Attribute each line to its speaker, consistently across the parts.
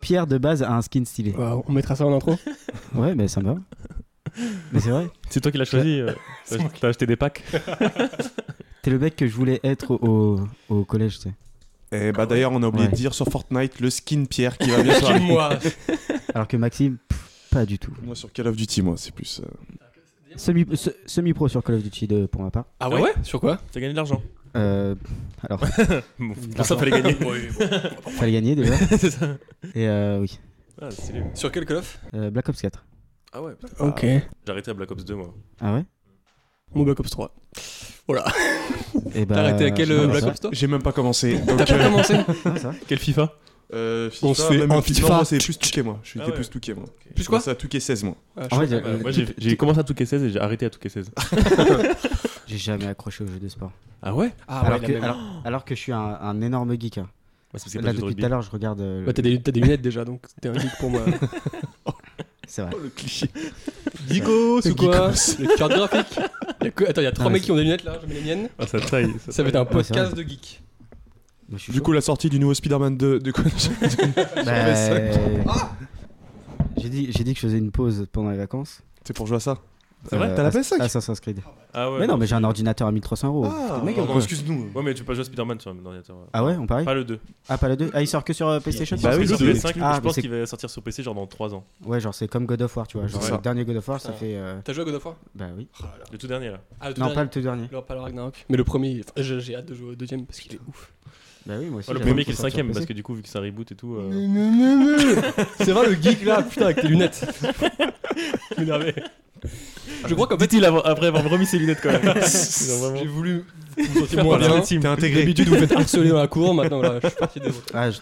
Speaker 1: Pierre de base a un skin stylé.
Speaker 2: Bah, on mettra ça en intro.
Speaker 1: Ouais, mais ça me va. Mais c'est vrai.
Speaker 3: C'est toi qui l'as choisi. euh,
Speaker 2: C'est
Speaker 3: t'as-
Speaker 2: moi
Speaker 3: T'as acheté des packs.
Speaker 1: T'es le mec que je voulais être au, au- au collège, tu sais.
Speaker 4: Et bah d'ailleurs, on a oublié
Speaker 1: Ouais.
Speaker 4: de dire sur Fortnite le skin Pierre qui va bien sur la-
Speaker 2: moi. Ah
Speaker 1: Alors que Maxime, pff, pas du tout.
Speaker 4: Moi sur Call of Duty, moi, c'est plus. euh,
Speaker 1: Semi- se- Semi-pro sur Call of Duty 2 pour ma part.
Speaker 2: Ah
Speaker 3: ouais
Speaker 2: Sur quoi
Speaker 3: T'as gagné de l'argent.
Speaker 1: Euh, alors,
Speaker 3: Bon, Pour ça, fallait gagner.
Speaker 1: fallait gagner déjà.
Speaker 3: C'est ça.
Speaker 1: Et euh, oui,
Speaker 3: Ah, stylé.
Speaker 5: Sur quel Call of
Speaker 1: Euh, Black Ops 4.
Speaker 3: Ah ouais, putain.
Speaker 2: Ok.
Speaker 3: J'ai arrêté à Black Ops 2, moi.
Speaker 1: Ah ouais
Speaker 2: Mon Black Ops 3.
Speaker 1: Et bah,
Speaker 5: T'as arrêté à quel euh,
Speaker 1: non,
Speaker 5: Black
Speaker 1: ça-
Speaker 5: Ops toi
Speaker 4: J'ai même pas commencé. Donc,
Speaker 5: T'as pas commencé
Speaker 1: Ah, ça
Speaker 3: Quel FIFA
Speaker 4: euh,
Speaker 2: On
Speaker 4: on
Speaker 2: se fait un FIFA.
Speaker 4: Moi, c'est plus touqué, moi. Je suis
Speaker 3: Ah
Speaker 4: j'étais
Speaker 3: ouais.
Speaker 4: plus touqué, moi.
Speaker 5: Plus quoi
Speaker 4: Ça a touqué 16 mois.
Speaker 5: Ah, je
Speaker 1: En vrai,
Speaker 5: sais pas.
Speaker 1: euh,
Speaker 3: Moi, j'ai j'ai commencé à touquer 16 et j'ai arrêté à touquer
Speaker 1: Ah,
Speaker 3: 16.
Speaker 1: j'ai jamais accroché aux jeux de sport.
Speaker 3: Ah ouais
Speaker 2: Ah
Speaker 1: alors,
Speaker 2: ouais,
Speaker 1: que, alors, alors que je suis un, un énorme geek. hein.
Speaker 3: Bah, C'est parce que
Speaker 1: Là,
Speaker 3: pas du
Speaker 1: depuis
Speaker 3: rugby.
Speaker 1: tout à l'heure, je regarde. euh, le-
Speaker 2: Bah, t'as des, t'as des lunettes déjà, donc t'es un geek pour moi.
Speaker 1: C'est vrai.
Speaker 4: Oh, le cliché.
Speaker 2: Geekos ou quoi
Speaker 4: Geekos.
Speaker 2: Le carte graphique Il y a que- Attends, il y a trois
Speaker 1: Non, mais
Speaker 2: mecs qui ont des lunettes là, je mets les miennes.
Speaker 3: Ah, ça taille. ça
Speaker 2: Ça va
Speaker 3: taille.
Speaker 2: être un
Speaker 1: Ouais, c'est vrai.
Speaker 2: podcast de geek.
Speaker 1: Moi, je suis
Speaker 4: Du
Speaker 1: chaud.
Speaker 4: coup, la sortie du nouveau Spider-Man 2 de quoi
Speaker 1: Bah,
Speaker 4: j'avais
Speaker 1: J'ai dit, j'ai dit que je faisais une pause pendant les vacances.
Speaker 4: C'est pour jouer à ça. Euh,
Speaker 3: C'est vrai
Speaker 4: T'as la
Speaker 1: Assa-
Speaker 4: PS5
Speaker 1: Assassin's Creed.
Speaker 3: Ah ouais.
Speaker 1: mais non, mais j'ai un ordinateur à 1300 euros.
Speaker 4: Ah,
Speaker 1: Putain, mec,
Speaker 4: non,
Speaker 1: quoi.
Speaker 4: non, excuse-nous.
Speaker 3: Ouais, mais tu peux pas jouer à Spider-Man sur un ordinateur.
Speaker 1: Ah ouais, on parie
Speaker 3: Pas le 2.
Speaker 1: Ah, pas le 2 Ah, il sort que sur euh, PlayStation
Speaker 4: Bah
Speaker 1: parce
Speaker 4: oui,
Speaker 1: que-
Speaker 3: le PS5,
Speaker 4: c'est-
Speaker 1: Ah,
Speaker 3: je
Speaker 1: mais
Speaker 3: pense
Speaker 1: c'est-
Speaker 3: qu'il va sortir sur PC genre dans 3 ans.
Speaker 1: Ouais, genre c'est comme God of War, tu vois. Genre
Speaker 4: C'est
Speaker 1: le
Speaker 4: ça.
Speaker 1: dernier God of War, ça
Speaker 2: Putain.
Speaker 1: fait. euh,
Speaker 2: T'as joué à God of War
Speaker 1: Bah oui.
Speaker 3: Le tout dernier là.
Speaker 2: Ah, le tout
Speaker 1: Non, pas
Speaker 2: dernier.
Speaker 1: le tout dernier.
Speaker 2: Non, pas le Ragnarok. Mais le premier, enfin, j'ai j'ai hâte de jouer au deuxième parce qu'il est ouf.
Speaker 1: Bah oui, moi aussi.
Speaker 3: Ouais, Oh, le
Speaker 1: j'avais
Speaker 3: premier qui est le
Speaker 1: l'impression
Speaker 3: cinquième
Speaker 1: que ça
Speaker 3: parce que du coup, vu que c'est un reboot et tout. euh,
Speaker 2: C'est vrai le geek là, putain, avec tes lunettes.
Speaker 3: m'énerver.
Speaker 2: Je crois qu'en fait,
Speaker 3: Dit-il avant- après avoir remis ses lunettes quand même. Ils ont vraiment-
Speaker 2: j'ai voulu
Speaker 3: vous sentez
Speaker 2: Faire
Speaker 3: moins
Speaker 2: parler
Speaker 3: bien.
Speaker 2: la
Speaker 4: T'es intégré.
Speaker 2: D'habitude, vous faites harceler dans la cour, maintenant voilà, je suis parti des autres.
Speaker 1: passait.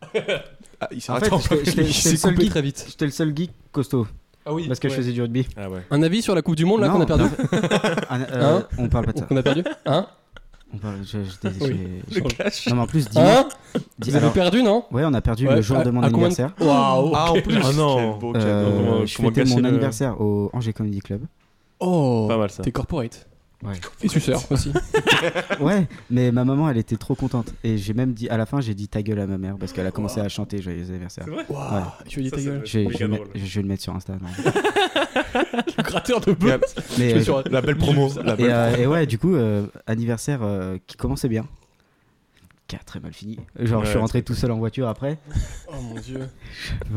Speaker 1: Ah, je-
Speaker 4: Ah, il s'est
Speaker 1: en fait,
Speaker 4: arrêté en
Speaker 1: j'étais- j'étais j'étais
Speaker 4: plein
Speaker 2: Il
Speaker 1: le
Speaker 2: s'est
Speaker 1: seul
Speaker 2: coupé
Speaker 1: geek.
Speaker 2: très vite.
Speaker 1: J'étais le seul geek costaud
Speaker 2: Ah oui.
Speaker 1: parce que je faisais du rugby.
Speaker 3: Ah ouais.
Speaker 2: Un avis sur la Coupe du Monde là qu'on
Speaker 1: Non,
Speaker 2: a perdu
Speaker 1: Ah, euh,
Speaker 2: Hein
Speaker 1: on parle pas de ça.
Speaker 2: Qu'on a perdu Hein
Speaker 1: On parle. Je, je- je-
Speaker 2: Oui.
Speaker 1: je- je-
Speaker 2: clash.
Speaker 1: Non, mais en plus, dis,
Speaker 2: Hein
Speaker 1: dis-
Speaker 2: Vous avez
Speaker 1: alors,
Speaker 2: perdu, non
Speaker 1: Ouais, on a perdu
Speaker 2: Ouais,
Speaker 1: le jour
Speaker 2: à-
Speaker 1: de mon
Speaker 2: à combien de-
Speaker 1: anniversaire.
Speaker 2: Waouh
Speaker 4: Ah, en plus.
Speaker 3: Ah non.
Speaker 4: Quel beau cadeau.
Speaker 1: Euh,
Speaker 3: Comment-
Speaker 1: je
Speaker 3: comment
Speaker 1: fêtais mon
Speaker 3: gâcher le-
Speaker 1: anniversaire au Angers Comedy Club.
Speaker 2: Oh
Speaker 3: Pas mal ça.
Speaker 2: T'es corporate.
Speaker 1: Ouais.
Speaker 2: Et suceur aussi.
Speaker 1: Ouais, mais ma maman, elle était trop contente. Et j'ai même dit, à la fin, j'ai dit ta gueule à ma mère parce qu'elle a commencé à chanter Joyeux anniversaire.
Speaker 2: Waouh Tu veux dire
Speaker 3: Ça,
Speaker 2: ta
Speaker 3: ça
Speaker 2: gueule
Speaker 3: doit
Speaker 1: Je vais,
Speaker 3: Méga
Speaker 1: je vais le
Speaker 3: drôle.
Speaker 1: mettre- je vais le mettre sur Insta. non.
Speaker 2: Le gratteur de bœuf.
Speaker 1: Mais,
Speaker 2: Je me
Speaker 1: euh,
Speaker 2: suis-
Speaker 4: La belle promo. La
Speaker 1: et,
Speaker 4: belle
Speaker 1: euh, et ouais, du coup, euh, anniversaire euh, qui commençait bien. Qui a très mal fini. Genre, je suis
Speaker 3: Ouais,
Speaker 1: rentré tout seul en voiture après.
Speaker 2: Oh mon dieu.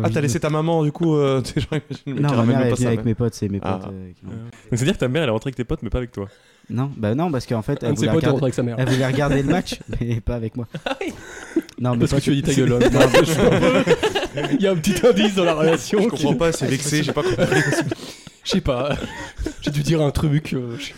Speaker 4: Ah, t'as laissé ta maman, du coup, euh, t'es genre, j'imagine, mais qui
Speaker 1: Non, ma
Speaker 4: ramène
Speaker 1: mère
Speaker 4: même
Speaker 1: est
Speaker 4: pas
Speaker 1: venue
Speaker 4: ça,
Speaker 1: avec
Speaker 4: mais-
Speaker 1: mes potes, c'est mes
Speaker 4: Ah.
Speaker 1: potes. euh, qui l'ont-
Speaker 3: Donc c'est-à-dire que ta mère elle est rentrée avec tes potes mais pas avec toi.
Speaker 1: Non, bah non, parce qu'en fait,
Speaker 4: Ah,
Speaker 2: Un
Speaker 1: elle
Speaker 2: de ses
Speaker 1: voulait,
Speaker 2: potes est
Speaker 1: regarder...
Speaker 2: rentré avec sa mère.
Speaker 1: elle voulait regarder le match, mais pas avec moi.
Speaker 4: Ah
Speaker 1: Non, mais
Speaker 2: Parce que
Speaker 1: pas-
Speaker 2: tu as dit ta gueule. hein. Il y a un petit indice dans la relation.
Speaker 4: Je
Speaker 2: qui-
Speaker 4: comprends pas, c'est vexé, j'ai pas compris.
Speaker 2: Je sais pas. J'ai dû dire un truc. euh, je-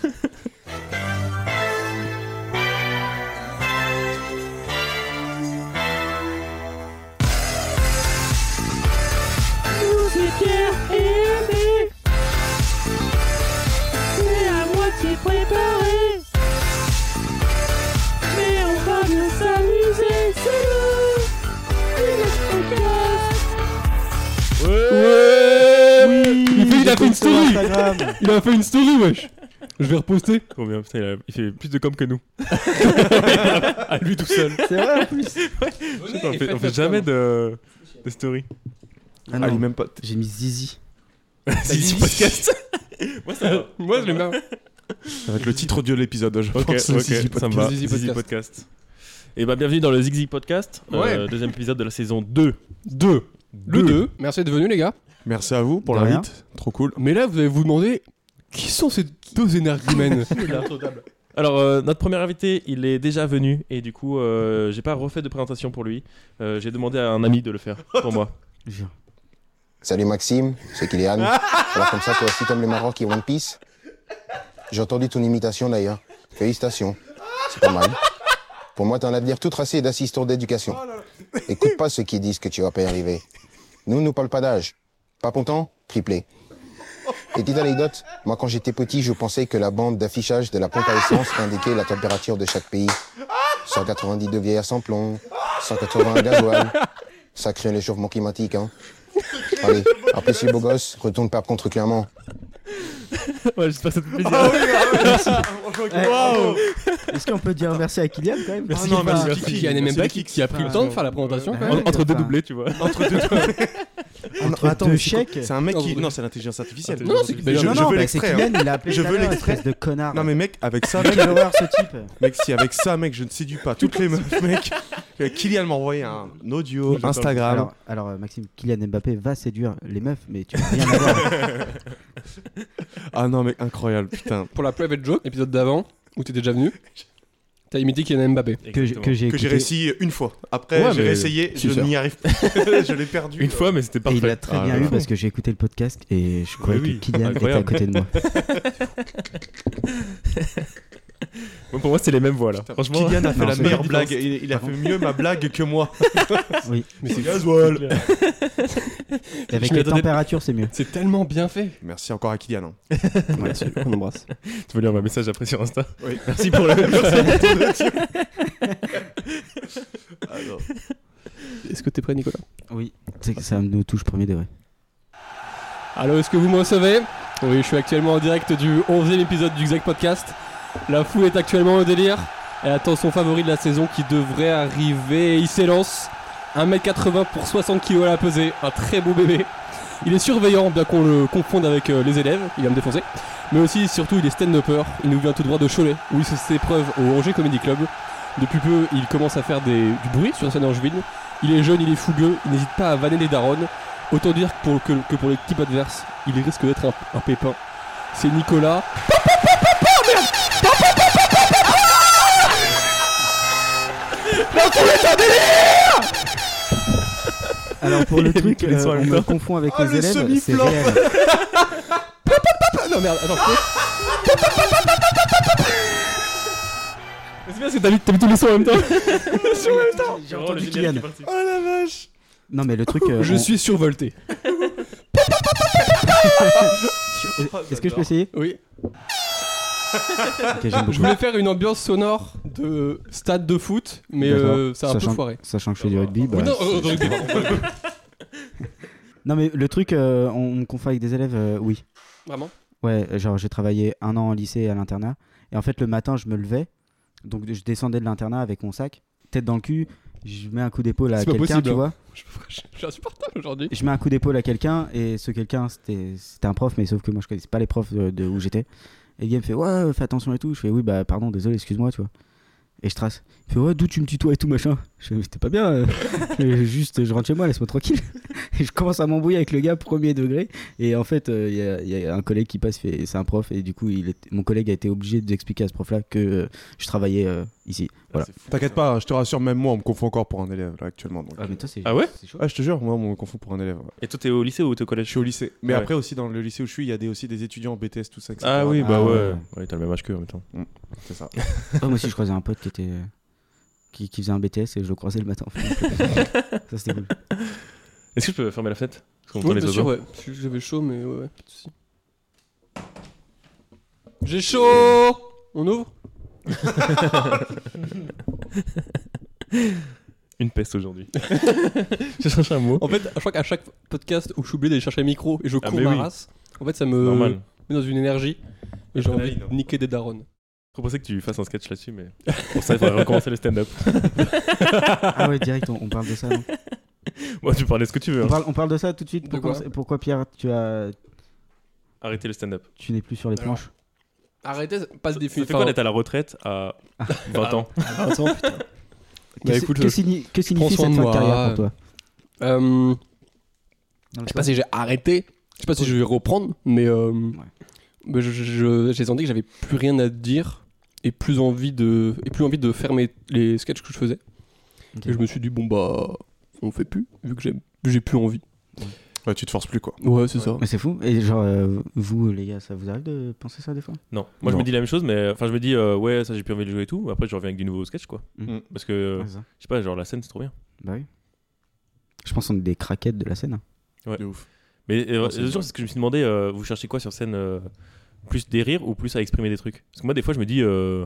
Speaker 2: Il fait- il a fait une
Speaker 1: Sur
Speaker 2: story
Speaker 1: Instagram.
Speaker 2: Il a fait une story, wesh Je vais reposter.
Speaker 3: Combien putain, il, a- il fait plus de com que nous. à lui tout seul.
Speaker 1: C'est vrai en plus.
Speaker 3: Putain, on fait, on fait jamais de, de story.
Speaker 1: Ah
Speaker 4: Ah,
Speaker 1: non,
Speaker 4: il même pas.
Speaker 1: J'ai mis Zizi.
Speaker 3: Zizi podcast. Moi ça va.
Speaker 2: Moi, je l'aime bien.
Speaker 4: Ça va être le titre de l'épisode, je
Speaker 3: Ok, ok,
Speaker 4: pense. Zizi
Speaker 3: ça me
Speaker 4: Podcast.
Speaker 3: va.
Speaker 2: Zizi
Speaker 3: Zizi
Speaker 2: podcast.
Speaker 3: podcast. Et bah bienvenue dans le Zigzag podcast, euh, deuxième épisode de la saison 2. 2
Speaker 2: Le 2, merci d'être venu, les gars.
Speaker 4: Merci à vous pour
Speaker 1: De rien.
Speaker 4: l'invite. Trop cool.
Speaker 2: Mais là, vous allez vous demander qui sont ces deux énergumènes
Speaker 3: Alors, euh, notre premier invité, il est déjà venu et du coup, euh, j'ai pas refait de présentation pour lui. Euh, j'ai demandé à un ami de le faire pour moi.
Speaker 1: Jure.
Speaker 6: Salut Maxime, c'est Kylian. Alors comme ça, toi aussi comme les Maroc et One Piece. J'ai entendu ton imitation d'ailleurs. Félicitations. C'est pas mal. Pour moi, t'as un avenir tout tracé d'assistant d'éducation. Écoute pas ceux qui disent que tu vas pas y arriver. Nous, on nous parle pas d'âge. Pas content Triplé. Et petite anecdote, moi quand j'étais petit, je pensais que la bande d'affichage de la pompe à essence indiquait la température de chaque pays. 190 de vieilles à sans plomb, 180 à gasoil. Ça crée un échauffement climatique, hein. Allez, après si beau gosse, retourne pas contre Clermont.
Speaker 3: Ouais, j'espère que ça te fait plaisir.
Speaker 4: Ah oui, ah oui, merci. Waouh
Speaker 1: Est-ce qu'on peut dire merci à Kylian quand même
Speaker 4: Ah non, merci,
Speaker 2: Qui qui en est même
Speaker 4: C'est
Speaker 2: pas
Speaker 4: le
Speaker 2: qui,
Speaker 4: kick.
Speaker 2: qui a pris le temps de faire la présentation quand
Speaker 1: Ouais.
Speaker 2: même.
Speaker 3: En- entre deux
Speaker 1: Enfin.
Speaker 3: doublés, tu vois.
Speaker 4: Entre deux
Speaker 1: Entre deux
Speaker 4: mais c'est quoi
Speaker 1: chèques.
Speaker 4: C'est un mec qui.
Speaker 2: Non,
Speaker 4: Non, c'est l'intelligence artificielle.
Speaker 2: Non, c'est-
Speaker 4: Mais je,
Speaker 1: non,
Speaker 4: je
Speaker 1: non,
Speaker 4: veux
Speaker 1: bah, c'est
Speaker 4: l'extrait. hein.
Speaker 1: Kylian, il a appelé
Speaker 4: Je
Speaker 1: tout à
Speaker 4: veux
Speaker 1: l'heure,
Speaker 4: l'extrait.
Speaker 1: espèce de connard.
Speaker 4: Non, mais mec, avec ça, mec,
Speaker 1: Quelle horreur ce type
Speaker 4: mec, si avec ça, mec, je ne séduis pas toutes les meufs, mec. euh, Kylian m'a envoyé un audio,
Speaker 3: Je
Speaker 4: Instagram.
Speaker 1: Alors, alors, euh, Maxime, Kylian Mbappé va séduire les meufs, mais tu n'as rien à voir.
Speaker 4: Ah non, mais incroyable, putain.
Speaker 2: Pour la private joke, épisode d'avant, où t'es déjà venu, t'as imité Kylian Mbappé.
Speaker 1: que j'ai- que j'ai
Speaker 4: Que
Speaker 1: écouté.
Speaker 4: j'ai réussi une fois. Après,
Speaker 3: Ouais,
Speaker 4: j'ai
Speaker 3: mais-
Speaker 4: réessayé, je
Speaker 2: sûr.
Speaker 4: n'y arrive pas. je l'ai perdu.
Speaker 3: Une fois, mais c'était
Speaker 1: Et il
Speaker 3: parfait.
Speaker 1: l'a très
Speaker 4: Ah,
Speaker 1: bien
Speaker 4: ouais.
Speaker 1: eu parce que j'ai écouté le podcast et je croyais
Speaker 3: oui,
Speaker 1: que Kylian était à
Speaker 3: incroyable.
Speaker 1: côté de moi.
Speaker 3: Bon, pour moi, c'est les mêmes voix là.
Speaker 4: Putain,
Speaker 3: Franchement,
Speaker 4: Kylian a fait
Speaker 1: Non,
Speaker 4: la
Speaker 1: c'est
Speaker 4: meilleure
Speaker 1: pas
Speaker 4: blague. Il, il a fait mieux ma blague que moi.
Speaker 1: Oui.
Speaker 2: Mais c'est-
Speaker 4: Gasoil.
Speaker 1: Et avec
Speaker 3: m'y
Speaker 1: les
Speaker 3: attendais-
Speaker 1: températures, c'est mieux.
Speaker 2: c'est tellement bien fait.
Speaker 4: Merci encore à Kylian. hein.
Speaker 2: Merci, on embrasse.
Speaker 3: tu veux lire ma message après sur Insta
Speaker 4: Oui.
Speaker 3: Merci pour le.
Speaker 4: Ah
Speaker 2: Est-ce que t'es prêt, Nicolas
Speaker 1: Oui. C'est que ça nous touche premier degré.
Speaker 2: Allô, est-ce que vous me recevez Oui, je suis actuellement en direct du 11e épisode du Xac Podcast. La foule est actuellement au délire. Elle attend son favori de la saison qui devrait arriver. Il s'élance. 1m80 pour 60 kg à la pesée. Un très beau bébé. Il est surveillant, bien qu'on le confonde avec euh, les élèves. Il va me défoncer. Mais aussi, surtout, il est stand-upper. Il nous vient tout droit de Cholet, où il se fait ses preuves au Angers Comedy Club. Depuis peu, il commence à faire des- du bruit sur scène à Angeville. Il est jeune, il est fougueux, il n'hésite pas à vanner les darons. Autant dire que pour, que, que pour l'équipe adverse, il risque d'être un, un pépin. C'est Nicolas.
Speaker 1: Alors pour le
Speaker 3: Il a mis
Speaker 1: truc,
Speaker 3: tous les
Speaker 1: euh,
Speaker 3: sons en
Speaker 1: on
Speaker 3: même
Speaker 1: me
Speaker 3: temps.
Speaker 1: confond avec
Speaker 4: Oh,
Speaker 1: les
Speaker 4: le
Speaker 1: élèves, c'est
Speaker 4: semi-plan.
Speaker 1: réel.
Speaker 2: Ah non merde, attends. C'est bien parce que t'as mis, t'as mis tous les sons en même temps.
Speaker 1: J'ai entendu Kylian.
Speaker 4: Oh la vache.
Speaker 1: Non mais le truc, euh,
Speaker 2: Je
Speaker 1: on-
Speaker 2: suis survolté.
Speaker 1: est-ce que je peux essayer
Speaker 2: Oui.
Speaker 1: Ok, j'aime
Speaker 2: Je
Speaker 1: beaucoup.
Speaker 2: voulais faire une ambiance sonore de stade de foot, mais
Speaker 1: D'accord.
Speaker 2: euh, ça a un peu
Speaker 1: Sachant-
Speaker 2: foiré.
Speaker 1: Sachant que je fais du rugby, bah,
Speaker 2: Oui, non,
Speaker 1: c'est-
Speaker 2: euh, donc-
Speaker 1: non mais le truc, euh, on me confond avec des élèves, euh, oui.
Speaker 2: Vraiment
Speaker 1: Ouais, euh, genre j'ai travaillé un an en lycée et à l'internat. Et en fait, le matin, je me levais. Donc, je descendais de l'internat avec mon sac, tête dans le cul. Je mets un coup d'épaule à
Speaker 2: C'est pas
Speaker 1: quelqu'un,
Speaker 2: possible,
Speaker 1: tu
Speaker 2: hein.
Speaker 1: vois.
Speaker 2: je, je- je suis insupportable aujourd'hui.
Speaker 1: Je mets un coup d'épaule à quelqu'un. Et ce quelqu'un, c'était c'était un prof, mais sauf que moi, je connaissais pas les profs de, de où j'étais. Et le gars me fait Ouais, fais attention et tout. Je fais Oui, bah, pardon, désolé, excuse-moi, tu vois. Et je trace. Il fait Ouais, d'où tu me tutoies et tout, machin. Je fais Mais C'était pas bien. euh. Euh, Juste, je rentre chez moi, laisse-moi tranquille. Et je commence à m'embrouiller avec le gars, premier degré. Et en fait, euh, il y, a- il y a un collègue qui passe, fait- c'est un prof, et du coup, il est- mon collègue a été obligé d'expliquer à ce prof-là que euh, je travaillais euh, ici. Voilà.
Speaker 4: T'inquiète pas, je te rassure, même moi, on me confond encore pour un élève là, actuellement. donc.
Speaker 1: mais toi, c'est
Speaker 3: Ah ouais
Speaker 4: Ah, je te jure, moi, on me confond pour un élève. ouais.
Speaker 3: Et toi, t'es au lycée ou t'es au
Speaker 4: Je
Speaker 3: collège
Speaker 4: suis au lycée. Mais
Speaker 3: Ouais.
Speaker 4: après aussi, dans le lycée où je suis, il y a des, aussi des étudiants en BTS, tout ça. etc.
Speaker 3: Ah oui, bah
Speaker 1: Ah
Speaker 3: ouais.
Speaker 1: ouais.
Speaker 3: ouais. t'as le même âge que en même temps.
Speaker 4: C'est ça.
Speaker 1: Moi aussi, je croisais un pote qui était. euh, Qui, qui faisait un BTS et je le croisais le matin. en fait. ça c'était cool.
Speaker 3: Est-ce que je peux fermer la fête Parce qu'on entend
Speaker 2: Oui,
Speaker 3: les
Speaker 2: bien sûr,
Speaker 3: oiseaux.
Speaker 2: ouais. Je- J'avais chaud, mais ouais, ouais, pas de soucis. J'ai chaud On ouvre
Speaker 3: Une peste aujourd'hui. je cherche un mot.
Speaker 2: En fait, je crois qu'à chaque podcast où je suis obligé d'aller chercher un micro et je
Speaker 3: Ah,
Speaker 2: cours
Speaker 3: mais
Speaker 2: ma
Speaker 3: oui.
Speaker 2: race, en fait, ça me
Speaker 3: Normal.
Speaker 2: met dans une énergie et j'ai envie de
Speaker 4: Adrénaline.
Speaker 2: niquer des darons.
Speaker 3: Je proposais que tu fasses un sketch là-dessus, mais pour ça, il faudrait recommencer le stand-up.
Speaker 1: Ah ouais, direct, on, on parle de ça. non
Speaker 3: Moi, tu parlais ce que tu veux.
Speaker 1: on,
Speaker 3: hein.
Speaker 1: parle, on parle de ça tout de suite.
Speaker 2: De
Speaker 1: Pourquoi,
Speaker 2: quoi
Speaker 1: pourquoi, Pierre, tu, as,
Speaker 3: Arrêtez le stand-up.
Speaker 1: tu n'es plus sur les
Speaker 2: Alors,
Speaker 1: planches
Speaker 2: Arrêtez, passe
Speaker 3: Ça
Speaker 2: des
Speaker 3: fait
Speaker 2: films.
Speaker 3: quoi d'être à la retraite à 20 ans
Speaker 2: Attends, putain. Bah
Speaker 1: Qu'est-ce-
Speaker 2: écoute,
Speaker 1: que,
Speaker 2: je-
Speaker 1: signi- que signifie
Speaker 2: soin
Speaker 1: cette fin
Speaker 2: de
Speaker 1: de
Speaker 2: moi.
Speaker 1: carrière pour toi
Speaker 2: euh,
Speaker 1: Non, mais
Speaker 2: je sais
Speaker 1: toi-
Speaker 2: pas si j'ai arrêté, je sais pas si je vais reprendre, mais, euh, mais je- je- je- j'ai senti que j'avais plus rien à dire et plus envie de, et plus envie de faire mes- les sketchs que je faisais.
Speaker 1: Ok.
Speaker 2: Et je me suis dit, bon bah, on fait plus, vu que j'aime- j'ai plus envie.
Speaker 4: Ouais, tu te forces plus, quoi.
Speaker 2: Ouais, c'est ça.
Speaker 1: Mais c'est fou. Et genre, euh, vous, les gars, ça vous arrive de penser ça des fois
Speaker 3: Non. Moi, je
Speaker 4: Non.
Speaker 3: me dis la même chose, mais enfin, je me dis, euh, ouais, ça, j'ai plus envie de jouer et tout. Après, je reviens avec du nouveau sketch, quoi.
Speaker 4: Mm.
Speaker 3: Parce que, euh,
Speaker 2: Euh.
Speaker 1: Ouais, c'est ça.
Speaker 3: je sais pas, genre, la scène, c'est trop bien.
Speaker 1: Bah oui. Je pense qu'on est des craquettes de la scène. hein.
Speaker 4: De ouf.
Speaker 3: Mais euh,
Speaker 4: Non, c'est
Speaker 3: c'est toujours ce que je me suis demandé, euh, vous cherchez quoi sur scène euh, Plus des rires ou plus à exprimer des trucs Parce que moi, des fois, je me dis, euh,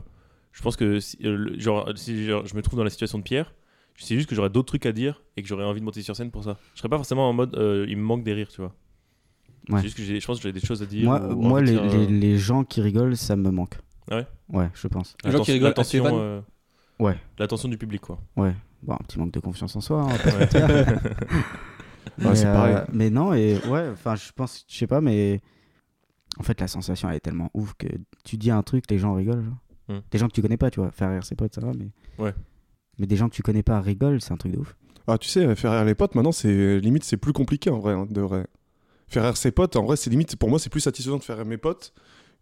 Speaker 3: je pense que, si, euh, le- genre, si genre, je me trouve dans la situation de Pierre, c'est juste que j'aurais d'autres trucs à dire et que j'aurais envie de monter sur scène pour ça. Je serais pas forcément en mode, euh, il me manque des rires, tu vois.
Speaker 1: Ouais.
Speaker 3: C'est juste que j'ai- je pense que j'ai des choses à dire.
Speaker 1: Moi,
Speaker 3: ou
Speaker 1: moi
Speaker 3: envie
Speaker 1: les,
Speaker 3: de dire, euh,
Speaker 1: les- les gens qui rigolent, ça me manque.
Speaker 3: Ah ouais
Speaker 1: Ouais, je pense.
Speaker 2: Les gens qui rigolent,
Speaker 3: l'attention,
Speaker 2: t'es fan
Speaker 3: euh,
Speaker 1: Ouais.
Speaker 3: L'attention du public, quoi.
Speaker 1: Ouais. Bon, un petit manque de confiance en soi. hein, on va pas se
Speaker 3: Ouais.
Speaker 1: mentir. mais, euh,
Speaker 4: c'est pareil.
Speaker 1: mais non, et ouais, enfin, je pense, je sais pas, mais en fait, la sensation, elle est tellement ouf que tu dis un truc, les gens rigolent. genre.
Speaker 3: Hmm.
Speaker 1: Des gens que tu connais pas, tu vois. Faire rire ses potes, ça va, mais.
Speaker 3: Ouais.
Speaker 1: Mais des gens que tu connais pas rigolent, c'est un truc de ouf.
Speaker 4: Ah, tu sais, faire rire les potes, maintenant, c'est limite, c'est plus compliqué en vrai, hein, de vrai. Faire rire ses potes, en vrai, c'est limite, pour moi, c'est plus satisfaisant de faire rire mes potes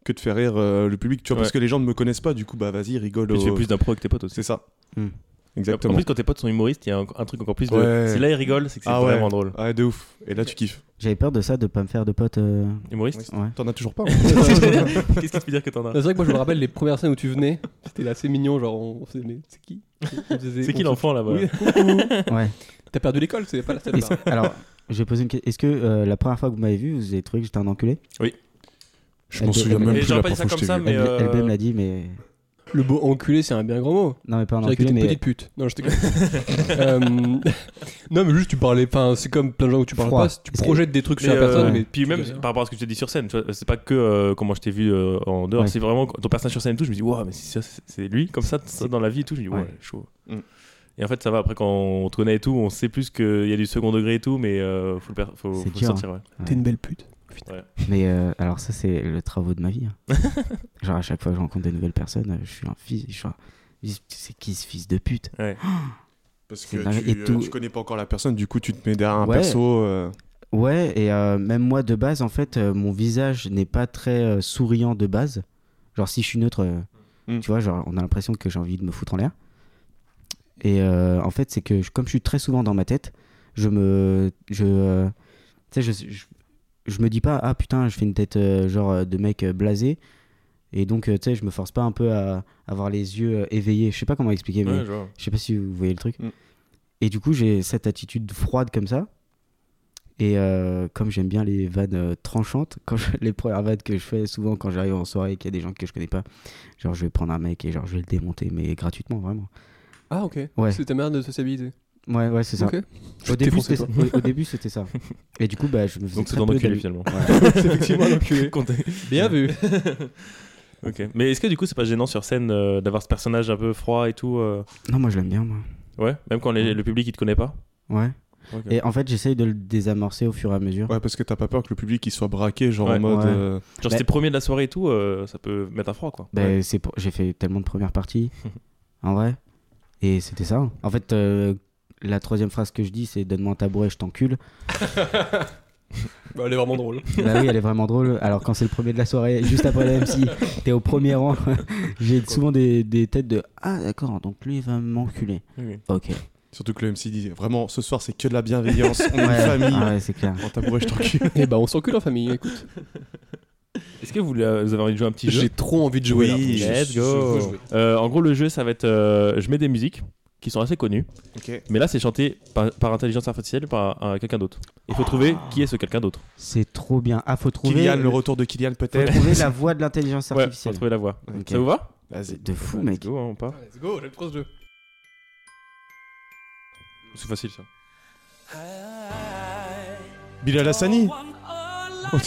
Speaker 4: que de faire rire euh, le public, tu vois,
Speaker 3: Ouais.
Speaker 4: parce que les gens ne me connaissent pas, du coup, bah vas-y, rigole.
Speaker 3: Puis tu fais
Speaker 4: au-
Speaker 3: plus d'impro avec tes potes aussi.
Speaker 4: C'est ça.
Speaker 1: Hmm.
Speaker 4: Exactement.
Speaker 3: En plus, quand tes potes sont humoristes, il y a un, un truc encore plus de.
Speaker 4: Ouais.
Speaker 3: Si là ils rigolent, c'est que c'est
Speaker 4: Ah
Speaker 3: vraiment drôle.
Speaker 4: Ouais, de ouf. Et là, tu kiffes.
Speaker 1: J'avais peur de ça, de pas me faire de potes. euh,
Speaker 3: Humoriste
Speaker 1: Ouais.
Speaker 4: T'en as toujours pas. hein.
Speaker 3: Qu'est-ce que tu veux dire que t'en as
Speaker 2: C'est vrai que moi je me rappelle les premières scènes où tu venais, c'était assez mignon, genre on faisait mais c'est qui On faisait-
Speaker 3: C'est qui
Speaker 2: on
Speaker 3: l'enfant là-bas
Speaker 2: Oui, coucou.
Speaker 1: Ouais.
Speaker 2: T'as perdu l'école, c'est pas la scène.
Speaker 1: Est-ce- Alors, je vais poser une question. Est-ce que euh, la première fois que vous m'avez vu, vous avez trouvé que j'étais un enculé
Speaker 4: Je m'en
Speaker 1: Elle-
Speaker 4: souviens
Speaker 1: elle-
Speaker 4: même
Speaker 1: Et
Speaker 4: plus
Speaker 3: j'aurais
Speaker 4: la
Speaker 3: pas dit ça
Speaker 4: première fois que je
Speaker 3: comme
Speaker 4: t'ai
Speaker 3: ça,
Speaker 1: LB,
Speaker 3: Mais, euh,
Speaker 1: LB me l'a dit, mais.
Speaker 2: Le mot enculé, c'est un bien grand mot.
Speaker 1: Ah Non, mais pas un
Speaker 2: Je dirais que t'es
Speaker 1: enculé,
Speaker 2: une
Speaker 1: mais.
Speaker 2: petite pute. Non, je t'écoute. Euh, non, mais juste tu parlais. Enfin, c'est comme plein de gens où tu parles
Speaker 1: Froid.
Speaker 2: pas. Tu
Speaker 1: Est-ce que-
Speaker 2: projettes des trucs
Speaker 3: Mais,
Speaker 2: sur la
Speaker 3: euh,
Speaker 2: personne, mais
Speaker 3: puis
Speaker 2: tu
Speaker 3: même
Speaker 2: dis rien.
Speaker 3: par rapport à ce que tu as dit sur scène, tu vois, c'est pas que euh, comment je t'ai vu euh, en dehors,
Speaker 1: Ouais.
Speaker 3: c'est vraiment ton personnage sur scène et tout. Je me dis, waouh, mais c'est ça, c'est- c'est lui comme ça, ça dans la vie et tout. Je me dis, ouais,
Speaker 1: Ouais.
Speaker 3: chaud.
Speaker 4: Mm.
Speaker 3: Et en fait, ça va après quand on te connaît et tout, on sait plus qu'il y a du second degré et tout, mais euh, faut le, per- faut,
Speaker 1: C'est
Speaker 3: faut le
Speaker 1: dur,
Speaker 3: sortir. Ouais.
Speaker 2: T'es une belle pute.
Speaker 1: Mais euh, alors ça c'est le travaux de ma vie. hein. Genre à chaque fois que je rencontre des nouvelles personnes, euh, je suis un fils, je suis un- je dis, C'est qui ce fils de pute
Speaker 4: Parce
Speaker 1: C'est dingue.
Speaker 4: que
Speaker 1: Et
Speaker 4: tu, euh,
Speaker 1: tout-
Speaker 4: tu connais pas encore la personne, du coup, tu te mets derrière un
Speaker 1: Ouais.
Speaker 4: perso. euh,
Speaker 1: Ouais, et euh, même moi de base, en fait, euh, mon visage n'est pas très euh, souriant de base. Genre si je suis neutre, euh,
Speaker 4: Mm.
Speaker 1: tu vois, genre on a l'impression que j'ai envie de me foutre en l'air. Et euh, en fait, c'est que je- comme je suis très souvent dans ma tête, je me... Je, euh, tu sais, je, je, je me dis pas, ah putain, je fais une tête euh, genre euh, de mec euh, blasé. Et donc, euh, tu sais, je me force pas un peu à avoir les yeux euh, éveillés. Je sais pas comment expliquer, mais
Speaker 3: Ouais, je vois.
Speaker 1: je sais pas si vous voyez le truc.
Speaker 4: Mm.
Speaker 1: Et du coup, j'ai cette attitude froide comme ça. Et euh, comme j'aime bien les vannes euh, tranchantes, quand je- les premières vannes que je fais souvent quand j'arrive en soirée et qu'il y a des gens que je connais pas, genre je vais prendre un mec et genre je vais le démonter, mais gratuitement, vraiment.
Speaker 2: Ah ok.
Speaker 1: Ouais.
Speaker 2: C'est ta manière de sociabiliser.
Speaker 1: Ouais, ouais, c'est ça.
Speaker 2: Ok.
Speaker 1: Au début,
Speaker 2: défoncer,
Speaker 1: c'était ça. au- au début, c'était ça. Et du coup, bah, je me faisais
Speaker 3: Donc c'est
Speaker 1: très
Speaker 3: ton
Speaker 1: peu
Speaker 3: enculé
Speaker 1: d'amis.
Speaker 3: finalement.
Speaker 2: C'est effectivement un enculé. Bien vu.
Speaker 3: ok. Mais est-ce que du coup, c'est pas gênant sur scène euh, d'avoir ce personnage un peu froid et tout euh,
Speaker 1: Non, moi je l'aime bien, moi.
Speaker 3: Ouais, même quand les- le public il te connaît pas
Speaker 1: Ouais.
Speaker 3: Ok.
Speaker 1: Et en fait, j'essaye de le désamorcer au fur et à mesure.
Speaker 4: Ouais, parce que t'as pas peur que le public il soit braqué, genre
Speaker 3: Ouais.
Speaker 4: en mode.
Speaker 1: Ouais.
Speaker 4: euh,
Speaker 1: Bah-
Speaker 3: Genre, si t'es premier de la soirée et tout, euh, ça peut mettre un froid quoi.
Speaker 1: Ben, c'est pour... J'ai fait tellement de premières parties, en vrai. Et c'était ça. En fait, euh, la troisième phrase que je dis, c'est Donne-moi un tabouret, je t'encule.
Speaker 2: Bah, elle est vraiment drôle.
Speaker 1: bah oui, elle est vraiment drôle. Alors, quand c'est le premier de la soirée, juste après la MC, t'es au premier rang. J'ai souvent des, des têtes de Ah, d'accord, donc lui, il va m'enculer.
Speaker 3: Ok.
Speaker 1: Ok.
Speaker 4: Surtout que le MC dit vraiment, ce soir c'est que de la bienveillance, on est
Speaker 1: Ouais,
Speaker 4: une famille.
Speaker 1: ah ouais, c'est clair.
Speaker 4: En tabouret, je t'encule.
Speaker 2: Et bah on s'encule en famille. Écoute,
Speaker 3: Est-ce que vous, euh, vous avez envie de jouer à un petit jeu
Speaker 2: j'ai trop envie de jouer. là.
Speaker 4: Oui,
Speaker 2: Je-
Speaker 3: Let's
Speaker 2: je- je veux
Speaker 3: go.
Speaker 2: jouer.
Speaker 3: Euh, en gros, le jeu, ça va être, euh, je mets des musiques qui sont assez connues,
Speaker 4: Ok.
Speaker 3: mais là, c'est chanté par, par intelligence artificielle par un- quelqu'un d'autre. Il faut trouver
Speaker 2: Ah.
Speaker 3: qui est ce quelqu'un d'autre.
Speaker 1: C'est trop bien. Ah, faut trouver,
Speaker 4: Kylian, le retour de Kylian
Speaker 1: faut
Speaker 4: peut-être.
Speaker 1: trouver la voix de l'intelligence
Speaker 3: Ouais, faut
Speaker 1: artificielle.
Speaker 3: trouver la voix.
Speaker 1: Ok.
Speaker 3: Ça vous va
Speaker 4: Vas-y.
Speaker 1: C'est de fou,
Speaker 3: Ouais,
Speaker 1: mec.
Speaker 3: let's go, hein, on part.
Speaker 2: Ah, Let's go, j'aime trop ce jeu.
Speaker 3: C'est facile ça.
Speaker 4: Bilal Hassani
Speaker 5: Oh,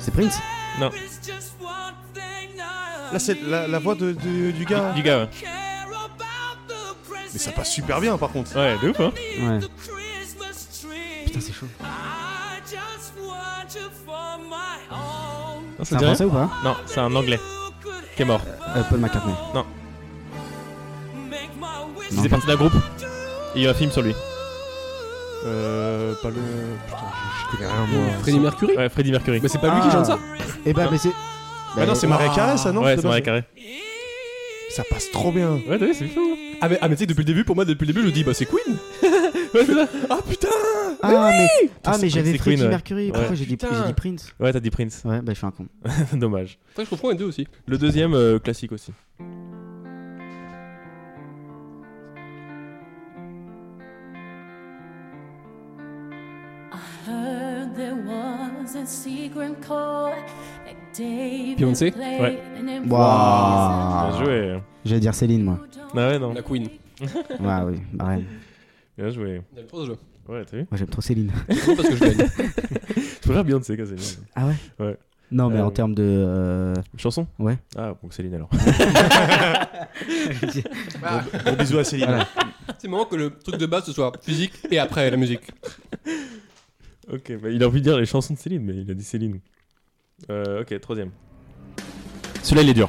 Speaker 1: C'est Prince
Speaker 3: Non.
Speaker 4: Là, c'est la, la voix de, de- du gars.
Speaker 3: Du gars, ouais.
Speaker 4: Mais ça passe super bien par contre.
Speaker 3: Ouais, de ouf, hein
Speaker 1: Ouais.
Speaker 5: Putain,
Speaker 1: c'est chaud.
Speaker 3: Non,
Speaker 1: C'est un français ou pas
Speaker 3: Ah, Non, c'est un anglais.
Speaker 5: Qui est mort
Speaker 1: Euh, Paul McCartney.
Speaker 3: Non. Il
Speaker 1: Non.
Speaker 3: faisait partie d'un groupe. Et il y a un film sur lui.
Speaker 4: Euh, pas le. Putain, je- je connais rien moi.
Speaker 2: Freddie Mercury.
Speaker 3: Ouais, Freddie Mercury.
Speaker 2: Mais c'est pas lui qui
Speaker 1: Ah.
Speaker 2: chante ça.
Speaker 1: Eh ben, mais c'est.
Speaker 4: Ah non, c'est Maria Carré ça, non
Speaker 3: ouais,
Speaker 4: de
Speaker 3: c'est Maria
Speaker 4: base
Speaker 3: Carré.
Speaker 4: Ça passe trop bien.
Speaker 3: Ouais, t'as vu, c'est hein. chaud.
Speaker 2: Ah mais, ah, mais tu sais, depuis le début, pour moi, depuis le début, je dis, bah c'est Queen Ouais, c'est ça. Ah putain
Speaker 1: Ah, mais, ah, mais
Speaker 3: c'est
Speaker 1: j'avais
Speaker 3: Queen,
Speaker 1: Freddie
Speaker 3: ouais.
Speaker 1: Mercury. Pourquoi
Speaker 3: Ouais.
Speaker 1: j'ai dit,
Speaker 2: Putain.
Speaker 1: j'ai dit Prince
Speaker 3: Ouais, t'as dit Prince.
Speaker 1: Ouais, bah je suis un con.
Speaker 3: Dommage.
Speaker 2: Après, je comprends les deux aussi.
Speaker 3: Le deuxième, euh, classique aussi.
Speaker 2: Beyoncé
Speaker 3: Ouais.
Speaker 1: Waouh.
Speaker 3: Bien joué.
Speaker 2: Ah.
Speaker 1: J'allais dire Céline, moi.
Speaker 3: Ah ouais, non.
Speaker 2: La Queen.
Speaker 1: Ouais, oui, bah, ouais.
Speaker 3: Bien joué.
Speaker 2: Il y a le tour de jeu.
Speaker 3: Ouais, t'as vu
Speaker 1: Moi j'aime trop Céline.
Speaker 2: Non, parce que je gagne.
Speaker 3: Je préfère Beyoncé qu'à Céline.
Speaker 1: Ah ouais
Speaker 3: Ouais.
Speaker 1: Non, mais
Speaker 3: Euh,
Speaker 1: en termes de. euh,
Speaker 3: Chanson
Speaker 1: Ouais.
Speaker 3: Ah, bon, Céline alors.
Speaker 4: Gros bisous à Céline.
Speaker 1: Voilà.
Speaker 2: C'est marrant que le truc de base ce soit physique et après la musique.
Speaker 3: ok, bah, il a envie de dire les chansons de Céline, mais il a dit Céline. Euh, ok, troisième. Celui-là, il est dur.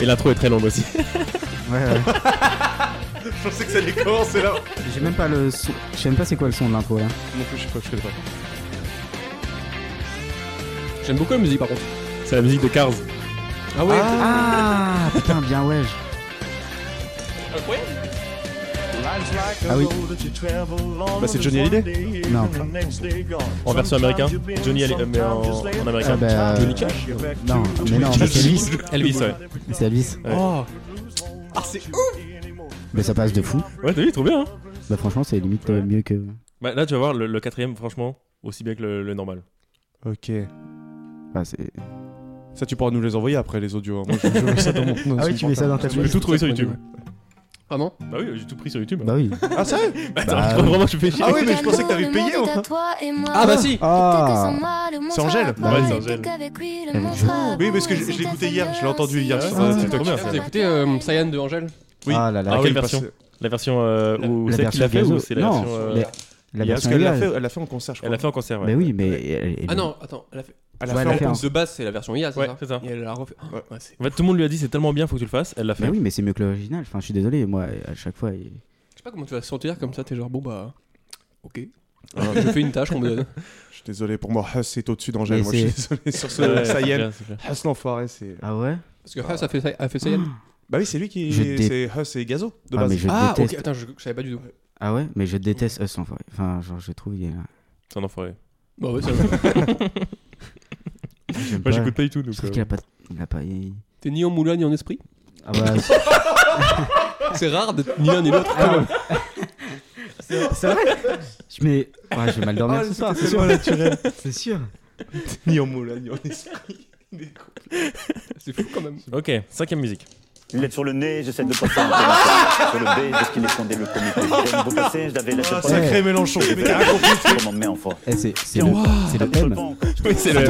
Speaker 3: Et l'intro est très longue aussi.
Speaker 1: Ouais, ouais.
Speaker 4: Je pensais que ça allait commencer là.
Speaker 1: J'ai même pas le son. Je sais même pas c'est quoi le son de l'intro là.
Speaker 4: Non plus, je sais pas, je connais pas.
Speaker 2: J'aime beaucoup la musique par contre.
Speaker 3: C'est la musique de Cars.
Speaker 2: Ah ouais
Speaker 1: Ah putain, bien ouais. je- Ah oui.
Speaker 4: Bah, c'est Johnny Hallyday.
Speaker 1: Non.
Speaker 3: En version américaine. Johnny Hallyday, euh, mais en, en américain.
Speaker 1: Ah bah, euh, Non, mais non, mais c'est Elvis.
Speaker 3: Elvis, ouais.
Speaker 1: C'est Elvis.
Speaker 2: Oh
Speaker 4: Ah, c'est ouf
Speaker 1: Mais ça passe de fou.
Speaker 3: Ouais, t'as vu, trop bien. hein.
Speaker 1: Bah franchement, c'est limite euh, mieux que.
Speaker 3: Bah, là, tu vas voir, le, le quatrième, franchement, aussi bien que le, le normal.
Speaker 4: Ok.
Speaker 1: Enfin, c'est-
Speaker 4: Ça, tu pourras nous les envoyer après, les audios. hein. Moi, je, je mets ça dans mon-
Speaker 1: Ah oui, tu mets ça dans ta
Speaker 4: Je vais
Speaker 1: playlist.
Speaker 4: tout trouver sur
Speaker 3: Sur
Speaker 4: YouTube.
Speaker 2: Vraiment
Speaker 3: Bah oui, j'ai tout pris sur YouTube.
Speaker 1: Bah oui.
Speaker 4: Ah, ça
Speaker 3: Bah,
Speaker 1: Bah,
Speaker 3: attends,
Speaker 1: oui.
Speaker 3: vraiment, je fais chier.
Speaker 4: Ah oui, mais je pensais que t'avais payé, hein.
Speaker 2: Ah bah si
Speaker 1: Ah
Speaker 4: C'est Angèle
Speaker 3: Ouais, c'est Angèle.
Speaker 4: Oui, parce que je, je l'ai écouté hier, je l'ai entendu hier sur
Speaker 1: Ah,
Speaker 4: euh,
Speaker 1: c'est
Speaker 4: TikTok.
Speaker 3: trop bien,
Speaker 2: Vous écoutez euh, Cyan de Angèle
Speaker 4: Oui.
Speaker 1: Ah là là.
Speaker 3: Ah oui,
Speaker 4: Laquelle
Speaker 3: version.
Speaker 4: passe-
Speaker 3: La version euh, où
Speaker 1: La
Speaker 3: c'est elle qui l'a
Speaker 1: version
Speaker 3: fait ou
Speaker 1: gazo.
Speaker 3: c'est la
Speaker 1: Non,
Speaker 3: version. euh,
Speaker 1: la- La
Speaker 4: Parce
Speaker 1: version
Speaker 4: qu'elle l'a
Speaker 1: légale.
Speaker 4: fait, elle l'a fait en concert, je crois.
Speaker 3: Elle a fait en concert, ouais.
Speaker 1: Bah oui, mais. elle- elle-
Speaker 2: Ah non, attends, elle a fait.
Speaker 4: Elle
Speaker 1: Ouais, elle
Speaker 4: a
Speaker 1: l'a
Speaker 4: fait
Speaker 1: fait
Speaker 4: en
Speaker 1: en-
Speaker 2: De base, c'est la version IA, c'est
Speaker 3: Ouais,
Speaker 2: ça
Speaker 3: c'est ça.
Speaker 2: Et elle l'a refait.
Speaker 4: Ouais.
Speaker 2: Ouais, c'est-
Speaker 3: En fait, tout le monde lui a dit c'est tellement bien, faut que tu le fasses. Elle l'a fait.
Speaker 1: Bah oui, mais c'est mieux que l'original. Enfin, je suis désolé, moi, à chaque fois. il-
Speaker 2: Je sais pas comment tu vas te sentir comme ça, t'es genre bon bah. Ok. je fais une tâche qu'on me donne.
Speaker 4: Ah, Je suis désolé, pour moi, Huss est au-dessus d'Angèle.
Speaker 1: Mais
Speaker 4: Moi, je suis
Speaker 1: c'est-
Speaker 4: désolé sur
Speaker 3: Ouais,
Speaker 4: ce
Speaker 3: c'est
Speaker 4: Sayem.
Speaker 3: clair, c'est clair.
Speaker 4: Huss l'enfoiré, c'est.
Speaker 1: Ah ouais
Speaker 2: Parce que Huss a fait, ça- a fait Cyan.
Speaker 4: Bah oui, c'est lui qui.
Speaker 1: Je dé-
Speaker 4: C'est Huss et Gazo, de
Speaker 1: Ah,
Speaker 4: base.
Speaker 1: mais je
Speaker 2: Ah ok,
Speaker 1: déteste.
Speaker 2: attends, je, je savais pas du tout.
Speaker 1: Ah ouais Mais je déteste Us l'enfoiré. Enfin, genre, je trouve. il est-
Speaker 3: C'est un enfoiré.
Speaker 2: Bah ouais, ça va.
Speaker 1: j'aime
Speaker 3: Moi,
Speaker 1: pas.
Speaker 3: j'écoute pas du tout. donc,
Speaker 1: Je trouve
Speaker 3: euh,
Speaker 1: qu'il a pas. Il a pas. il-
Speaker 2: T'es ni en moulin ni en esprit.
Speaker 1: Ah bah.
Speaker 2: C'est rare d'être ni l'un ni l'autre.
Speaker 1: Ah, C'est vrai Je mets. Ouais, je vais mal dormir ce
Speaker 4: Ah,
Speaker 1: soir, c'est sûr. C'est sûr.
Speaker 4: Ni en mots, là, ni en esprit. Il est con.
Speaker 2: C'est fou quand même.
Speaker 3: Ok, cinquième musique.
Speaker 7: Lunettes sur le nez, j'essaie de passer une commission sur le B de ce qu'il escondait le comité. J'aime vous passer, je l'avais laissé
Speaker 4: Ah,
Speaker 7: pour la
Speaker 4: Sacré Mélenchon. Mais t'as rien compris.
Speaker 7: Comment on met en fort.
Speaker 1: Eh, c'est c'est le, c'est le M.
Speaker 3: Oui, c'est le.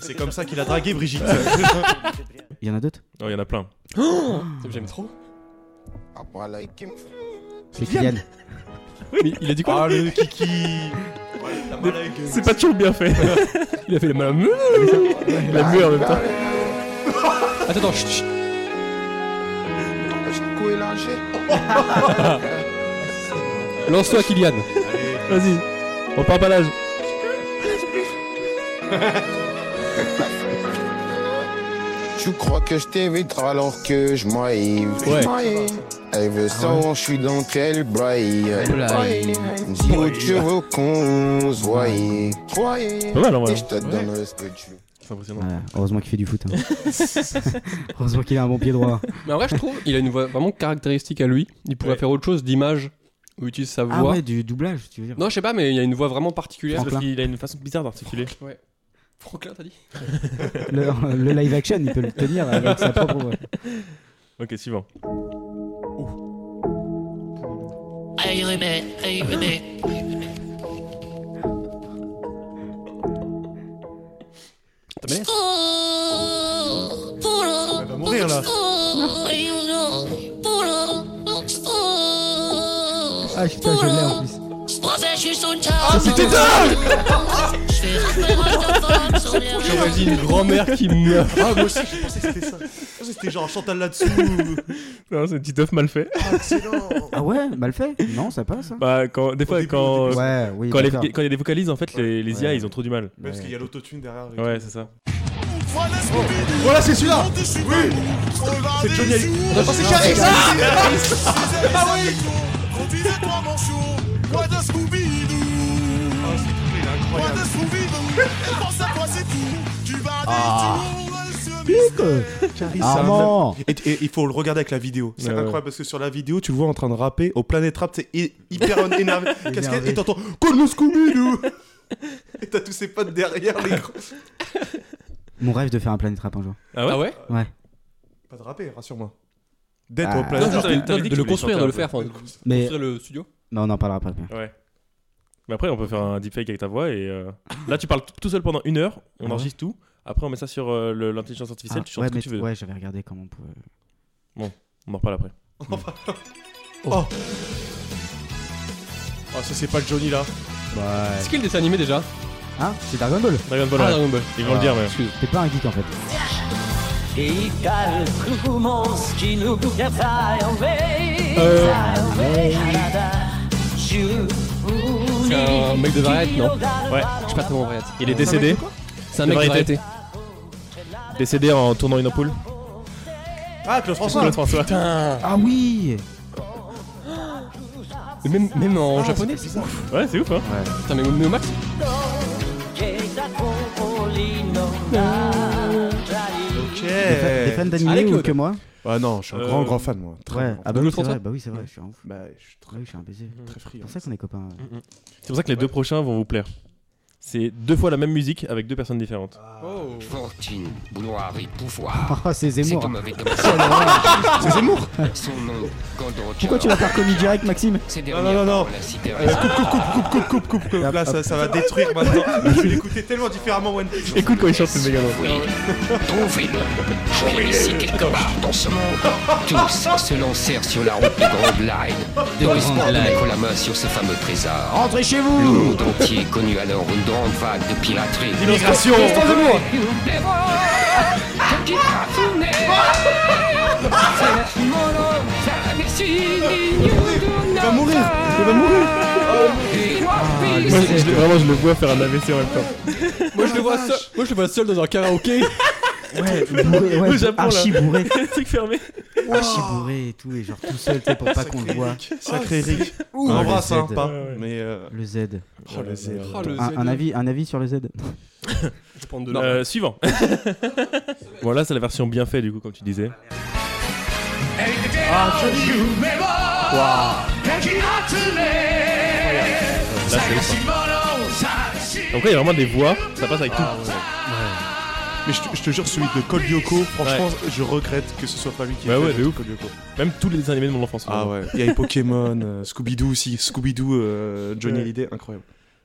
Speaker 4: C'est comme ça qu'il a dragué Brigitte.
Speaker 1: Il y en a d'autres
Speaker 3: Non, Oh, il y en a plein.
Speaker 1: Oh
Speaker 2: J'aime trop.
Speaker 6: Ah, voilà.
Speaker 1: C'est Kylian.
Speaker 2: Mais il a dit quoi
Speaker 4: Ah, le kiki.
Speaker 3: C'est pas toujours bien fait.
Speaker 2: Il a fait la main.
Speaker 3: La mue en même temps.
Speaker 2: Attends, attends, chut, chut. Lance-toi, Kylian.
Speaker 3: Vas-y. On parle pas l'âge.
Speaker 6: Tu crois que je t'évite alors que je m'aille.
Speaker 2: Ouais.
Speaker 6: Elle
Speaker 3: Ah
Speaker 6: veut savoir, je suis dans quel braille. Dis où tu veux qu'on se voie.
Speaker 3: Pas mal, en vrai. hein.
Speaker 6: Et je te donne ce que tu veux.
Speaker 3: C'est impressionnant.
Speaker 1: Voilà, heureusement qu'il fait du foot. hein. heureusement qu'il a un bon pied droit.
Speaker 2: Mais en vrai, je trouve, il a une voix vraiment caractéristique à lui. Il pourrait
Speaker 3: Ouais.
Speaker 2: faire autre chose d'image ou utilise sa
Speaker 1: Ah
Speaker 2: voix.
Speaker 1: ouais, du doublage, tu veux dire
Speaker 2: Non, je sais pas, mais il y a une voix vraiment particulière.
Speaker 1: Franck.
Speaker 3: Parce qu'il a une façon bizarre d'articuler.
Speaker 2: Franklin, t'as dit
Speaker 1: le, le live action, il peut le tenir avec sa propre voix.
Speaker 3: Ok, suivant.
Speaker 4: Elle va mourir, là.
Speaker 1: Ah putain, je l'ai en plus.
Speaker 4: Ah,
Speaker 8: C'était dingue
Speaker 2: J'aurais dit une grand-mère qui meurt.
Speaker 4: Ah, moi aussi, je pensais que c'était ça. Je pensais que c'était genre Chantal là-dessous.
Speaker 3: Non, c'est une petite œuf mal fait.
Speaker 4: Excellent.
Speaker 1: Ah ouais, mal fait Non, ça passe. hein.
Speaker 3: Bah, quand, des
Speaker 4: Au
Speaker 3: fois,
Speaker 4: début,
Speaker 3: quand. euh,
Speaker 4: au début,
Speaker 1: Ouais, oui.
Speaker 3: Quand les-
Speaker 1: d'accord.
Speaker 3: quand il y a des vocalises, en fait, les, les IA,
Speaker 1: Ouais.
Speaker 3: ils ont trop du mal.
Speaker 4: Mais Parce qu'il y a l'autotune derrière. et
Speaker 3: Ouais, c'est ça.
Speaker 4: tout. Voilà, c'est celui-là. Oui. C'est Johnny Hallyday. Oh, c'est Charlie.
Speaker 8: Bah
Speaker 4: Ah.
Speaker 1: Armand
Speaker 4: Et, et il faut le regarder avec la vidéo. C'est
Speaker 3: Ouais, ouais.
Speaker 4: incroyable parce que sur la vidéo, tu le vois en train de rapper au Planet Rap, c'est hy- hyper énervé. Qu'est-ce qu'il y a
Speaker 1: Énervé.
Speaker 4: Et t'entends Call nous Scooby-Doo
Speaker 9: Et t'as tous ses potes derrière les gros.
Speaker 1: Mon rêve de faire un planète rap un jour.
Speaker 3: Ah ouais,
Speaker 1: Ouais.
Speaker 9: Pas de rapper, rassure-moi. D'être
Speaker 1: Ah.
Speaker 9: au
Speaker 2: Non,
Speaker 9: planète.
Speaker 3: genre,
Speaker 2: juste
Speaker 3: t'avais-
Speaker 2: de,
Speaker 3: t'avais dit
Speaker 2: de
Speaker 3: que tu
Speaker 2: le
Speaker 3: voulais
Speaker 2: construire,
Speaker 3: chanter
Speaker 2: de
Speaker 3: un
Speaker 2: le
Speaker 3: peu.
Speaker 2: faire, enfin, de
Speaker 1: Mais
Speaker 2: construire le studio.
Speaker 1: mais on en parlera pas. après.
Speaker 3: Ouais. Mais après, on peut faire un deepfake avec ta voix et euh, là, tu parles tout seul pendant une heure,
Speaker 1: Ah
Speaker 3: on
Speaker 1: ouais.
Speaker 3: enregistre tout. Après, on met ça sur euh, le- l'intelligence artificielle,
Speaker 1: Ah,
Speaker 3: tu chantes
Speaker 1: ouais,
Speaker 3: ce que
Speaker 1: mais-
Speaker 3: tu veux.
Speaker 1: ouais, j'avais regardé comment on pouvait.
Speaker 3: On en reparle après. Hmm. Oh.
Speaker 9: Oh,
Speaker 3: Ah,
Speaker 9: ça, c'est pas Johnny là.
Speaker 1: Ouais.
Speaker 2: C'est qui le dessin animé déjà
Speaker 1: Hein C'est Dragon Ball
Speaker 3: Dragon Ball,
Speaker 2: Ah,
Speaker 3: ouais.
Speaker 2: Dragon Ball.
Speaker 3: ils vont le dire, mais.
Speaker 2: Excuse.
Speaker 1: T'es pas un geek en fait.
Speaker 2: Euh, c'est un mec de variété, non
Speaker 3: Ouais.
Speaker 2: Je suis pas tellement variété.
Speaker 3: Il est décédé,
Speaker 2: C'est un mec de
Speaker 3: Variété.
Speaker 2: variété.
Speaker 3: décédé en tournant une ampoule.
Speaker 9: Ah, Claude François.
Speaker 3: Claude François.
Speaker 1: Ah oui
Speaker 2: Mais Même, même en
Speaker 1: Ah,
Speaker 2: japonais, c'est ça.
Speaker 3: Ouais, c'est ouf, hein.
Speaker 2: Putain, mais mais au max.
Speaker 9: Ok.
Speaker 1: Des fa- Des fans
Speaker 2: Allez,
Speaker 1: d'anime ou
Speaker 2: Claude.
Speaker 1: que moi
Speaker 4: Ah non, je suis un
Speaker 3: Euh,
Speaker 4: grand grand fan moi. Très
Speaker 1: Ouais.
Speaker 4: grand.
Speaker 1: Ah bah
Speaker 2: Claude
Speaker 1: oui, c'est
Speaker 2: François.
Speaker 1: vrai. Bah oui, c'est vrai. Je suis un ouf.
Speaker 4: Bah, je suis
Speaker 1: Ouais, oui, je suis un baiser.
Speaker 4: très friand.
Speaker 1: C'est pour ça qu'on est copains. ouais.
Speaker 3: C'est pour ça que les deux prochains vont vous plaire. C'est deux fois la même musique avec deux personnes différentes.
Speaker 8: Fortune, gloire et pouvoir.
Speaker 1: Ah, c'est
Speaker 8: C'est
Speaker 1: Zemmour.
Speaker 8: homme avec C'est Zemmour Son nom, Gondor
Speaker 1: Pourquoi tu vas faire comédie direct, Maxime
Speaker 8: Non,
Speaker 9: non, non.
Speaker 4: Coupe coupe coupe
Speaker 1: Ah,
Speaker 4: coupe.
Speaker 9: Euh, Là, ça, ça va détruire maintenant. Je vais l'écouter tellement différemment, One Piece.
Speaker 2: Écoute quand il chante, le méga
Speaker 8: Trouvez-le. Je l'ai laissé quelque part dans ce monde. Tous se lancèrent sur la route de Grand Line, dans l'espoir de mettre la main sur ce fameux trésor. Rentrez chez vous Le monde entier connut alors une grande vague de piraterie.
Speaker 3: Immigration
Speaker 8: Il va mourir Il va mourir
Speaker 3: Vraiment, je le vois faire un AVC en même temps.
Speaker 2: Moi je le
Speaker 1: Ah,
Speaker 2: vois seul. Moi je le vois seul dans un karaoké.
Speaker 1: Ouais, bourré,
Speaker 3: Au
Speaker 1: ouais,
Speaker 3: Japon, là.
Speaker 1: archi bourré,
Speaker 3: truc fermé.
Speaker 1: archi bourré et tout, et genre tout seul, tu sais, pour pas qu'on le voit.
Speaker 9: Sacré Eric. On
Speaker 1: Ah,
Speaker 9: embrasse,
Speaker 1: le
Speaker 9: hein,
Speaker 1: Z.
Speaker 9: pas.
Speaker 3: Ouais, ouais.
Speaker 9: Mais. euh,
Speaker 1: Le Z.
Speaker 9: Oh, le Z.
Speaker 2: Oh, le
Speaker 1: Un,
Speaker 2: Z.
Speaker 1: un avis, un avis sur le Z
Speaker 2: Je prends de
Speaker 3: Non. Euh, suivant. bon, là, c'est la version bien faite, du coup, comme tu disais. Là, c'est ouf, hein. Donc là, il y a vraiment des voix, ça passe avec tout.
Speaker 4: Mais je te- je te jure celui de Code Lyoko, franchement, je regrette que ce soit pas lui qui. ait
Speaker 3: Bah
Speaker 4: fait
Speaker 3: ouais,
Speaker 4: le
Speaker 3: de ouf.
Speaker 4: Code Lyoko.
Speaker 3: Même tous les dessins animés de mon enfance.
Speaker 4: Ah ouais. Il y a les Pokémon, euh, Scooby Doo aussi, Scooby Doo, euh, Johnny
Speaker 3: Ouais.
Speaker 4: Hallyday, incroyable.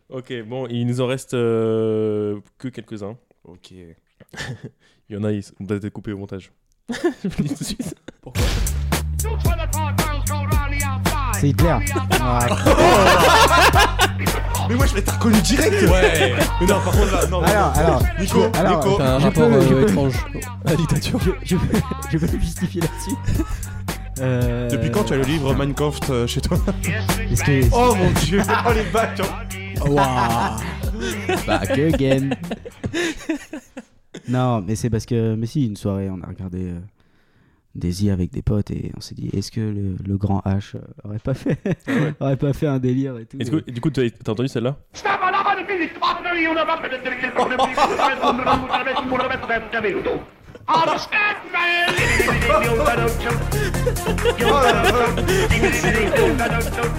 Speaker 3: Ok, bon, il nous en reste euh, que quelques-uns.
Speaker 4: Ok.
Speaker 3: Il y en a, ils ont peut-être été coupés au montage. Je vous le dis tout de suite.
Speaker 1: C'est Hitler. Ah,
Speaker 9: Mais ouais, je vais t'as reconnu direct. Ouais. Mais non, par contre, là, non. non,
Speaker 1: alors, alors,
Speaker 9: Nico,
Speaker 1: alors,
Speaker 9: Nico.
Speaker 2: T'as un
Speaker 1: Je
Speaker 2: rapport
Speaker 1: peux- je
Speaker 2: euh,
Speaker 1: peux-
Speaker 2: étrange à la dictature.
Speaker 1: je, je, peux- je peux me justifier là-dessus. Euh,
Speaker 4: Depuis quand tu as le livre Mein Kampf euh, chez toi
Speaker 1: est-ce que-
Speaker 9: Oh mon dieu. Oh les bacs. hein.
Speaker 1: Back Bah, again. non, mais c'est parce que. Mais si, une soirée, on a regardé euh, des i avec des potes et on s'est dit, est-ce que le, le grand H euh, aurait pas fait, aurait pas fait un délire et tout.
Speaker 3: Et du coup, du coup, t'as t'as entendu celle-là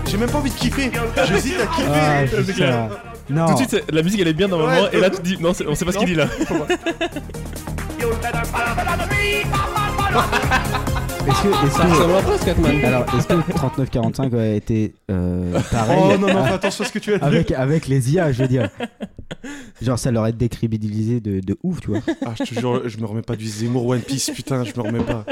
Speaker 9: J'ai même pas envie de kiffer. J'hésite à kiffer.
Speaker 1: Ah, putain. Non.
Speaker 3: Tout de suite, c'est- la musique, elle est bien normalement,
Speaker 9: Ouais.
Speaker 3: et là, tu te dis, non, c'est- on sait pas ce qu'il dit là.
Speaker 1: Est-ce que, est-ce
Speaker 2: Ça
Speaker 1: que-
Speaker 2: ressemble à presque Catman.
Speaker 1: alors, est-ce que 3945 a été euh, pareil
Speaker 9: Oh non, non,
Speaker 1: à-
Speaker 9: fais attention à ce que tu as dit.
Speaker 1: avec, avec les IA, je veux dire. Genre, ça leur est décrédibilisé de, de ouf, tu vois.
Speaker 4: Ah, je te jure, je me remets pas du Zemmour One Piece, putain, je me remets pas.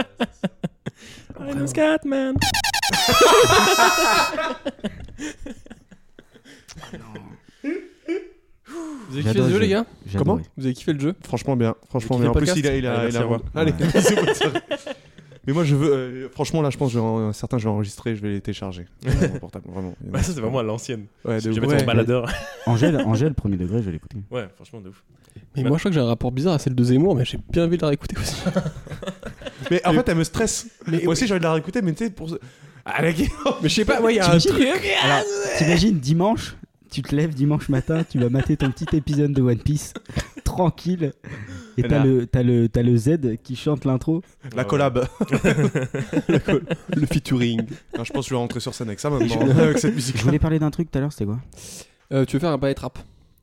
Speaker 2: Vous avez kiffé
Speaker 1: J'adore
Speaker 2: ce jeu,
Speaker 1: le
Speaker 2: les
Speaker 1: jeu.
Speaker 2: gars
Speaker 1: J'ai
Speaker 4: Comment
Speaker 1: adoré.
Speaker 2: Vous avez kiffé le jeu
Speaker 4: Franchement bien, franchement
Speaker 2: Et qui
Speaker 4: bien.
Speaker 2: fait le
Speaker 4: En plus, il a,
Speaker 2: podcast
Speaker 4: il a,
Speaker 3: Allez,
Speaker 4: il a-
Speaker 3: Ah, merci, au revoir.
Speaker 4: Allez,
Speaker 1: Ouais.
Speaker 4: c'est bon, ça. Mais moi, je veux. euh, franchement, là, je pense, que je vais en- certains, je vais enregistrer, je vais les télécharger. Sur mon portable, vraiment.
Speaker 3: Bah, ça, c'est vraiment à l'ancienne.
Speaker 4: Ouais,
Speaker 3: Je
Speaker 4: de
Speaker 3: vais
Speaker 4: ouf.
Speaker 3: mettre
Speaker 4: Ouais.
Speaker 3: en baladeur.
Speaker 1: Angèle, Angèle, premier degré, je l'ai écouté.
Speaker 3: Ouais, franchement, de ouf.
Speaker 2: Mais moi je crois que j'ai un rapport bizarre à celle de Zemmour, mais j'ai bien envie de la réécouter aussi.
Speaker 4: Mais en fait, elle me stresse. Moi aussi, j'ai envie de la réécouter, mais tu sais, pour. Ah, la gueule.
Speaker 2: Mais je sais pas, ouais, il y a un truc.
Speaker 1: Alors, t'imagines dimanche, tu te lèves dimanche matin, tu vas mater ton petit épisode de One Piece, tranquille, et t'as
Speaker 4: Là.
Speaker 1: le, t'as le, t'as le Z qui chante l'intro.
Speaker 4: La
Speaker 3: Ouais.
Speaker 4: collab.
Speaker 2: Le featuring.
Speaker 4: Non, je pense que je vais rentrer sur scène avec ça maintenant, avec cette musique.
Speaker 1: Je voulais parler d'un truc tout à l'heure, c'était quoi
Speaker 2: Euh, tu veux faire un ballet trap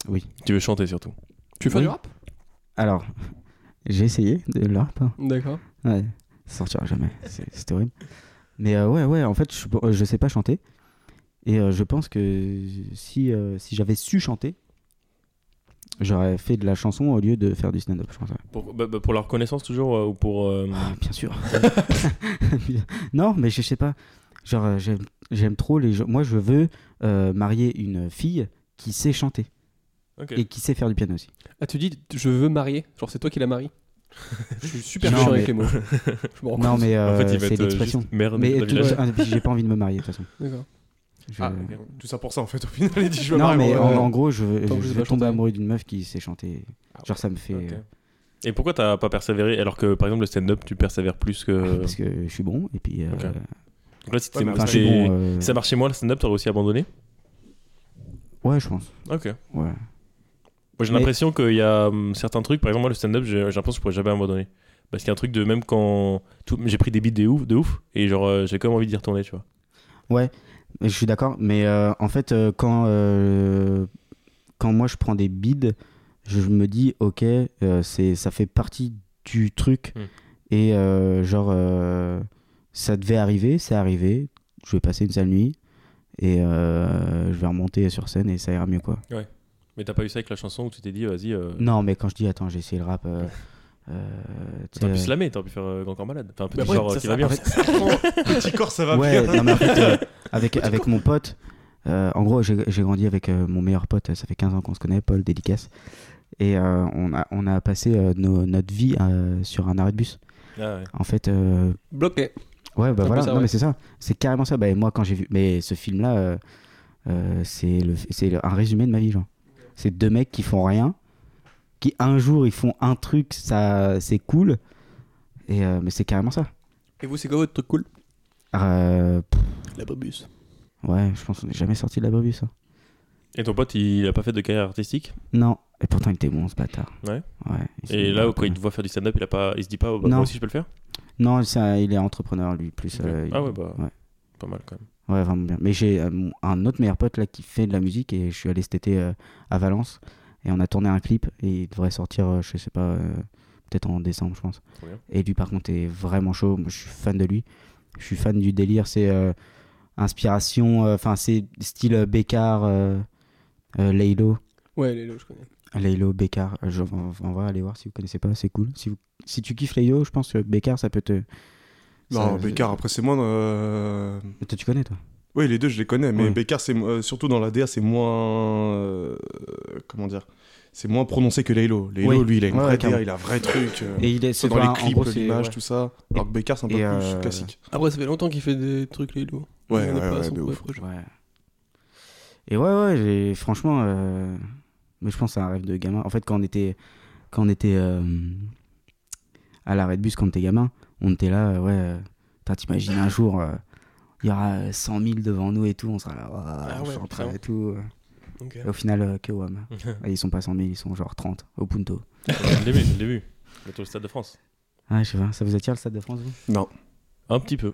Speaker 1: Oui.
Speaker 3: Tu veux chanter surtout.
Speaker 2: Tu fais
Speaker 1: Oui.
Speaker 2: du rap
Speaker 1: Alors, j'ai essayé de le rap. hein.
Speaker 2: D'accord.
Speaker 1: Ouais, ça sortira jamais, c'est c'est horrible. Mais euh, ouais, ouais, en fait, je, euh, je sais pas chanter. Et euh, je pense que si, euh, si j'avais su chanter, j'aurais fait de la chanson au lieu de faire du stand-up, je pense. ouais.
Speaker 3: Pour, bah, bah, pour la reconnaissance toujours euh, ou pour. euh,
Speaker 1: Ah, bien sûr. non, mais je sais pas. Genre, euh, j'aime- j'aime trop les gens. Moi, je veux euh, marier une fille qui sait chanter
Speaker 3: ok.
Speaker 1: et qui sait faire du piano aussi.
Speaker 2: Ah, tu dis, je veux marier. Genre, c'est toi qui la marie. Je suis super
Speaker 1: Non,
Speaker 2: chiant avec
Speaker 1: mais-
Speaker 2: les mots. Je me rends
Speaker 1: Non,
Speaker 2: compte.
Speaker 1: mais
Speaker 3: en fait,
Speaker 1: euh,
Speaker 3: il va
Speaker 1: c'est
Speaker 3: être euh,
Speaker 1: l'expression.
Speaker 3: juste maire
Speaker 1: Mais
Speaker 3: d'un
Speaker 1: tout-
Speaker 3: village.
Speaker 1: ah, et puis j'ai pas envie de me marier, de toute façon.
Speaker 2: D'accord.
Speaker 1: Je-
Speaker 4: Ah, Tout ça pour ça, en fait, au final, il dit je veux
Speaker 1: Non,
Speaker 4: marier
Speaker 1: mais
Speaker 4: mon-
Speaker 1: en, en gros, je, veux-
Speaker 2: Tant que
Speaker 1: je
Speaker 2: je sais
Speaker 1: veux
Speaker 2: pas
Speaker 1: tomber
Speaker 2: chanter.
Speaker 1: amoureux d'une meuf qui sait chanter. Genre, ça me fait.
Speaker 3: Ok.
Speaker 1: euh,
Speaker 3: Et pourquoi t'as pas persévéré alors que par exemple le stand-up tu persévères plus que.
Speaker 1: Ah, Parce que je suis bon, et puis. euh,
Speaker 3: Euh, Ok. Donc là, si,
Speaker 4: Ouais,
Speaker 3: t'es-
Speaker 4: mais
Speaker 1: Enfin,
Speaker 4: après,
Speaker 1: je
Speaker 3: si
Speaker 1: suis bon.
Speaker 3: t'es-
Speaker 1: euh,
Speaker 3: si ça marchait moins le stand-up, t'aurais aussi abandonné
Speaker 1: Ouais, je pense.
Speaker 3: Ok. Moi
Speaker 1: Ouais.
Speaker 3: j'ai
Speaker 1: Mais-
Speaker 3: l'impression qu'il y a hum, certains trucs, par exemple, moi le stand-up, j'ai j'ai l'impression que je pourrais jamais abandonner. Parce qu'il y a un truc de même quand. tout- J'ai pris des beats de ouf, de ouf et genre euh, j'ai quand même envie d'y retourner, tu vois.
Speaker 1: Je suis d'accord, mais euh, en fait, euh, quand, euh, quand moi je prends des bides, je me dis, ok, euh, c'est ça fait partie du truc.
Speaker 3: Hmm.
Speaker 1: Et euh, genre, euh, ça devait arriver, c'est arrivé. Je vais passer une sale nuit. Et euh, je vais remonter sur scène et ça ira mieux, quoi.
Speaker 3: Mais t'as pas eu ça avec la chanson où tu t'es dit, vas-y, euh,
Speaker 1: Non, mais quand je dis, attends, j'ai essayé le rap. euh, euh, tu sais,
Speaker 3: t'aurais pu slammer, t'aurais pu faire euh, encore malade. Enfin, un
Speaker 2: Bah,
Speaker 3: petit
Speaker 4: Mais après,
Speaker 3: genre euh,
Speaker 4: ça,
Speaker 3: qui
Speaker 4: ça-
Speaker 3: va bien.
Speaker 4: en fait, ça, vraiment, Petit corps, ça va hein.
Speaker 1: Ouais,
Speaker 4: bien.
Speaker 1: non, mais en fait, euh, avec, avec mon pote, euh, en gros, j'ai j'ai grandi avec euh, mon meilleur pote, euh, ça fait 15 ans qu'on se connaît, Paul Dédicace. Et euh, on, a, on a passé euh, nos- notre vie euh, sur un arrêt de bus.
Speaker 3: Ah ouais.
Speaker 1: En fait, euh,
Speaker 2: Bloqué.
Speaker 1: ouais, bah
Speaker 2: peu
Speaker 1: voilà,
Speaker 2: ça,
Speaker 1: non,
Speaker 2: ouais.
Speaker 1: mais c'est ça, c'est carrément ça. Bah, et moi, quand j'ai vu, mais ce film-là, euh, euh, c'est le- c'est le- un résumé de ma vie, genre. C'est deux mecs qui font rien, qui un jour ils font un truc, ça c'est cool, et, euh, mais c'est carrément ça.
Speaker 2: Et vous, c'est quoi votre truc cool
Speaker 1: Euh, pff,
Speaker 2: La bobus.
Speaker 1: ouais, je pense qu'on n'est jamais sorti de la bobus, hein. ça.
Speaker 3: Et ton pote, il a pas fait de carrière artistique.
Speaker 1: Non, et pourtant il était bon ce bâtard.
Speaker 3: Ouais.
Speaker 1: Ouais. il
Speaker 3: Et
Speaker 1: s'est-
Speaker 3: là, quand il te voit faire du stand-up, il, a pas... il se dit pas, oh, bah,
Speaker 1: Non.
Speaker 3: moi aussi je peux le faire.
Speaker 1: Non, ça, il est entrepreneur lui plus. euh, il-
Speaker 3: Ah ouais, bah.
Speaker 1: Ouais.
Speaker 3: Pas mal quand même.
Speaker 1: Ouais, vraiment bien. Mais j'ai euh, mon- un autre meilleur pote là qui fait de la musique et je suis allé cet été euh, à Valence et on a tourné un clip et il devrait sortir, euh, je sais pas, euh, peut-être en décembre, je pense.
Speaker 3: Trop bien.
Speaker 1: Et lui, par contre, est vraiment chaud. Moi, je suis fan de lui. Je suis fan du délire. C'est euh, inspiration, euh, enfin, c'est style euh, Bécard, euh, euh, Laylo.
Speaker 2: Ouais, les lots, je connais.
Speaker 1: Laylo, Bécard, euh, je- on, on va aller voir si vous connaissez pas, c'est cool. Si, vous- si tu kiffes Laylo, je pense que Bécard, ça peut te. ça-
Speaker 4: Non, Bécard, après, c'est moins. euh,
Speaker 1: Toi, tu connais, toi
Speaker 4: Oui, les deux, je les connais, mais
Speaker 1: Ouais.
Speaker 4: Bécard, c'est, euh, surtout dans la DA, c'est moins. euh, comment dire C'est moins prononcé que Laylo. Laylo,
Speaker 1: Oui.
Speaker 4: lui, il a une
Speaker 1: Ouais,
Speaker 4: vraie
Speaker 1: carrément.
Speaker 4: DA, il a un vrai truc. euh,
Speaker 1: Et il est, c'est
Speaker 4: dans
Speaker 1: pas-
Speaker 4: les
Speaker 1: en
Speaker 4: clips,
Speaker 1: gros, c'est-
Speaker 4: l'image,
Speaker 1: ouais.
Speaker 4: tout ça. Alors que Bécard, c'est un peu
Speaker 1: et,
Speaker 4: plus
Speaker 1: euh,
Speaker 4: classique.
Speaker 2: Après, ça fait longtemps qu'il fait des trucs, les lots.
Speaker 4: Ouais,
Speaker 2: On est
Speaker 4: ouais,
Speaker 2: pas à
Speaker 4: ouais,
Speaker 2: son
Speaker 4: de
Speaker 2: vrai
Speaker 4: ouf.
Speaker 2: projet.
Speaker 1: Ouais. Et ouais, ouais, j'ai- franchement, euh, mais je pense que c'est un rêve de gamin. En fait, quand on était, quand on était euh, à l'arrêt de bus, quand on était gamin, on était là, euh, ouais, euh, putain, t'imagines un jour, euh, il y aura euh, 100 000 devant nous et tout, on sera là,
Speaker 2: Ah
Speaker 1: on
Speaker 2: ouais,
Speaker 1: chantera
Speaker 2: vraiment.
Speaker 1: et tout. euh.
Speaker 2: Ok.
Speaker 1: Et au final, euh, que wam. Et ils sont pas 100 000, ils sont genre 30 au punto.
Speaker 3: C'est le début, c'est le début. Le Tour du Stade de France.
Speaker 1: Ah, je sais pas, ça vous attire le Stade de France, vous
Speaker 4: Non.
Speaker 3: Un petit peu.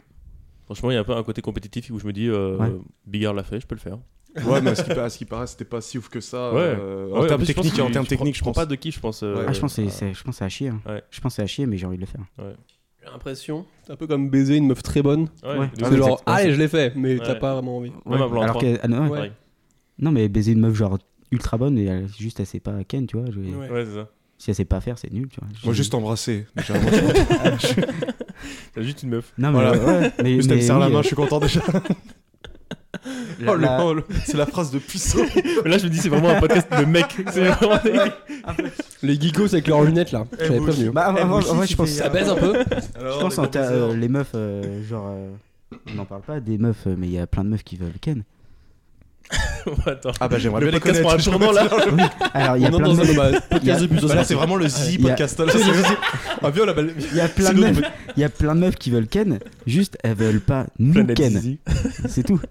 Speaker 3: Franchement, il y a un peu un côté compétitif où je me dis, euh,
Speaker 1: Ouais.
Speaker 3: Bigard l'a fait, je peux le faire.
Speaker 4: Ouais, mais à ce qui, pa- à ce qui paraît, c'était pas si ouf que ça.
Speaker 3: Ouais.
Speaker 4: euh, en
Speaker 3: Ouais,
Speaker 4: termes
Speaker 3: mais je pense
Speaker 4: techniques,
Speaker 3: que
Speaker 4: en
Speaker 3: tu-
Speaker 4: termes
Speaker 3: tu prends-
Speaker 4: techniques, je
Speaker 3: tu prends
Speaker 4: pense.
Speaker 3: pas de qui, je pense. euh,
Speaker 4: Ouais.
Speaker 1: Ah, je pense que c'est-
Speaker 3: euh,
Speaker 1: c'est je pense que c'est à chier. hein.
Speaker 3: Ouais.
Speaker 1: Je pense que c'est à chier, mais j'ai envie de le faire.
Speaker 2: J'ai l'impression, c'est un peu comme baiser une meuf très bonne.
Speaker 3: ouais,
Speaker 1: Ouais.
Speaker 3: de
Speaker 2: c'est
Speaker 3: ouf.
Speaker 2: genre, ah,
Speaker 1: exactement.
Speaker 2: allez, je l'ai fait, mais t'as
Speaker 3: Ouais.
Speaker 2: pas vraiment envie.
Speaker 3: Même un blanc en
Speaker 1: Alors
Speaker 3: trois.
Speaker 1: que, ah, non, ouais.
Speaker 2: Ouais.
Speaker 3: Pareil.
Speaker 1: Non, mais baiser une meuf genre ultra bonne et elle- juste elle sait pas Ken, tu vois. je-
Speaker 2: Ouais.
Speaker 3: Ouais, c'est ça.
Speaker 1: Si elle sait pas faire, c'est nul, tu vois.
Speaker 4: Moi,
Speaker 1: Je-
Speaker 4: juste embrasser. Déjà,
Speaker 3: T'as juste une meuf.
Speaker 1: Non, mais
Speaker 4: Voilà.
Speaker 1: ouais, ouais, mais,
Speaker 4: Juste, elle
Speaker 1: mais
Speaker 4: me serre
Speaker 1: oui,
Speaker 4: la main,
Speaker 1: euh,
Speaker 4: je suis content déjà.
Speaker 1: la-
Speaker 4: Oh, le-
Speaker 1: la-
Speaker 4: oh, le- C'est la phrase de puceau.
Speaker 3: Là, je me dis, c'est vraiment un podcast de mecs. C'est vraiment des-
Speaker 2: Les geekos avec leurs lunettes là, j'avais
Speaker 4: bouge.
Speaker 2: prévenu.
Speaker 1: Bah, en- en- en
Speaker 4: aussi,
Speaker 1: vrai,
Speaker 4: tu
Speaker 1: je pense,
Speaker 4: fais,
Speaker 2: Ça baise un peu.
Speaker 1: je pense en ta- euh, les meufs, euh, genre, euh, on n'en parle pas des meufs, euh, mais il y a plein de meufs qui veulent Ken.
Speaker 3: Attends.
Speaker 4: Ah bah, j'aimerais
Speaker 3: Le
Speaker 4: bien les
Speaker 3: podcast prend
Speaker 4: connaître.
Speaker 3: un tournant, là.
Speaker 1: Alors, il y
Speaker 2: On
Speaker 1: a
Speaker 2: est
Speaker 1: plein de
Speaker 2: dans un
Speaker 1: meufs.
Speaker 2: hommage.
Speaker 1: il y a-
Speaker 2: Podcast de plus
Speaker 4: Bah, Là, c'est vraiment le Z
Speaker 1: Il y a-
Speaker 4: podcast. Là, c'est- Ah, viens, la belle.
Speaker 1: Il y a plein
Speaker 4: C'est
Speaker 1: de
Speaker 4: nous,
Speaker 1: meufs, il y a plein de meufs qui veulent Ken, juste elles veulent pas nous Ken, c'est tout.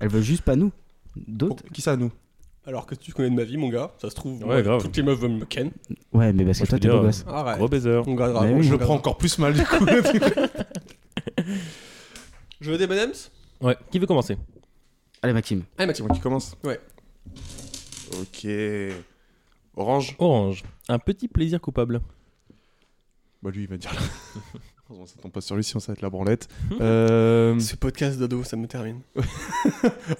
Speaker 1: Elles veulent juste pas nous. D'autres
Speaker 4: oh, Qui ça, nous
Speaker 2: Alors que tu connais de ma vie, mon gars, ça se trouve,
Speaker 3: Ouais,
Speaker 2: moi,
Speaker 3: grave.
Speaker 2: toutes les meufs veulent me ken.
Speaker 4: Oh.
Speaker 1: Ouais, mais parce que toi
Speaker 3: Moi, je veux
Speaker 1: t'es
Speaker 3: dire,
Speaker 1: beau gosse.
Speaker 2: Arrête.
Speaker 3: Gros baiser.
Speaker 2: On gardera.
Speaker 1: Mais
Speaker 2: bon,
Speaker 1: oui,
Speaker 4: Ah, Je le
Speaker 2: gardera.
Speaker 4: prends encore plus mal du coup. le truc.
Speaker 2: Je veux des M&M's
Speaker 3: Ouais. Qui veut commencer
Speaker 4: euh,
Speaker 1: Allez Maxime,
Speaker 2: Allez,
Speaker 4: C'est
Speaker 2: Maxime.
Speaker 4: moi qui commence
Speaker 2: Ouais.
Speaker 4: Ok. Orange
Speaker 3: Orange. Un petit plaisir coupable.
Speaker 4: Bah lui, il va dire là. on s'attend pas sur lui, sinon ça va être la branlette. Euh,
Speaker 10: Ce podcast d'ado, ça me termine.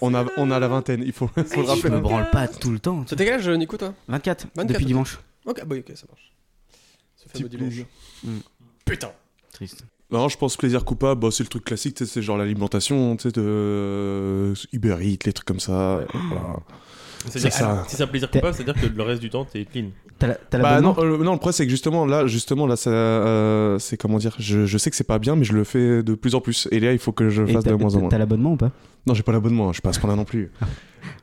Speaker 4: on, a, on a la vingtaine, il faut, faut le
Speaker 1: Je
Speaker 4: rappeler.
Speaker 1: me branle pas tout le temps. tu
Speaker 10: C'était quel âge, euh, Nico, toi
Speaker 1: vois. 24,
Speaker 10: 24,
Speaker 1: depuis
Speaker 10: ok.
Speaker 1: dimanche.
Speaker 10: Ok, bah, ok, ça marche. Ce
Speaker 4: Petit
Speaker 10: fameux dimanche.
Speaker 4: plaisir.
Speaker 1: Mm.
Speaker 10: Putain.
Speaker 1: Triste.
Speaker 4: Non, je pense plaisir coupable, bah, c'est le truc classique, tu sais, c'est genre l'alimentation, tu sais, de Uber Eats, les trucs comme ça. voilà.
Speaker 3: C'est-à-dire-
Speaker 4: ça.
Speaker 3: Si c'est un plaisir coupable, c'est-à-dire que le reste du temps, t'es clean.
Speaker 1: T'as la, t'as la
Speaker 4: Bah
Speaker 1: bonne
Speaker 4: non,
Speaker 1: main
Speaker 4: euh, non, le problème c'est que justement là, justement là, ça, euh, c'est comment dire, je, je sais que c'est pas bien, mais je le fais de plus en plus. Et là, il faut que je
Speaker 1: Et
Speaker 4: fasse de
Speaker 1: t'as-
Speaker 4: moins en
Speaker 1: t'as-
Speaker 4: moins.
Speaker 1: T'as l'abonnement ou pas
Speaker 4: Non, j'ai pas l'abonnement, hein, je suis pas à ce point-là non plus.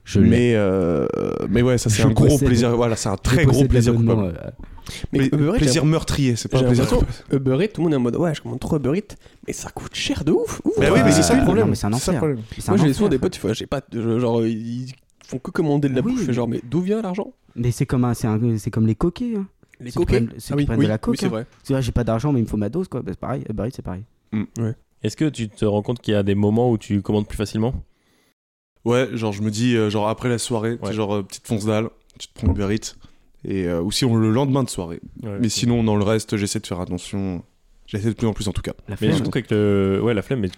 Speaker 1: Je l'ai.
Speaker 4: mais euh, mais ouais, ça c'est
Speaker 1: Je
Speaker 4: un gros
Speaker 1: possède-
Speaker 4: plaisir. Voilà, c'est un
Speaker 1: Je
Speaker 4: très gros
Speaker 1: possède
Speaker 4: plaisir
Speaker 1: l'abonnement,
Speaker 4: coupable.
Speaker 1: euh,
Speaker 10: Mais
Speaker 4: Mais
Speaker 10: Uber Eats,
Speaker 4: plaisir
Speaker 10: j'ai-
Speaker 4: meurtrier, c'est pas
Speaker 10: j'ai
Speaker 4: un plaisir.
Speaker 10: l'impression,
Speaker 4: coupable.
Speaker 10: Uber Eats, tout le monde est en mode ouais, je commande trop Uber Eats, mais ça coûte cher de ouf. ouf. Ah,
Speaker 4: Bah oui, mais c'est ça
Speaker 1: non,
Speaker 4: le problème.
Speaker 1: mais c'est un
Speaker 4: ça
Speaker 1: enfer.
Speaker 4: le problème.
Speaker 1: c'est
Speaker 10: Moi,
Speaker 1: un
Speaker 10: j'ai
Speaker 1: enfer.
Speaker 10: souvent des potes, ils font, j'ai pas, je- genre, euh, ils font que commander de la
Speaker 1: Oui.
Speaker 10: bouffe. je fais Genre, Ah mais d'où vient l'argent
Speaker 1: Mais c'est comme, un- c'est un- c'est comme les coquets. Hein.
Speaker 10: Les
Speaker 1: Ceux qui
Speaker 10: coquets
Speaker 1: prennent- ceux qui prennent de la coke,
Speaker 10: Ah oui, c'est
Speaker 1: hein.
Speaker 10: vrai.
Speaker 1: Tu vois, j'ai pas d'argent, mais il me faut ma dose, quoi. Bah, c'est pareil, Uber Eats, c'est pareil.
Speaker 3: Est-ce que tu te rends compte qu'il y a des moments où tu commandes plus facilement
Speaker 4: Ouais, genre je me dis, euh, genre après la soirée, tu sais,
Speaker 3: Ouais.
Speaker 4: genre euh, petite fonce dalle, tu te prends Uber Eats, et euh, ou si on le lendemain de soirée. Mais sinon, dans le reste, j'essaie de faire attention. J'essaie de plus en plus en tout cas.
Speaker 1: La
Speaker 3: Mais
Speaker 1: flemme. hein.
Speaker 3: je trouve qu'avec le. Ouais, la flemme, mais.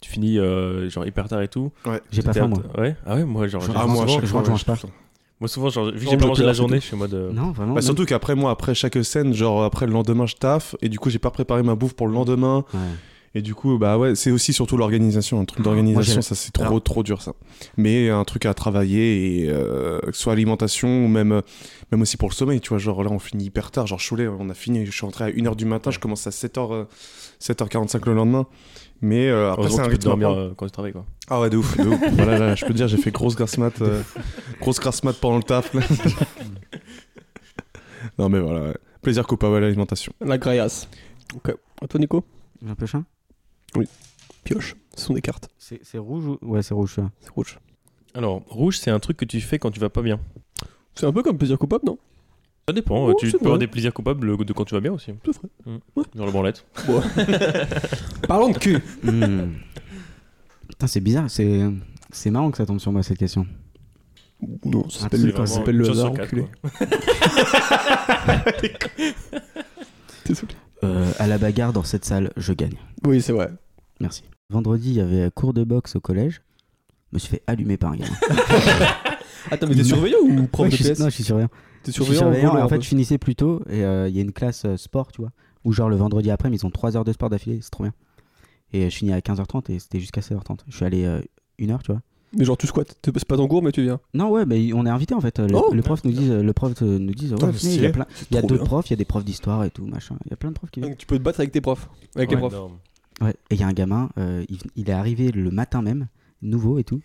Speaker 3: Tu finis euh, genre hyper tard et tout.
Speaker 1: J'ai pas faim, moi.
Speaker 3: Ouais, ah ouais, moi, genre.
Speaker 1: Genre,
Speaker 3: j'ai-
Speaker 4: Ah, moi, à
Speaker 1: souvent,
Speaker 4: chaque
Speaker 1: je
Speaker 4: fois,
Speaker 1: rejoins
Speaker 4: ouais,
Speaker 1: pas.
Speaker 4: putain.
Speaker 3: Moi, souvent, genre, vu que
Speaker 10: Genre,
Speaker 3: j'ai
Speaker 10: bloqué
Speaker 3: pas mangé
Speaker 10: là,
Speaker 3: la
Speaker 10: c'est
Speaker 3: journée, je suis en mode. euh,
Speaker 1: Non, vraiment.
Speaker 4: Bah
Speaker 1: même-
Speaker 4: surtout qu'après moi, après chaque scène, genre après le lendemain, je taffe et du coup, j'ai pas préparé ma bouffe pour le lendemain.
Speaker 1: Ouais.
Speaker 4: Et du coup, bah ouais, c'est aussi surtout l'organisation, un
Speaker 3: Ah,
Speaker 4: truc
Speaker 1: Moi, j'ai
Speaker 4: d'organisation,
Speaker 1: la-
Speaker 4: ça c'est trop
Speaker 1: Alors-
Speaker 4: trop dur ça. Mais un truc à travailler et euh, que ce soit alimentation ou même même aussi pour le sommeil, tu vois, genre là on finit hyper tard, genre Cholet, on a fini, je suis rentré à 1h du matin, je commence à 7h euh, 7h45 le lendemain. Mais euh, après
Speaker 3: heureusement
Speaker 4: c'est un
Speaker 3: que tu peux
Speaker 4: rythme à
Speaker 3: dormir
Speaker 4: prendre.
Speaker 3: euh, quand tu travailles, quoi.
Speaker 4: Ah ouais, de ouf, de ouf. voilà, là, je peux te dire, j'ai fait grosse grasse mat, euh, grosse grasse mat pendant le taf. là. non mais voilà, ouais. plaisir coupable à l'alimentation.
Speaker 10: La graillasse. Ok. À toi, Nico
Speaker 1: J'ai un peu faim.
Speaker 10: Pioche. Ce sont des cartes.
Speaker 1: C'est c'est rouge ou. Ouais, c'est rouge, ça.
Speaker 10: C'est rouge.
Speaker 3: Alors, rouge, c'est un truc que tu fais quand tu vas pas bien.
Speaker 10: C'est un peu comme plaisir coupable, non
Speaker 3: Ça dépend,
Speaker 10: Oh,
Speaker 3: tu
Speaker 10: c'est
Speaker 3: peux avoir
Speaker 10: vrai.
Speaker 3: des plaisirs coupables de quand tu vas bien aussi. Mm.
Speaker 10: C'est vrai.
Speaker 3: Genre le branlette.
Speaker 10: Parlons de cul.
Speaker 1: Hmm. Putain, c'est bizarre. C'est c'est marrant que ça tombe sur moi, cette question.
Speaker 10: Non, ça
Speaker 1: Ah, c'est
Speaker 10: s'appelle
Speaker 1: vraiment
Speaker 10: ça s'appelle le
Speaker 3: une chose
Speaker 10: hasard
Speaker 3: sur quatre,
Speaker 10: enculé. Désolé.
Speaker 1: Euh, à la bagarre dans cette salle, je gagne.
Speaker 10: Oui, c'est vrai.
Speaker 1: Merci. Vendredi, il y avait cours de boxe au collège. Je me suis fait allumer par un gars.
Speaker 10: Attends, mais t'es surveillant ou prof de
Speaker 1: Ouais, je suis,
Speaker 10: PS
Speaker 1: non, je suis surveillant.
Speaker 10: T'es
Speaker 1: Je suis
Speaker 10: surveillant,
Speaker 1: surveillant,
Speaker 10: volant,
Speaker 1: et en
Speaker 10: un
Speaker 1: fait,
Speaker 10: peu.
Speaker 1: je finissais plus tôt. Et euh, il y a une classe euh, sport, tu vois, où genre le vendredi après, mais ils ont 3 heures de sport d'affilée. C'est trop bien. Et euh, je finis à 15h30 et c'était jusqu'à 16h30. Je suis allé euh, une heure, tu vois.
Speaker 10: Mais genre, tu squattes. T'es- C'est pas ton cours, mais tu viens.
Speaker 1: Non, ouais, mais on est invité en fait. Euh, Le,
Speaker 10: Oh.
Speaker 1: le prof nous dit, le prof euh, nous dit, ouais,
Speaker 4: Putain,
Speaker 1: venez, il y
Speaker 4: stylé.
Speaker 1: a plein, il y a
Speaker 10: trop
Speaker 1: deux
Speaker 10: bien.
Speaker 1: profs, il y a des profs d'histoire et tout, machin. Il y a plein de profs qui viennent.
Speaker 10: Donc, tu peux te battre avec tes profs. Avec les profs.
Speaker 1: Ouais, et il y a un gamin, euh, il, il est arrivé le matin même, nouveau et tout.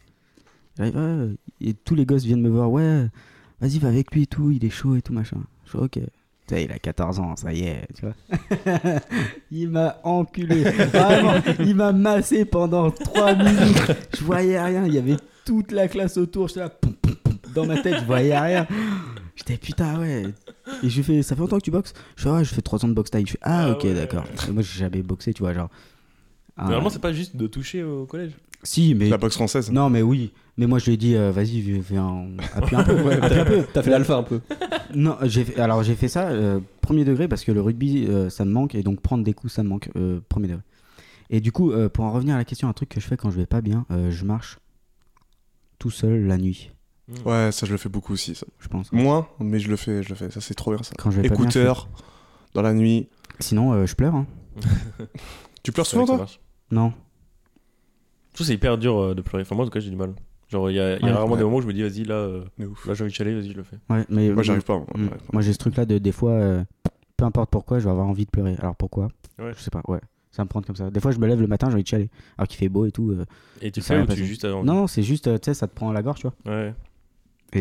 Speaker 1: J'arrive, ouais, et tous les gosses viennent me voir, ouais, vas-y, va avec lui et tout, il est chaud et tout, machin. Je suis ok. Tu sais, il a 14 ans, ça y est, tu vois. il m'a enculé, vraiment, il m'a massé pendant 3 minutes. Je voyais rien, il y avait toute la classe autour, j'étais là, poum, poum, poum. dans ma tête, je voyais rien. J'étais putain, ouais. Et je lui fais, ça fait longtemps que tu boxes Je fais, ouais, je fais 3 ans de boxe taille. Je fais, ah,
Speaker 3: Ah
Speaker 1: ok,
Speaker 3: ouais.
Speaker 1: d'accord. Et Moi, j'ai jamais boxé, tu vois, genre. Ah,
Speaker 3: Normalement, c'est pas juste de toucher au collège.
Speaker 1: si, mais.
Speaker 4: La boxe française.
Speaker 1: Non, mais oui. Mais moi, je lui ai dit, euh, vas-y, viens, viens, appuie un peu. appuie un peu.
Speaker 10: T'as fait l'alpha un peu.
Speaker 1: Non, j'ai fait- alors j'ai fait ça euh, premier degré parce que le rugby, euh, ça me manque. Et donc, prendre des coups, ça me manque. euh, premier degré. Et du coup, euh, pour en revenir à la question, un truc que je fais quand je vais pas bien, euh, je marche tout seul la nuit,
Speaker 4: Ouais, ça je le fais beaucoup aussi. Ça.
Speaker 1: je pense.
Speaker 4: Moins, mais je le fais, je le fais. Ça c'est trop bien ça.
Speaker 1: Quand je vais pas bien, je fais-
Speaker 4: Écouteurs, dans la nuit.
Speaker 1: Sinon, euh, je pleure. hein.
Speaker 4: Tu pleures
Speaker 3: C'est vrai
Speaker 4: souvent
Speaker 3: que ça
Speaker 4: toi
Speaker 3: marche.
Speaker 1: Non.
Speaker 3: Je trouve que c'est hyper dur euh, de pleurer. Enfin, moi, en tout cas, j'ai du mal. Genre, il y a, il y a
Speaker 1: Ouais.
Speaker 3: rarement des
Speaker 4: Ouais.
Speaker 3: moments où je me dis, vas-y, là, euh,
Speaker 4: De ouf.
Speaker 3: là j'ai envie de chialer, vas-y, je le fais.
Speaker 1: Ouais, mais
Speaker 4: Moi j'arrive pas. moi,
Speaker 1: Mm.
Speaker 4: j'arrive pas.
Speaker 1: Moi, j'ai ce truc-là de des fois, euh, peu importe pourquoi, je vais avoir envie de pleurer. Alors pourquoi
Speaker 3: Ouais.
Speaker 1: Je sais pas. Ouais. Ça va me prendre comme ça. Des fois, je me lève le matin, j'ai envie de chialer. Alors qu'il fait beau et tout. euh,
Speaker 3: Et tu
Speaker 1: Ça
Speaker 3: fais
Speaker 1: va
Speaker 3: ou
Speaker 1: pas
Speaker 3: tu
Speaker 1: passer.
Speaker 3: juste avant
Speaker 1: Non, non, c'est juste, euh, tu sais, ça te prend à la gorge, tu vois.
Speaker 3: Ouais.
Speaker 1: Je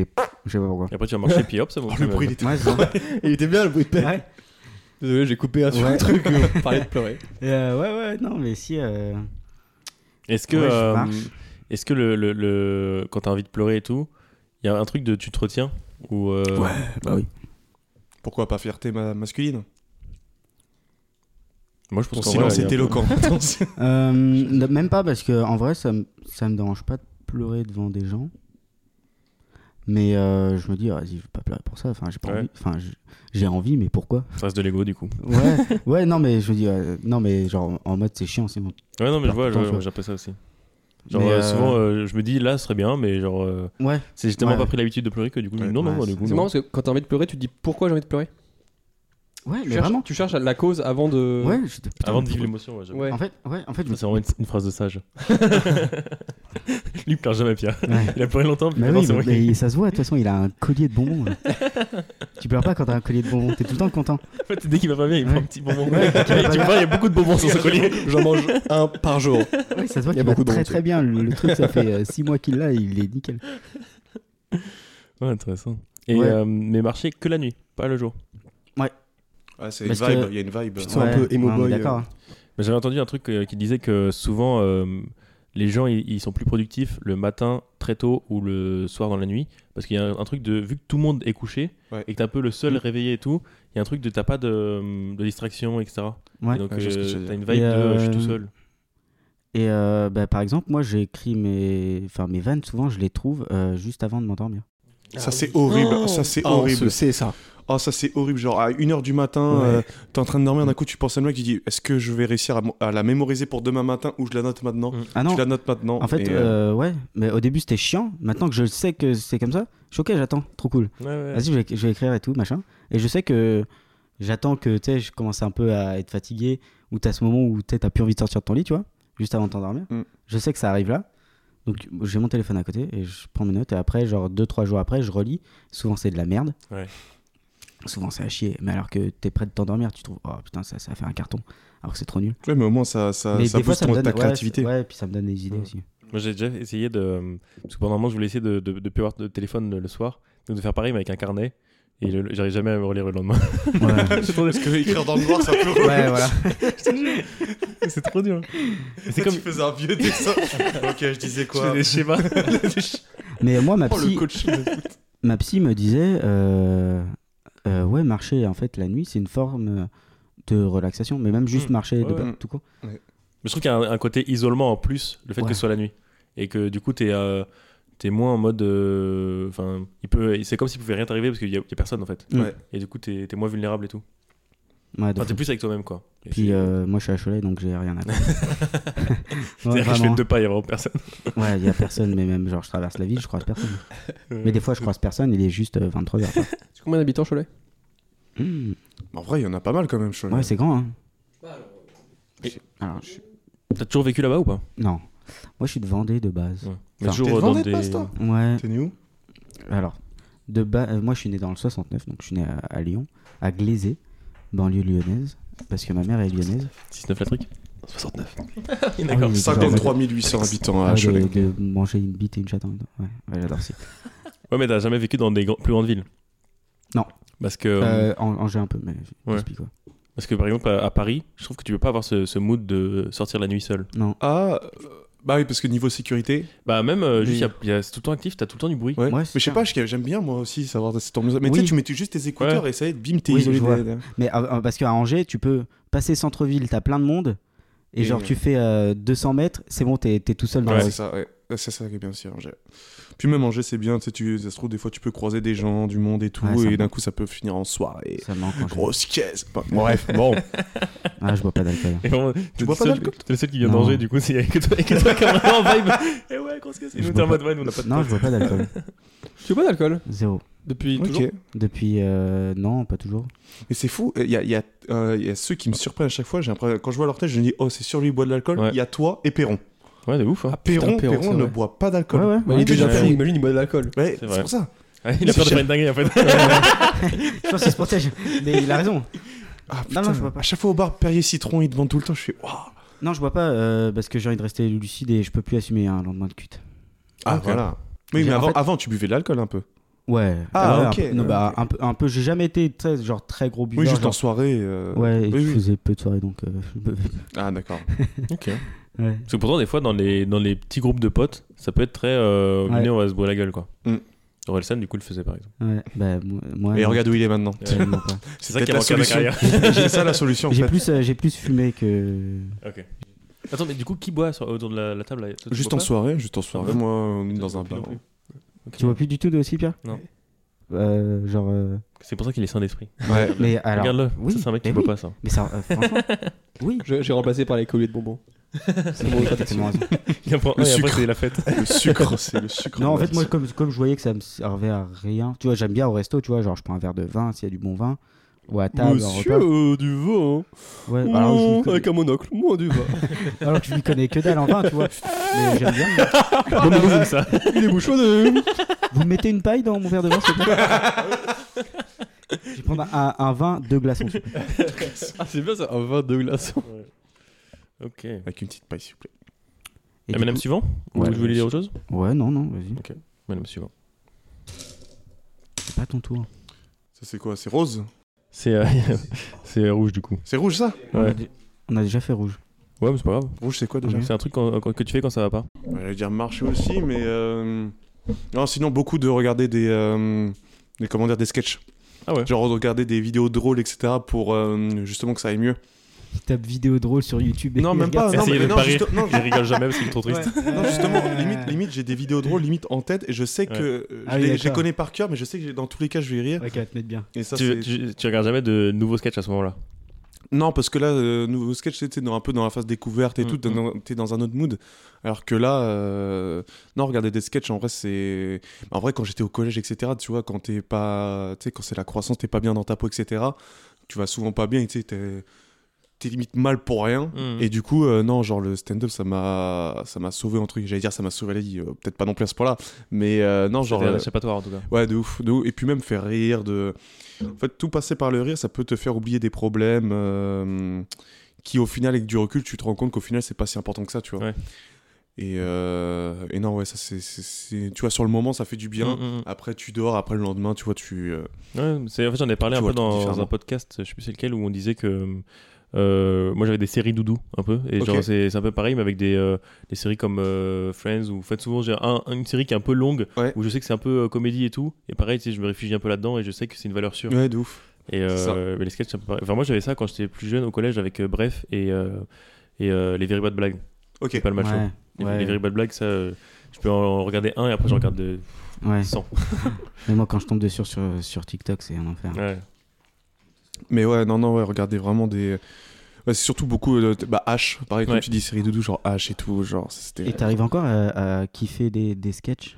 Speaker 1: sais pas pourquoi.
Speaker 3: Et après, tu vas marcher, puis hop, ça va.
Speaker 4: Oh, le bruit, il est-
Speaker 1: Ouais, bah, c'est ça.
Speaker 10: Il était bien le bruit de paix.
Speaker 1: Ouais.
Speaker 10: Désolé, j'ai coupé un sur
Speaker 1: Ouais.
Speaker 10: un truc, mais on parlait de pleurer.
Speaker 1: Euh, ouais, ouais, non, mais si. euh,
Speaker 3: Est-ce que,
Speaker 1: ouais, je
Speaker 3: euh,
Speaker 1: marche.
Speaker 3: est-ce que le, le, le- quand t'as envie de pleurer et tout, il y a un truc de tu te retiens ou euh,
Speaker 4: Ouais,
Speaker 1: bah oui.
Speaker 4: Pourquoi pas fierté ma- masculine
Speaker 3: Moi, je pense
Speaker 4: Ton
Speaker 3: qu'en vrai,
Speaker 4: silence
Speaker 3: il y a un
Speaker 4: est
Speaker 3: peu-
Speaker 4: éloquent.
Speaker 1: Euh, non, même pas, parce que en vrai, ça me, ça me dérange pas de pleurer devant des gens. Mais euh, je me dis, ah, vas-y, je vais pas pleurer pour ça. Enfin, j'ai pas
Speaker 3: Ouais.
Speaker 1: envie. Enfin, j- j'ai envie, mais pourquoi
Speaker 3: Ça reste de l'ego du coup.
Speaker 1: Ouais, ouais, non, mais je veux dire, euh, non, mais genre en mode c'est chiant, c'est bon.
Speaker 3: Ouais, non, mais je vois,
Speaker 1: Parfois,
Speaker 3: je-
Speaker 1: tu vois.
Speaker 3: j'ai un peu ça aussi. Genre,
Speaker 1: Mais,
Speaker 3: euh,
Speaker 1: euh,
Speaker 3: souvent, euh, je me dis là, ce serait bien, mais genre. euh,
Speaker 1: Ouais.
Speaker 3: C'est j'ai tellement
Speaker 1: Ouais.
Speaker 3: pas pris l'habitude de pleurer que du coup, je me dis, non, non,
Speaker 1: Ouais,
Speaker 3: non, du
Speaker 1: c'est-
Speaker 3: coup.
Speaker 2: C'est
Speaker 3: non.
Speaker 2: marrant parce que quand t'as envie de pleurer, tu te dis pourquoi j'ai envie de pleurer.
Speaker 1: Ouais,
Speaker 2: Tu
Speaker 1: mais
Speaker 2: cherches-
Speaker 1: vraiment.
Speaker 2: Tu cherches la cause avant de.
Speaker 1: Ouais, j'étais putain,
Speaker 3: Avant
Speaker 1: mais
Speaker 3: de vivre
Speaker 1: pourquoi-
Speaker 3: l'émotion, ouais, j'avoue.
Speaker 2: Ouais.
Speaker 1: En fait, ouais, en fait, je me
Speaker 3: Ça, C'est vraiment une, une phrase de sage. Lui, il pleure jamais, Pierre.
Speaker 1: Ouais.
Speaker 3: Il a pleuré longtemps, puis
Speaker 1: Mais
Speaker 3: maintenant,
Speaker 1: oui,
Speaker 3: c'est
Speaker 1: mais,
Speaker 3: moi qui.
Speaker 1: mais ça se voit, de toute façon, il a un collier de bonbons. là. tu pleures pas quand t'as un collier de bonbons, t'es tout le temps content.
Speaker 3: En fait, dès qu'il va pas bien, il prend un petit bonbon.
Speaker 1: Ouais, dès qu'il va pas
Speaker 3: tu
Speaker 1: bien.
Speaker 3: vois, il y a beaucoup de bonbons sur ce collier.
Speaker 4: J'en mange un par jour.
Speaker 1: Ouais, ça se voit
Speaker 4: Il y
Speaker 1: qu'il
Speaker 4: a
Speaker 1: va
Speaker 4: beaucoup de
Speaker 1: très
Speaker 4: bonbons,
Speaker 1: très bien. Le, le truc, ça fait 6 mois qu'il l'a, il est nickel.
Speaker 3: Ouais, intéressant. Et
Speaker 1: Ouais.
Speaker 3: euh, mais marcher que la nuit, pas le jour.
Speaker 4: Ah, c'est une
Speaker 1: Parce
Speaker 4: vibe,
Speaker 1: que-
Speaker 4: il y a une vibe.
Speaker 10: Putain, un peu emo
Speaker 1: ouais, on est
Speaker 10: boy, euh.
Speaker 1: D'accord. hein.
Speaker 3: Mais J'avais entendu un truc euh, qui disait que souvent euh, les gens ils, ils sont plus productifs le matin très tôt ou le soir dans la nuit parce qu'il y a un, un truc de vu que tout le monde est couché
Speaker 4: Ouais. Mm.
Speaker 3: et que t'es un peu le seul réveillé et tout, il y a un truc de t'as pas de, de distraction etc.
Speaker 1: Ouais.
Speaker 3: Et donc
Speaker 4: Ouais, je vois ce
Speaker 3: euh,
Speaker 4: que tu veux dire.
Speaker 3: t'as une vibe
Speaker 1: Et,
Speaker 3: de
Speaker 1: euh,
Speaker 3: je suis tout seul.
Speaker 1: Et euh, bah, par exemple, moi, j'écris mes... Enfin, mes vannes, souvent, je les trouve euh, juste avant de m'endormir.
Speaker 4: Ça, c'est horrible.
Speaker 10: Oh.
Speaker 4: ça, c'est
Speaker 10: Ah, on se
Speaker 4: horrible.
Speaker 10: sait ça.
Speaker 4: Oh, ça, c'est horrible. Genre, à 1h du matin,
Speaker 10: Ouais.
Speaker 4: euh, t'es en train de dormir, d'un coup, tu penses à une blague, tu dis Est-ce que je vais réussir à, mo- à la mémoriser pour demain matin ou je la note maintenant
Speaker 1: Ah non,
Speaker 4: Je la note maintenant.
Speaker 1: en fait,
Speaker 4: et, euh,
Speaker 1: euh, ouais, mais au début, c'était chiant. Maintenant que je sais que c'est comme ça, je suis ok, j'attends, trop cool. Vas-y, je vais, je vais écrire et tout, machin. Et je sais que j'attends que, tu sais, je commence un peu à être fatigué ou t'as ce moment où, tu sais, t'as plus envie de sortir de ton lit, tu vois, juste avant de t'endormir.
Speaker 4: Mm.
Speaker 1: Je sais que ça arrive là. Donc, j'ai mon téléphone à côté et je prends mes notes et après, genre 2-3 jours après, je relis. Souvent, c'est de la merde.
Speaker 3: Ouais.
Speaker 1: Souvent, c'est à chier. Mais alors que t'es prêt de t'endormir, tu trouves, oh putain, ça, ça a fait un carton. Alors que c'est trop nul.
Speaker 4: Ouais, mais au moins, ça, ça,
Speaker 1: mais
Speaker 4: Euh, ça
Speaker 1: des fois,
Speaker 4: booste
Speaker 1: ça me
Speaker 4: ton-
Speaker 1: donne
Speaker 4: ta
Speaker 1: ouais,
Speaker 4: créativité.
Speaker 1: c'est- Ouais, puis ça me donne des idées
Speaker 3: Mm.
Speaker 1: aussi.
Speaker 3: Moi j'ai déjà essayé de parce que pendant un moment je voulais essayer de de, de plus avoir de téléphone le, le soir donc de faire pareil mais avec un carnet et le- le- j'arrive jamais à me relire le lendemain.
Speaker 1: Ouais.
Speaker 4: Parce que écrire dans le noir, ça peut.
Speaker 1: ouais, voilà.
Speaker 3: c'est trop dur. C'est comme
Speaker 4: Tu faisais un vieux dessin. ok, je
Speaker 3: je fais
Speaker 4: disais quoi
Speaker 3: des schémas.
Speaker 1: Mais moi, ma
Speaker 4: Oh,
Speaker 1: psy,
Speaker 4: le coach.
Speaker 1: ma psy me disait euh, euh, ouais marcher en fait la nuit c'est une forme euh, de relaxation mais même juste
Speaker 3: Mm.
Speaker 1: marcher de
Speaker 3: Ouais,
Speaker 1: pas-
Speaker 4: ouais.
Speaker 1: tout court
Speaker 3: Mais je trouve qu'il y a un, un côté isolement en plus, le fait
Speaker 1: Ouais.
Speaker 3: que ce soit la nuit. Et que du coup, t'es euh, t'es moins en mode. euh, Enfin, il peut. C'est comme s'il pouvait rien t'arriver parce qu'il y, a- il y a personne en fait.
Speaker 4: Ouais.
Speaker 3: Et du coup, t'es t'es moins vulnérable et tout.
Speaker 1: ouais, de
Speaker 3: Enfin, t'es
Speaker 1: fou.
Speaker 3: plus avec toi-même quoi. Et
Speaker 1: puis
Speaker 3: c'est-
Speaker 1: euh, moi je suis à Cholet donc j'ai rien à faire ouais,
Speaker 3: C'est-à-dire que je fais
Speaker 1: vraiment.
Speaker 3: deux pas, il y a vraiment personne.
Speaker 1: ouais il y a personne mais même genre je traverse la ville je croise personne mais des fois je croise personne il est juste euh, 23h
Speaker 2: C'est combien d'habitants, Cholet
Speaker 4: En vrai, il y en a pas mal quand même, je
Speaker 1: Mm. ouais c'est grand hein
Speaker 3: T'as toujours vécu là-bas ou pas
Speaker 1: non moi je suis de Vendée de base
Speaker 3: Mais
Speaker 1: Enfin,
Speaker 3: toujours
Speaker 4: t'es
Speaker 3: euh, dans
Speaker 4: Vendée,
Speaker 3: des.
Speaker 4: passe, toi
Speaker 1: ouais
Speaker 4: T'es né où
Speaker 1: Alors, de ba- euh, moi je suis né dans le 69, donc je suis né à, à Lyon, à Glazé, banlieue lyonnaise, parce que ma mère est lyonnaise.
Speaker 3: 6-9 la truc
Speaker 10: 69.
Speaker 1: Ah oui,
Speaker 4: 53 800 habitants à
Speaker 1: j'adore- ah,
Speaker 4: Cholet.
Speaker 1: de, de manger une bite et une chatte en même temps. Ouais, ouais, j'adore ça.
Speaker 3: Ouais, mais t'as jamais vécu dans des grands- plus grandes villes
Speaker 1: Non.
Speaker 3: Parce que,
Speaker 1: Euh, en, en jeu un peu, mais je-
Speaker 3: Ouais.
Speaker 1: j'explique, quoi.
Speaker 3: parce que par exemple, à, à Paris, je trouve que tu peux pas avoir ce, ce mood de sortir la nuit seul.
Speaker 1: Non.
Speaker 4: Ah, euh, bah oui, parce que niveau sécurité.
Speaker 3: Bah, même, euh, juste,
Speaker 1: Oui.
Speaker 3: il y a- il y a- c'est tout le temps actif, t'as tout le temps du bruit.
Speaker 4: Ouais.
Speaker 1: Ouais,
Speaker 4: mais
Speaker 1: c'est
Speaker 4: je sais
Speaker 1: ça.
Speaker 4: pas, je- j'aime bien moi aussi savoir cette ambiance. Mais
Speaker 1: Oui.
Speaker 4: tu sais, tu mets juste tes écouteurs et ça y est, bim, t'es
Speaker 1: Oui,
Speaker 4: isolé.
Speaker 1: je vois.
Speaker 4: des- des-
Speaker 1: Mais euh, euh, parce qu'à Angers, tu peux passer centre-ville, t'as plein de monde, et,
Speaker 4: Et,
Speaker 1: genre
Speaker 4: euh,
Speaker 1: tu fais euh, 200 mètres, c'est bon, t'es t'es tout seul dans
Speaker 4: Bah Ouais,
Speaker 1: la
Speaker 4: c'est
Speaker 1: rue.
Speaker 4: ça, ouais. Ouais, C'est ça qui est bien aussi, Angers. Puis même Angers, c'est bien, tu sais, tu- ça se trouve, des fois, tu peux croiser des gens, du monde et tout,
Speaker 1: Ouais, ça
Speaker 4: et
Speaker 1: me-
Speaker 4: d'un coup, ça peut finir en soirée.
Speaker 1: Ça me manque en jeu.
Speaker 4: Grosse caisse. Bah, bref, bon.
Speaker 1: Ah, je bois pas d'alcool.
Speaker 3: Et vraiment, t'es
Speaker 4: bois
Speaker 3: le
Speaker 4: pas
Speaker 3: seul-
Speaker 4: d'alcool,
Speaker 3: T'es le seul qui vient
Speaker 1: Non.
Speaker 3: d'Angers, du coup, c'est que toi, que toi qui a vraiment vibe. Eh ouais, grosse caisse.
Speaker 1: Je
Speaker 3: Et nous, t'es
Speaker 1: bois
Speaker 3: en mode, ouais, nous, on n'a pas de
Speaker 1: Non, je bois pas d'alcool.
Speaker 2: Tu bois pas d'alcool
Speaker 1: Zéro.
Speaker 2: depuis
Speaker 4: Ok.
Speaker 2: toujours
Speaker 4: Et
Speaker 1: Depuis. euh, non, pas toujours.
Speaker 4: c'est fou, il y a, il y a, euh, il y a ceux qui me surprennent à chaque fois. j'ai l'impression- Quand je vois leur tête, je me dis, oh, c'est sûr, lui, il boit de l'alcool. Il
Speaker 3: Ouais.
Speaker 4: y a toi et Perron.
Speaker 3: Ouais, de ouf. Hein.
Speaker 4: Ah, Perron,
Speaker 2: putain, Perron,
Speaker 4: Perron
Speaker 2: c'est
Speaker 4: ne
Speaker 2: vrai.
Speaker 4: boit pas
Speaker 1: Ouais,
Speaker 4: d'alcool.
Speaker 1: ouais.
Speaker 2: Bah, il est
Speaker 4: Ouais,
Speaker 2: déjà
Speaker 4: ouais.
Speaker 2: fou, imagine, il boit de l'alcool.
Speaker 4: Ouais,
Speaker 3: C'est
Speaker 4: c'est
Speaker 3: vrai.
Speaker 4: pour ça.
Speaker 3: Ah, il a peur de faire une dinguerie, en fait.
Speaker 1: Je pense qu'il se protège. Mais il a raison.
Speaker 4: Ah,
Speaker 1: Non,
Speaker 4: putain,
Speaker 1: non, je bois pas.
Speaker 4: À chaque fois au bar, Perrier Citron, il demande tout le temps. Je fais, waouh.
Speaker 1: Non, je bois pas euh, parce que j'ai envie de rester lucide et je peux plus assumer un lendemain de cuite.
Speaker 4: Ah,
Speaker 3: Ok.
Speaker 4: voilà. Oui,
Speaker 1: J'ai-
Speaker 4: mais
Speaker 1: en
Speaker 4: avant,
Speaker 1: fait-
Speaker 4: avant, tu buvais de l'alcool un peu.
Speaker 1: Ouais.
Speaker 4: Ah,
Speaker 1: ouais,
Speaker 4: ok.
Speaker 1: Un peu, non, bah, un peu, un peu j'ai jamais été tu sais, genre très gros buveur.
Speaker 4: Oui, juste
Speaker 1: genre-
Speaker 4: en soirée. euh,
Speaker 1: Ouais, et
Speaker 4: oui,
Speaker 1: je
Speaker 4: oui.
Speaker 1: faisais peu de soirées donc. euh, je buvais.
Speaker 4: Ah, d'accord.
Speaker 3: ok.
Speaker 1: Ouais.
Speaker 3: Parce que pourtant, des fois, dans les, dans les petits groupes de potes, ça peut être très. Euh,
Speaker 1: Ouais.
Speaker 3: venez, on va se boire la gueule, quoi.
Speaker 4: Mm.
Speaker 3: Orelsan, du coup, le faisait, par exemple.
Speaker 1: ouais. Bah, moi- moi.
Speaker 4: Et
Speaker 1: non,
Speaker 4: regarde où il est maintenant.
Speaker 1: absolument pas.
Speaker 3: C'est ça qui a
Speaker 4: la
Speaker 3: manqué à ma
Speaker 4: solution.
Speaker 3: carrière.
Speaker 4: C'est ça la solution. En
Speaker 1: J'ai
Speaker 4: fait.
Speaker 1: plus, euh, j'ai plus fumé que.
Speaker 3: ok. Attends, mais du coup, qui boit sur- autour de la, la table là Toi, tu
Speaker 4: Juste
Speaker 3: bois
Speaker 4: en
Speaker 3: pas
Speaker 4: soirée, juste en soirée.
Speaker 3: Ah bon
Speaker 4: Moi, on est dans
Speaker 3: Toi,
Speaker 4: un
Speaker 3: tu bois
Speaker 4: bar.
Speaker 3: plus non
Speaker 1: Tu vois plus du tout de aussi, Pierre
Speaker 3: Non.
Speaker 1: Euh, genre. euh,
Speaker 3: C'est pour ça qu'il est sain d'esprit.
Speaker 4: Ouais.
Speaker 1: Mais alors.
Speaker 3: Regarde-le.
Speaker 1: Oui,
Speaker 3: ça, c'est un mec qui
Speaker 1: mais
Speaker 3: boit
Speaker 1: oui.
Speaker 3: pas ça.
Speaker 1: Mais ça, euh, franchement, oui.
Speaker 2: Je- J'ai remplacé par les colliers de bonbons. C'est bon,
Speaker 1: T'as tellement raison.
Speaker 3: Il apprend-
Speaker 4: Le
Speaker 3: ouais, après,
Speaker 4: sucre.
Speaker 3: c'est la fête.
Speaker 4: Le sucre, c'est le sucre.
Speaker 1: Non, en fait, moi, comme, comme je voyais que ça me servait à rien, tu vois, j'aime bien au resto, tu vois, genre je prends un verre de vin s'il y a du bon vin, ou à table, en
Speaker 2: Monsieur
Speaker 1: repas.
Speaker 2: euh, du vin.
Speaker 1: Ouais,
Speaker 3: Euh, bah,
Speaker 1: alors, je m'y
Speaker 2: Mmh,
Speaker 1: connais-
Speaker 2: Avec un monocle. Moi, du vin.
Speaker 1: alors que je m'y connais que dalle en vin, tu vois. Mais j'aime bien.
Speaker 3: Bon, mais c'est Ah, ça.
Speaker 2: Il est bouchonné.
Speaker 1: Vous mettez une paille dans mon verre de vin, s'il vous plaît Je vais prendre un, un vin de glaçons. s'il vous plaît.
Speaker 2: Ah, c'est bien ça. Un vin de glaçon.
Speaker 3: Ok.
Speaker 4: Avec une petite paille, s'il vous plaît.
Speaker 1: Et
Speaker 3: Et
Speaker 1: du
Speaker 3: madame
Speaker 1: coup-
Speaker 3: suivant
Speaker 1: Ouais,
Speaker 3: Ou je
Speaker 1: madame
Speaker 3: voulais dire autre chose
Speaker 1: Ouais, non, non, vas-y,
Speaker 3: Madame suivant.
Speaker 1: c'est pas ton tour.
Speaker 4: Ça, c'est quoi C'est rose
Speaker 3: C'est euh, c'est rouge du coup.
Speaker 4: C'est rouge, ça
Speaker 1: On, a
Speaker 3: Ouais.
Speaker 1: dé- on a déjà fait rouge.
Speaker 3: Ouais, mais c'est pas grave.
Speaker 4: Rouge, c'est quoi déjà
Speaker 1: Ouais.
Speaker 3: C'est un truc quand- quand- que tu fais quand ça va pas.
Speaker 4: J'allais dire marcher aussi, mais. euh, Non, sinon, beaucoup de regarder des. euh, des comment dire, des sketchs.
Speaker 3: Ah ouais.
Speaker 4: Genre de regarder des vidéos drôles, etc. pour euh, justement que ça aille mieux.
Speaker 1: Tu tapes vidéo drôle sur YouTube. et
Speaker 4: Non, même
Speaker 1: regarde
Speaker 4: pas. Non,
Speaker 3: Essayez
Speaker 4: mais
Speaker 3: de
Speaker 4: non,
Speaker 3: pas rire.
Speaker 4: juste- non,
Speaker 3: Il rigole jamais parce qu'il est trop triste.
Speaker 4: Ouais. Non, justement, limite, limite j'ai des vidéos drôles, limite en tête, et je sais que euh,
Speaker 1: Ah oui,
Speaker 4: je les- je les
Speaker 1: d'accord.
Speaker 4: connais par cœur, mais je sais que j'ai- dans tous les cas, je vais rire.
Speaker 1: ça. Ok, te mettre bien.
Speaker 4: Et ça,
Speaker 3: tu,
Speaker 4: c'est-
Speaker 3: tu- tu regardes jamais de nouveaux sketchs à ce moment-là.
Speaker 4: Non, parce que là, euh, nouveau sketch, c'était dans, un peu dans la phase découverte et
Speaker 3: Mm,
Speaker 4: tout, t'es
Speaker 3: mm.
Speaker 4: dans- t'es dans un autre mood. Alors que là, euh, non, regarder des sketchs, en vrai, c'est. En vrai, quand j'étais au collège, etc., tu vois, quand t'es pas. Tu sais, quand c'est la croissance, t'es pas bien dans ta peau, etc., tu vas souvent pas bien, et tu sais, t'es t'es limite mal pour rien.
Speaker 3: Mm,
Speaker 4: Et du coup, euh, non, genre le stand-up, ça m'a, ça m'a sauvé en truc. J'allais dire, ça m'a sauvé la vie. euh, Peut-être pas non plus à ce point-là, mais euh, non, genre,
Speaker 3: C'était
Speaker 4: euh,
Speaker 3: échappatoire en tout cas.
Speaker 4: ouais, de ouf, de ouf. Et puis même faire rire, de, en fait, tout passer par le rire, ça peut te faire oublier des problèmes euh, qui, au final, avec du recul, tu te rends compte qu'au final, c'est pas si important que ça, tu vois.
Speaker 3: Ouais.
Speaker 4: Et, euh, et non, ouais, ça, c'est, c'est- c'est- tu vois, sur le moment, ça fait du bien.
Speaker 3: Mm, mm.
Speaker 4: Après, tu dors. Après, le lendemain, tu vois, tu. euh,
Speaker 3: Ouais, c'est- en fait, j'en ai parlé
Speaker 4: Tu
Speaker 3: un
Speaker 4: vois
Speaker 3: peu
Speaker 4: le truc
Speaker 3: dans,
Speaker 4: différemment.
Speaker 3: un podcast, je sais plus c'est lequel, où on disait que euh, moi j'avais des séries doudou un peu, et
Speaker 4: Ok.
Speaker 3: genre c'est c'est un peu pareil, mais avec des, euh, des séries comme euh, Friends, ou en fait souvent j'ai un- une série qui est un peu longue,
Speaker 4: Ouais.
Speaker 3: où je sais que c'est un peu euh, comédie et tout, et pareil, tu sais, je me réfugie un peu là-dedans, et je sais que c'est une valeur sûre.
Speaker 4: Ouais, de ouf.
Speaker 3: Et
Speaker 4: C'est ça.
Speaker 3: euh, mais les sketchs, c'est un peu pareil. Enfin, moi j'avais ça quand j'étais plus jeune au collège avec euh, Bref et, euh, et euh, les Very Bad Blagues,
Speaker 4: Ok.
Speaker 3: et pas le mal
Speaker 1: Ouais,
Speaker 3: Les,
Speaker 1: ouais.
Speaker 3: les Very Bad Blagues, ça, euh, je peux en regarder un, et après j'en regarde euh, de
Speaker 1: ouais.
Speaker 3: 100.
Speaker 1: Mais moi, quand je tombe dessus sur, sur TikTok, c'est un enfer.
Speaker 3: Ouais.
Speaker 4: Mais ouais, non, non, ouais, regardez vraiment des. ouais, c'est surtout beaucoup. euh, t- bah, H, pareil, comme
Speaker 3: Ouais.
Speaker 4: tu dis, série doudou, genre H et tout, genre, c'était. euh,
Speaker 1: Et t'arrives encore à, à kiffer des, des sketchs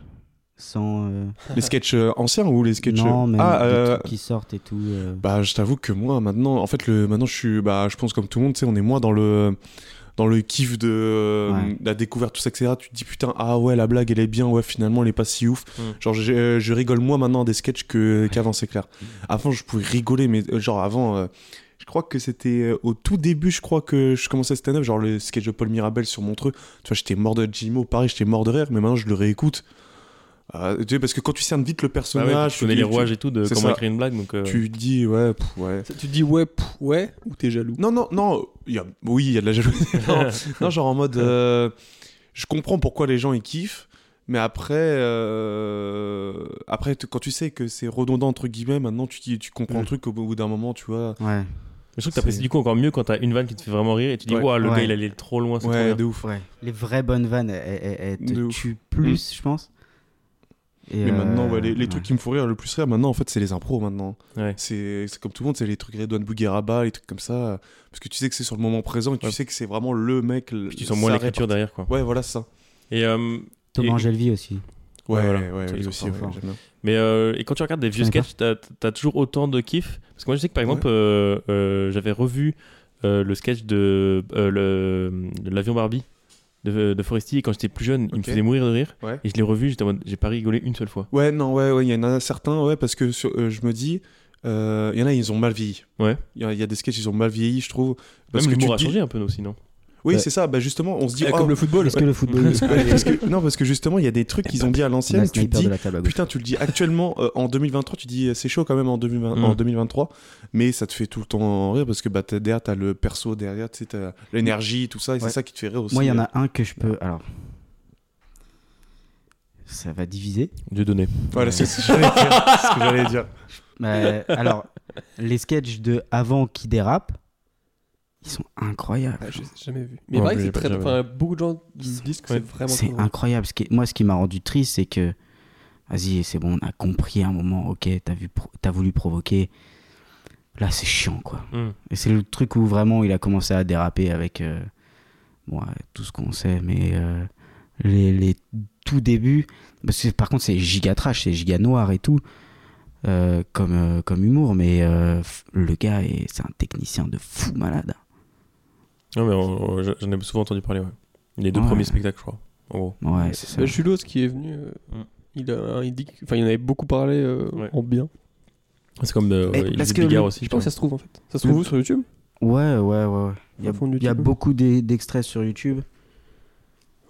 Speaker 1: sans. euh,
Speaker 4: Les sketchs euh, anciens ou les sketchs.
Speaker 1: Non, mais
Speaker 4: Ah,
Speaker 1: des
Speaker 4: euh,
Speaker 1: trucs qui sortent et tout. euh.
Speaker 4: Bah, je t'avoue que moi, maintenant, en fait, le, maintenant, je suis, bah, je pense comme tout le monde, tu sais, on est moins dans le, dans le kiff de euh,
Speaker 1: Ouais.
Speaker 4: la découverte, tout ça, etc. Tu te dis, putain, ah ouais, la blague, elle est bien, ouais, finalement, elle est pas si ouf.
Speaker 3: Mm.
Speaker 4: Genre, j'ai- euh, je, rigole moins maintenant à des sketchs que, qu'avant, c'est clair. Avant, je pouvais rigoler, mais euh, genre, avant, euh, je crois que c'était euh, au tout début, je crois que je commençais le stand-up, genre le sketch de Paul Mirabel sur Montreux. Tu vois, j'étais mort de Jimo, pareil, j'étais mort de rire, mais maintenant, je le réécoute. Euh, tu sais, parce que quand tu cernes vite le
Speaker 3: Bah
Speaker 4: personnage,
Speaker 3: ouais, tu connais
Speaker 4: dis-
Speaker 3: les rouages et tout de
Speaker 4: C'est
Speaker 3: comment
Speaker 4: ça.
Speaker 3: écrire une blague, donc. euh,
Speaker 4: tu dis, ouais, pff, ouais.
Speaker 2: Ça, Tu dis ouais, pff, ouais, ou t'es jaloux
Speaker 4: Non, non, non. il Y a... Oui, il y a de la jalousie. non, non, genre en mode. euh, Je comprends pourquoi les gens ils kiffent, mais après. euh, Après, t- quand tu sais que c'est redondant, entre guillemets, maintenant tu, tu comprends
Speaker 3: Mm.
Speaker 4: le truc au bout d'un moment, tu vois.
Speaker 1: Ouais,
Speaker 3: Mais je trouve que t'apprécies
Speaker 4: C'est-
Speaker 3: du coup encore mieux quand t'as une vanne qui te fait vraiment rire et tu dis,
Speaker 4: Ouais.
Speaker 3: waouh, le
Speaker 1: Ouais.
Speaker 3: gars il allait trop loin, c'est
Speaker 4: Ouais,
Speaker 3: trop bien.
Speaker 4: de ouf.
Speaker 1: ouais. Les vraies bonnes vannes, elles, elles- elles te
Speaker 4: De ouf. Mm.
Speaker 1: tuent plus, je pense. Et
Speaker 4: Mais
Speaker 1: euh,
Speaker 4: maintenant, ouais, les, les
Speaker 1: ouais.
Speaker 4: trucs qui me font rire le plus rire, maintenant, en fait, c'est les impros maintenant.
Speaker 3: Ouais.
Speaker 4: C'est c'est comme tout le monde, c'est les trucs Redouane Bougueraba, les trucs comme ça. Parce que tu sais que c'est sur le moment présent et tu
Speaker 3: Ouais.
Speaker 4: sais que c'est vraiment le mec. le-
Speaker 3: Puis tu sens moins
Speaker 4: ça
Speaker 3: l'écriture derrière quoi.
Speaker 4: répare- Ouais, voilà ça.
Speaker 3: Et, euh,
Speaker 1: Thomas
Speaker 3: et-
Speaker 1: Angelvi aussi.
Speaker 3: Ouais,
Speaker 4: Ouais, ouais,
Speaker 3: voilà.
Speaker 4: ouais,
Speaker 3: Ça,
Speaker 4: lui
Speaker 3: ils sont
Speaker 4: aussi,
Speaker 1: forts,
Speaker 4: ouais,
Speaker 1: forts.
Speaker 4: j'aime bien.
Speaker 3: mais euh, et quand tu regardes des vieux
Speaker 1: connais pas.
Speaker 3: sketchs, t'as t'as toujours autant de kiff Parce que moi je sais que par
Speaker 4: Ouais.
Speaker 3: exemple, euh, euh, j'avais revu euh, le sketch de euh, le- de l'avion Barbie de, de Foresti et quand j'étais plus jeune, il me
Speaker 4: Ok.
Speaker 3: faisait mourir de rire.
Speaker 4: Ouais.
Speaker 3: Et je l'ai revu, j'étais en mode, j'ai pas rigolé une seule fois.
Speaker 4: Ouais, non, ouais, ouais, il y en a certains, ouais, parce que sur- euh, je me dis, euh, il y en a, ils ont mal vieilli.
Speaker 3: Ouais.
Speaker 4: Il y, en a- il y a des sketchs, ils ont mal vieilli, je trouve. Parce
Speaker 3: Même
Speaker 4: que tu
Speaker 3: l'humour
Speaker 4: te
Speaker 3: a
Speaker 4: dis-
Speaker 3: changé un peu aussi, non
Speaker 4: Oui,
Speaker 1: Ouais.
Speaker 4: c'est ça, bah justement, on se dit,
Speaker 2: Eh,
Speaker 4: oh,
Speaker 2: Comme le football.
Speaker 1: Est-ce que le football.
Speaker 3: Parce
Speaker 1: est-
Speaker 4: parce que- non, parce que justement, il y a des trucs qu'ils ont dit à
Speaker 1: on a le
Speaker 4: l'ancienne, tu te
Speaker 1: sniper
Speaker 4: dis,
Speaker 1: de la table à gauche.
Speaker 4: putain, tu le dis actuellement, euh, en 2023, tu dis, euh, c'est chaud quand même en, 2020
Speaker 3: Mm.
Speaker 4: en 2023, mais ça te fait tout le temps rire, parce que bah, t'as- derrière, t'as le perso, derrière, tu sais, t'as l'énergie, tout ça, et
Speaker 1: Ouais.
Speaker 4: c'est ça qui te fait rire aussi.
Speaker 1: Moi, il y en a un que je peux. Alors. Ça va diviser.
Speaker 3: Dieu donné.
Speaker 4: Voilà, c'est c'est ce que j'allais dire, c'est ce que j'allais dire.
Speaker 1: Mais, alors, les sketchs de avant qui dérapent, ils sont incroyables.
Speaker 2: Ah, j'ai jamais vu. Mais
Speaker 3: Ouais,
Speaker 2: pareil,
Speaker 3: j'ai
Speaker 2: c'est
Speaker 3: pas
Speaker 2: très.
Speaker 3: déjà vu.
Speaker 2: Enfin, beaucoup de gens disent que
Speaker 3: Ouais.
Speaker 2: c'est vraiment.
Speaker 1: C'est
Speaker 2: très drôle.
Speaker 1: incroyable. Ce qui est- Moi, ce qui m'a rendu triste, c'est que Vas-y, c'est bon, on a compris à un moment, ok, t'as vu pro- t'as voulu provoquer. Là, c'est chiant, quoi.
Speaker 2: Hmm.
Speaker 3: Mm.
Speaker 1: Et c'est le truc où vraiment il a commencé à déraper avec euh, bon, euh, tout ce qu'on sait, mais euh, les, les tout débuts. Parce que, par contre, c'est giga trash, c'est giga noir et tout, euh, comme, euh, comme humour, mais euh, f- le gars, est- c'est un technicien de fou malade.
Speaker 3: Non, mais on- on- j'en ai souvent entendu parler, ouais. Les deux
Speaker 1: Ouais.
Speaker 3: premiers spectacles, je crois. En gros.
Speaker 1: Ouais, c'est ça.
Speaker 2: Bah, Julos qui est venu, euh,
Speaker 3: Mm.
Speaker 2: il, a, il dit, que- enfin, il en avait beaucoup parlé euh,
Speaker 3: Ouais.
Speaker 2: en bien.
Speaker 3: C'est comme de,
Speaker 1: Mais
Speaker 3: ouais, il
Speaker 1: parce
Speaker 3: est
Speaker 1: que
Speaker 3: Bigard
Speaker 1: le-
Speaker 3: aussi,
Speaker 2: Je
Speaker 3: je
Speaker 2: pense que
Speaker 3: pense.
Speaker 2: ça se trouve en fait. Ça se trouve
Speaker 1: Le-
Speaker 2: où, sur YouTube
Speaker 1: Ouais, ouais, ouais. ouais. Il y a,
Speaker 2: Au fond de
Speaker 1: il y a
Speaker 2: YouTube.
Speaker 1: beaucoup d'e- d'extraits sur YouTube,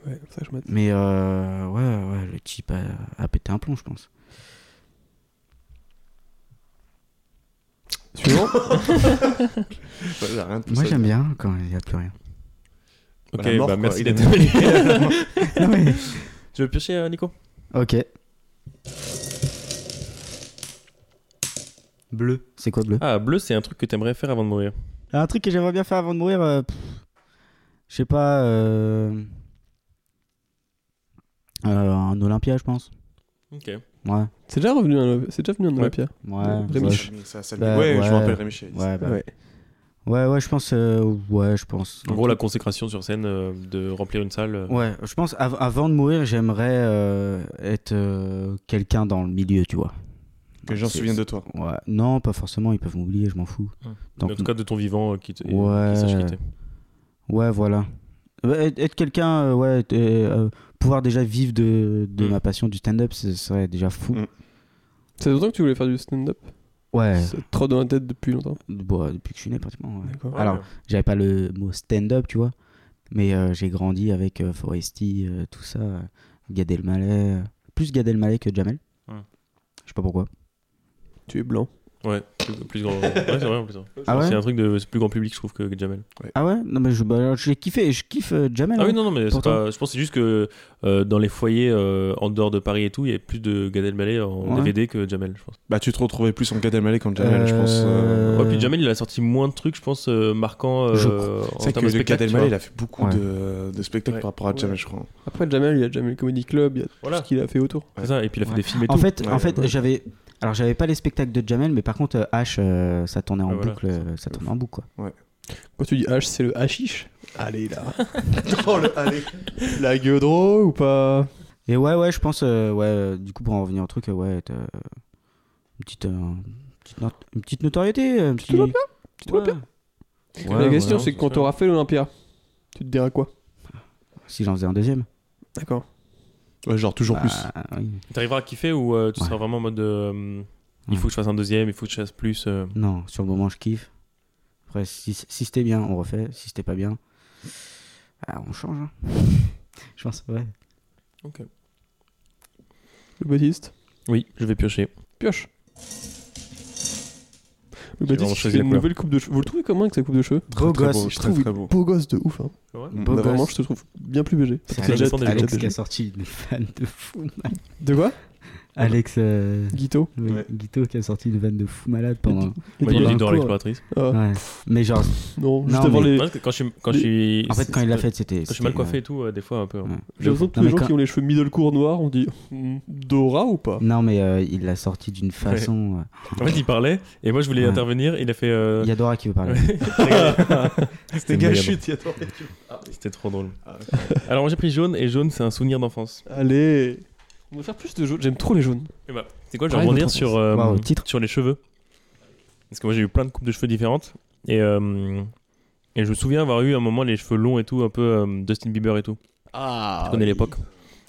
Speaker 2: Ouais, ça je m'attends.
Speaker 1: mais euh, ouais, ouais, le type a, a pété un plomb, je pense.
Speaker 2: Suivant.
Speaker 4: Ouais, j'ai rien de tout
Speaker 1: Moi,
Speaker 4: ça.
Speaker 1: j'aime bien quand il n'y a plus rien.
Speaker 3: Ok,
Speaker 4: La mort,
Speaker 3: bah
Speaker 4: quoi.
Speaker 3: merci
Speaker 4: Il a
Speaker 3: d'être
Speaker 4: dit-
Speaker 3: venu.
Speaker 1: Non, mais-
Speaker 3: Tu veux piocher, euh, Nico
Speaker 1: Ok. Bleu. C'est quoi bleu
Speaker 3: Ah, bleu, c'est un truc que t'aimerais faire avant de mourir.
Speaker 1: Euh, Un truc que j'aimerais bien faire avant de mourir, euh, pff, je sais pas, euh, euh, un Olympia, je pense.
Speaker 3: Ok.
Speaker 1: Ouais,
Speaker 2: C'est déjà revenu un, c'est déjà venu un
Speaker 3: Ouais.
Speaker 2: Olympia.
Speaker 1: ouais.
Speaker 2: Rémiche.
Speaker 4: Ça, ça-
Speaker 1: Bah,
Speaker 4: ouais,
Speaker 1: ouais.
Speaker 4: je me rappelle Rémi Chez.
Speaker 1: Ouais, bah, ouais,
Speaker 2: Ouais.
Speaker 1: ouais, je pense, euh, ouais, je pense.
Speaker 3: En gros, la consécration sur scène euh, de remplir une salle. euh,
Speaker 1: Ouais, je pense av- avant de mourir, j'aimerais euh, être euh, quelqu'un dans le milieu, tu vois.
Speaker 4: Que les gens se
Speaker 1: C'est-
Speaker 4: souviennent de toi.
Speaker 1: Ouais. Non, pas forcément, ils peuvent m'oublier, je m'en fous.
Speaker 3: Hmm.
Speaker 1: Donc,
Speaker 3: en tout cas, de ton vivant euh, qui, te-
Speaker 1: Ouais.
Speaker 3: qui sache qui t'es.
Speaker 1: Ouais, voilà. Ouais, Être, être quelqu'un, euh, ouais, être, euh, euh, pouvoir déjà vivre de, de
Speaker 3: Mm.
Speaker 1: ma passion du stand-up, ce serait déjà fou.
Speaker 4: Mm.
Speaker 2: C'est longtemps que tu voulais faire du stand-up.
Speaker 1: Ouais,
Speaker 2: C'est trop dans la tête depuis longtemps.
Speaker 1: Bon, euh, depuis que je suis né, pratiquement. ouais.
Speaker 2: D'accord.
Speaker 1: Alors, j'avais pas le mot stand-up, tu vois, mais euh, j'ai grandi avec euh, Foresti, euh, tout ça, euh, Gad Elmaleh, euh, plus Gad Elmaleh que Jamel.
Speaker 3: Mm.
Speaker 1: Je sais pas pourquoi.
Speaker 2: Tu es blanc.
Speaker 3: Ouais, plus, plus grand. Ouais, c'est vrai en plus.
Speaker 1: Ah ouais
Speaker 3: C'est un truc de c'est plus grand public, je trouve, que, que Jamel.
Speaker 1: Ah ouais Non, mais je- bah, j'ai kiffé, je kiffe euh, Jamel.
Speaker 3: Ah oui,
Speaker 1: hein.
Speaker 3: non, non, mais c'est
Speaker 1: Pourtant.
Speaker 3: pas- je pense que c'est juste que euh, dans les foyers euh, en dehors de Paris et tout, il y a plus de Gad Elmaleh en
Speaker 1: Ouais.
Speaker 3: DVD que Jamel, je pense.
Speaker 4: Bah, tu te retrouvais plus en Gad Elmaleh qu'en Jamel, je pense.
Speaker 1: Euh,
Speaker 4: euh,
Speaker 3: Ouais, puis Jamel, il a sorti moins de trucs, je pense, euh, marquants euh,
Speaker 1: Je
Speaker 3: en
Speaker 4: C'est
Speaker 3: termes de
Speaker 4: vrai que Gad
Speaker 3: spectacle. tu vois.
Speaker 4: Elmaleh, il a fait beaucoup
Speaker 1: Ouais.
Speaker 4: de, de spectacles
Speaker 3: Ouais.
Speaker 4: par rapport à
Speaker 2: Ouais.
Speaker 4: Jamel, je crois.
Speaker 2: Après Jamel, il y a Jamel Comedy Club, il y a
Speaker 3: Voilà.
Speaker 2: tout ce qu'il a fait autour.
Speaker 3: C'est ça, et puis il a fait
Speaker 1: Ouais.
Speaker 3: des films et
Speaker 1: En
Speaker 3: tout.
Speaker 1: fait, en
Speaker 4: Ouais,
Speaker 1: fait,
Speaker 2: ouais.
Speaker 1: j'avais, alors j'avais pas les spectacles de Jamel, mais par contre euh, H, euh, ça tournait en
Speaker 3: Ouais, voilà.
Speaker 1: boucle, euh, ça tournait en boucle quoi.
Speaker 2: Quand tu dis H, c'est le hashish. Allez là.
Speaker 9: Oh, le- allez.
Speaker 2: la gueudreau ou pas
Speaker 1: Et ouais, ouais, je pense, euh, ouais, euh, du coup pour en revenir au truc, euh, ouais, t'as, euh, une petite, euh, une petite, not- une petite notoriété, euh, un petit.
Speaker 2: Olympia
Speaker 1: petit
Speaker 2: Olympia
Speaker 1: Ouais.
Speaker 2: La
Speaker 1: Ouais,
Speaker 2: question,
Speaker 1: voilà.
Speaker 2: c'est que quand t'auras fait l'Olympia, tu te diras quoi
Speaker 1: Si j'en faisais un deuxième.
Speaker 2: D'accord.
Speaker 4: Ouais, genre toujours plus.
Speaker 1: Bah, oui.
Speaker 3: T'arriveras à kiffer ou euh, tu
Speaker 1: Ouais. Mm.
Speaker 3: seras vraiment en mode euh, il
Speaker 1: Ouais.
Speaker 3: faut que je fasse un deuxième, il faut que je fasse plus euh,
Speaker 1: Non, sur le moment je kiffe. Après, si, si c'était bien, on refait. Si c'était pas bien, ah, on change. hein. je pense, ouais.
Speaker 2: Le Baptiste
Speaker 3: Oui, je vais piocher.
Speaker 2: Pioche. Le
Speaker 3: vraiment
Speaker 2: Baptiste,
Speaker 3: choisi
Speaker 2: c'est
Speaker 3: la
Speaker 2: une
Speaker 3: couleur.
Speaker 2: nouvelle coupe de cheveux. Vous le trouvez comment avec sa coupe de cheveux
Speaker 1: Beau
Speaker 4: très
Speaker 1: gosse.
Speaker 4: beau,
Speaker 2: Je
Speaker 4: très
Speaker 2: trouve
Speaker 4: très beau.
Speaker 2: beau gosse de ouf. Hein.
Speaker 4: Mm.
Speaker 1: Beau
Speaker 2: Bah, vraiment,
Speaker 1: gosse.
Speaker 2: je te trouve bien plus BG.
Speaker 3: que ça
Speaker 1: Alex,
Speaker 3: dépend des gens.
Speaker 1: Alex qui a sorti une vanne de fou.
Speaker 2: De quoi
Speaker 1: Alex euh,
Speaker 2: Guito
Speaker 1: oui,
Speaker 4: Ouais.
Speaker 1: Guito qui a sorti une vanne de fou malade pendant.
Speaker 2: Et
Speaker 3: Bah,
Speaker 2: dans
Speaker 3: il
Speaker 2: le
Speaker 3: est dans
Speaker 2: cours,
Speaker 3: l'exploratrice.
Speaker 2: euh,
Speaker 1: Ouais. Mais genre,
Speaker 2: Non, juste
Speaker 1: Non,
Speaker 2: avant
Speaker 1: euh, mais-
Speaker 2: les.
Speaker 3: Moi, Quand je suis. Quand je suis
Speaker 1: en fait, quand il l'a faite, c'était.
Speaker 3: Quand je suis mal
Speaker 1: c'était,
Speaker 3: coiffé et tout, euh, des fois un peu. hein.
Speaker 1: Ouais.
Speaker 2: J'ai l'impression que tous
Speaker 1: Non,
Speaker 2: les
Speaker 1: mais
Speaker 2: gens
Speaker 1: quand-
Speaker 2: qui ont les cheveux middle court noirs, on dit hmm, Dora ou pas
Speaker 1: euh, Non, mais euh, il l'a sorti d'une façon. euh,
Speaker 3: En fait, il parlait et moi je voulais
Speaker 1: Ouais.
Speaker 3: intervenir. Il a fait. euh,
Speaker 1: Il y a Dora qui veut parler.
Speaker 9: C'était gâchute, il y a trop-
Speaker 3: C'était trop drôle. Alors, moi j'ai pris jaune et jaune, c'est un souvenir d'enfance.
Speaker 2: Allez On va faire plus de jaunes. J'aime trop les jaunes.
Speaker 3: Et bah, c'est quoi Je vais
Speaker 1: Parlez de
Speaker 3: rebondir
Speaker 1: votre
Speaker 3: sur,
Speaker 1: enfance.
Speaker 3: euh,
Speaker 1: Waouh, titre.
Speaker 3: sur les cheveux. Parce que moi j'ai eu plein de coupes de cheveux différentes. Et, euh, et je me souviens avoir eu un moment les cheveux longs et tout, un peu euh, Justin Bieber et tout.
Speaker 4: Ah,
Speaker 3: Je connais l'époque.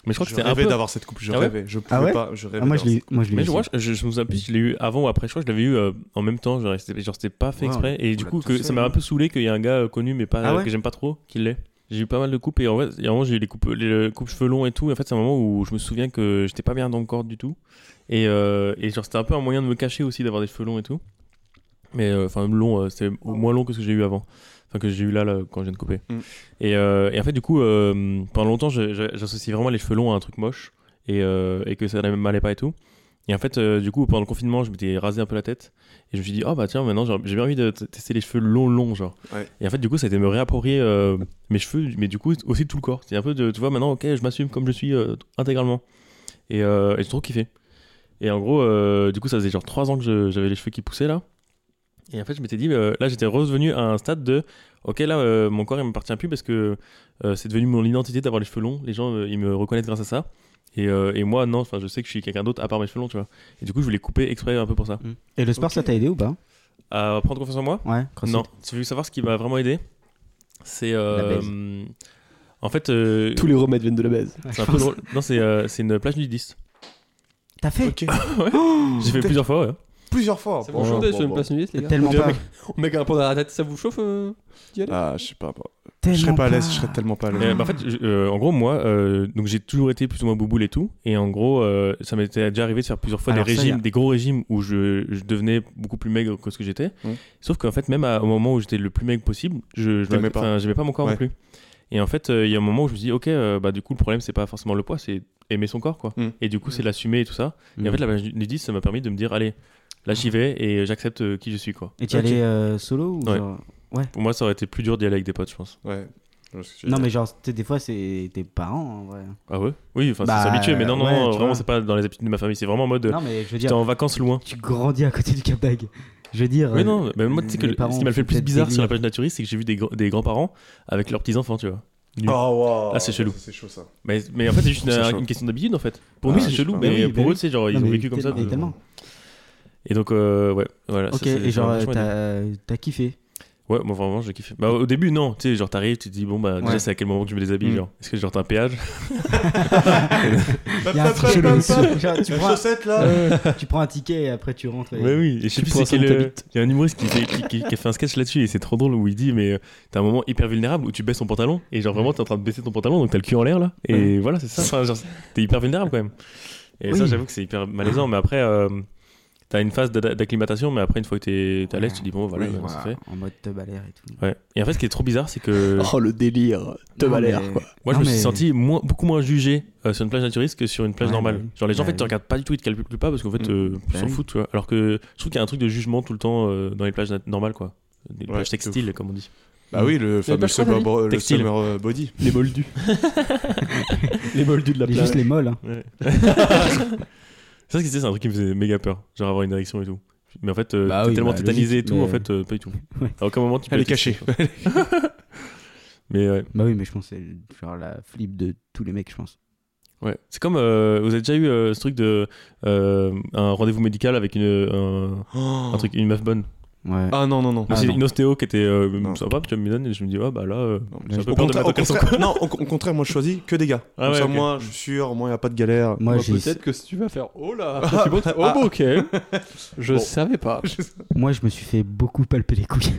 Speaker 3: Mais je crois que
Speaker 4: Je
Speaker 3: c'était un
Speaker 4: rêvais
Speaker 3: peu.
Speaker 4: d'avoir cette coupe, je
Speaker 3: Ah ouais
Speaker 4: rêvais. Je
Speaker 1: Ah ouais
Speaker 4: pouvais pas, je rêvais.
Speaker 1: Ah, moi, je
Speaker 4: d'avoir
Speaker 1: l'ai moi, je l'ai
Speaker 3: Mais
Speaker 1: eu
Speaker 3: je,
Speaker 1: aussi.
Speaker 3: moi, je, je- je me souviens plus, je l'ai eu avant ou après. Je crois que je l'avais eu euh, en même temps. Genre, c'était genre, c'était pas fait
Speaker 1: Wow.
Speaker 3: exprès. Et du
Speaker 4: On
Speaker 3: coup,
Speaker 4: l'a
Speaker 3: que,
Speaker 4: tous
Speaker 3: ça
Speaker 4: fait,
Speaker 3: m'a un
Speaker 4: hein.
Speaker 3: peu saoulé qu'il y a un gars euh, connu, mais pas,
Speaker 1: Ah
Speaker 3: euh,
Speaker 1: ouais
Speaker 3: que j'aime pas trop, qu'il l'est. J'ai eu pas mal de coupes et en vrai, il y a un moment, j'ai eu les coupes, les, les coupes cheveux longs et tout. Et en fait, c'est un moment où je me souviens que j'étais pas bien dans le corps du tout. Et, euh, et genre, c'était un peu un moyen de me cacher aussi d'avoir des cheveux longs et tout. Mais euh, enfin, long, euh, c'était moins long que ce que j'ai eu avant. Enfin, que j'ai eu là, là, quand je viens de couper.
Speaker 4: Mm.
Speaker 3: Et, euh, et en fait, du coup, euh, pendant longtemps, je- je- j'associe vraiment les cheveux longs à un truc moche et, euh, et que ça ne m'allait pas et tout. Et en fait, euh, du coup, pendant le confinement, je m'étais rasé un peu la tête et je me suis dit, oh bah tiens, maintenant j'ai j'ai bien envie de t- tester les cheveux longs, longs, genre.
Speaker 4: Ouais.
Speaker 3: Et en fait, du coup, ça a été me réapproprier euh, mes cheveux, mais du coup, aussi tout le corps. C'est un peu de, tu vois, maintenant, ok, je m'assume comme je suis euh, intégralement. Et, euh, et j'ai trop kiffé. Et en gros, euh, du coup, ça faisait genre 3 ans que je- j'avais les cheveux qui poussaient là. Et en fait, je m'étais dit, euh, là, j'étais revenu à un stade de, ok, là, euh, mon corps, il m'appartient plus parce que euh, c'est devenu mon identité d'avoir les cheveux longs. Les gens, euh, ils me reconnaissent grâce à ça. Et, euh, et moi, non, enfin, je sais que je suis quelqu'un d'autre à part mes cheveux longs, tu vois. Et du coup, je voulais couper exprès un peu pour ça.
Speaker 1: Hmm. Et le sport, ça t'a aidé ou pas
Speaker 3: À Euh, prendre confiance en moi
Speaker 1: Ouais, CrossFit.
Speaker 3: Non, tu veux savoir ce qui m'a vraiment aidé C'est. euh,
Speaker 1: La baise.
Speaker 3: hum, en fait. euh,
Speaker 10: Tous les remèdes viennent de la baise.
Speaker 3: C'est un peu drôle. Non, c'est euh, c'est une plage nudiste.
Speaker 1: T'as fait
Speaker 3: Ouais. J'ai fait plusieurs fois, ouais.
Speaker 4: Plusieurs fois.
Speaker 2: Ça
Speaker 4: bon,
Speaker 2: vous chauffe
Speaker 4: bon,
Speaker 2: d'aller sur une
Speaker 4: bon,
Speaker 2: place nudiste, les gars
Speaker 1: Oh, Tellement
Speaker 2: On dirait
Speaker 1: pas.
Speaker 2: un mec- Un mec à répondre à la tête, ça vous chauffe euh, d'y aller
Speaker 4: Ah, je sais pas. bon.
Speaker 1: Tellement
Speaker 4: Je serais pas à l'aise,
Speaker 1: pas.
Speaker 4: je serais tellement pas à
Speaker 3: Euh,
Speaker 4: l'aise.
Speaker 3: bah, en fait, je- euh, en gros, moi, euh, donc j'ai toujours été plus ou moins bouboule et tout, et en gros, euh, ça m'était déjà arrivé de faire plusieurs fois
Speaker 1: Alors
Speaker 3: des
Speaker 1: ça,
Speaker 3: régimes,
Speaker 1: y a-
Speaker 3: des gros régimes où je, je devenais beaucoup plus maigre que ce que j'étais.
Speaker 4: Mm.
Speaker 3: Sauf qu'en fait, même à- au moment où j'étais le plus maigre possible, je, je
Speaker 4: T'aimais pas.
Speaker 3: enfin, j'aimais pas mon corps
Speaker 4: Ouais.
Speaker 3: non plus. Et en fait, euh, il y a un moment où je me suis dit, ok, euh, bah du coup, le problème c'est pas forcément le poids, c'est aimer son corps, quoi.
Speaker 4: Mm.
Speaker 3: Et du coup, c'est l'assumer et tout ça.
Speaker 1: Mm.
Speaker 3: Et en fait, la page nudiste, ça m'a permis de me dire, allez, là j'y vais et j'accepte euh, qui je suis, quoi.
Speaker 1: Et t'y allais euh, solo ou
Speaker 3: Ouais.
Speaker 1: genre-
Speaker 3: Pour moi, ça aurait été plus dur d'y aller avec des potes, je pense.
Speaker 4: Ouais. Je vois ce que tu veux
Speaker 1: Non,
Speaker 4: dire.
Speaker 1: mais genre, t'es- des fois, c'est tes parents en vrai.
Speaker 3: Ah ouais Oui, enfin,
Speaker 1: Bah,
Speaker 3: c'est s'habituer, mais non, non,
Speaker 1: ouais,
Speaker 3: non,
Speaker 1: tu
Speaker 3: vraiment,
Speaker 1: vois.
Speaker 3: c'est pas dans les habitudes de ma famille, c'est vraiment en mode.
Speaker 1: Non, mais je veux
Speaker 3: J'étais
Speaker 1: dire,
Speaker 3: en vacances loin.
Speaker 1: tu grandis à côté du Cap d'Agde. Je veux dire.
Speaker 3: Mais
Speaker 1: euh,
Speaker 3: non, mais moi, tu sais que
Speaker 1: les
Speaker 3: le- ce
Speaker 1: parents
Speaker 3: qui m'a fait le plus
Speaker 1: peut-être
Speaker 3: bizarre sur la
Speaker 1: délire.
Speaker 3: page naturiste, c'est que j'ai vu des, gr- des grands-parents avec leurs petits-enfants, tu vois. Nul.
Speaker 4: Oh, wow.
Speaker 3: Ah, c'est chelou.
Speaker 4: C'est chaud ça.
Speaker 3: Mais, mais en fait, c'est juste une,
Speaker 4: C'est chaud.
Speaker 3: une question d'habitude, en fait. Pour
Speaker 4: Ah,
Speaker 3: nous, c'est
Speaker 4: je
Speaker 3: chelou,
Speaker 4: sais pas.
Speaker 3: mais,
Speaker 1: Mais Bah oui,
Speaker 3: pour
Speaker 1: mais
Speaker 3: eux,
Speaker 1: oui.
Speaker 3: tu sais, genre, ils
Speaker 1: Non,
Speaker 3: ont
Speaker 1: mais
Speaker 3: vécu comme ça.
Speaker 1: tellement-
Speaker 3: de-
Speaker 1: tellement. Bah,
Speaker 3: Et donc, euh, ouais, voilà. ça,
Speaker 1: Ok,
Speaker 3: c'est-
Speaker 1: et
Speaker 3: ça m'a
Speaker 1: genre,
Speaker 3: vachement aidé.
Speaker 1: t'as t'as kiffé.
Speaker 3: Ouais, moi, vraiment, j'ai kiffé. Bah, au début, non, tu sais, genre, t'arrives, tu te dis, bon, bah, déjà,
Speaker 1: Ouais.
Speaker 3: c'est à quel moment que je me déshabille,
Speaker 1: Mm.
Speaker 3: genre. Est-ce que, genre, t'as un péage
Speaker 1: Y a un truc chelou dessus. Genre, tu
Speaker 9: La
Speaker 1: prends-
Speaker 9: chaussette là
Speaker 1: Tu prends un ticket et après tu rentres. et-
Speaker 3: Ouais, oui. Et je sais plus
Speaker 10: prends ça
Speaker 3: c'est quel.
Speaker 10: où
Speaker 3: euh, Il y a un humoriste qui, fait- qui, qui- qui a fait un sketch là-dessus et c'est trop drôle où il dit mais euh, t'as un moment hyper vulnérable où tu baisses ton pantalon et genre vraiment t'es en train de baisser ton pantalon donc t'as le cul en l'air là et voilà c'est ça. Enfin, genre, t'es hyper vulnérable quand même. Et ça
Speaker 1: Oui.
Speaker 3: j'avoue que c'est hyper malaisant mais après euh, t'as une phase d'ad- d'acclimatation mais après une fois que t'es t'es à l'aise tu dis bon voilà
Speaker 1: Oui,
Speaker 3: maintenant,
Speaker 1: voilà,
Speaker 3: c'est fait.
Speaker 1: En mode te balère et tout.
Speaker 3: Ouais. Et en fait ce qui est trop bizarre c'est que
Speaker 10: Oh le délire, Tom
Speaker 1: Non,
Speaker 10: a l'air
Speaker 1: mais-
Speaker 10: quoi.
Speaker 3: moi
Speaker 1: Non,
Speaker 3: je me suis
Speaker 1: mais-
Speaker 3: senti moins, beaucoup moins jugé euh, sur une plage naturiste que sur une plage
Speaker 1: Ouais,
Speaker 3: normale.
Speaker 1: bah oui.
Speaker 3: Genre les gens en
Speaker 1: Bah
Speaker 3: fait te
Speaker 1: oui.
Speaker 3: regardent pas du tout ils te calculent pas parce qu'en fait
Speaker 1: Mm.
Speaker 3: euh, ils
Speaker 1: Bah
Speaker 3: s'en
Speaker 1: oui.
Speaker 3: foutent tu vois. Alors que je trouve qu'il y a un truc de jugement tout le temps euh, dans les plages nat- normales quoi. Des
Speaker 4: Ouais,
Speaker 3: plages
Speaker 4: de
Speaker 3: textiles comme on dit.
Speaker 4: Bah oui, le fameux
Speaker 2: pas chaud,
Speaker 4: summer,
Speaker 2: David
Speaker 4: bo- le
Speaker 3: Textile.
Speaker 4: summer, euh, body.
Speaker 10: Les moldus. les moldus de la
Speaker 1: Les- Juste
Speaker 10: plage.
Speaker 1: les molles. hein.
Speaker 3: Ça, c'est un truc qui me faisait méga peur, genre avoir une érection et tout. Mais en fait, euh,
Speaker 1: Bah
Speaker 3: t'es
Speaker 1: oui,
Speaker 3: tellement
Speaker 1: bah,
Speaker 3: tétanisé et
Speaker 1: logique,
Speaker 3: tout, en
Speaker 1: mais-
Speaker 3: fait, euh, pas du tout.
Speaker 1: Ouais.
Speaker 3: À aucun moment tu peux.
Speaker 4: Elle est
Speaker 3: être excité,
Speaker 4: cachée.
Speaker 3: quoi. mais ouais,
Speaker 1: Bah oui, mais je pense que c'est genre la flip de tous les mecs, je pense.
Speaker 3: ouais. C'est comme, euh, vous avez déjà eu euh, ce truc de euh, un rendez-vous médical avec une un, un truc une meuf bonne.
Speaker 1: Ouais.
Speaker 4: Ah non, non, non.
Speaker 3: Moi, c'est
Speaker 1: non.
Speaker 3: une ostéo qui était euh,
Speaker 4: Non.
Speaker 3: sympa, puis tu me donnes et je me dis ah bah là, euh,
Speaker 4: Non,
Speaker 3: j'ai un peu
Speaker 4: Au
Speaker 3: peur de mettre
Speaker 4: contraire, au
Speaker 3: un caleçon.
Speaker 4: contraire- non, au, au contraire, moi je choisis que des gars.
Speaker 3: Ah
Speaker 4: Comme
Speaker 3: ouais,
Speaker 4: ça,
Speaker 3: ok.
Speaker 4: moi je suis sûr, moi y a pas de galère.
Speaker 1: Moi,
Speaker 2: Bah,
Speaker 1: j'ai-
Speaker 2: Peut-être que si tu vas faire oh là, tu montes, oh
Speaker 4: Ah.
Speaker 2: bah, ok. Je
Speaker 4: Bon.
Speaker 2: savais pas.
Speaker 1: Moi, je me suis fait beaucoup palper les couilles.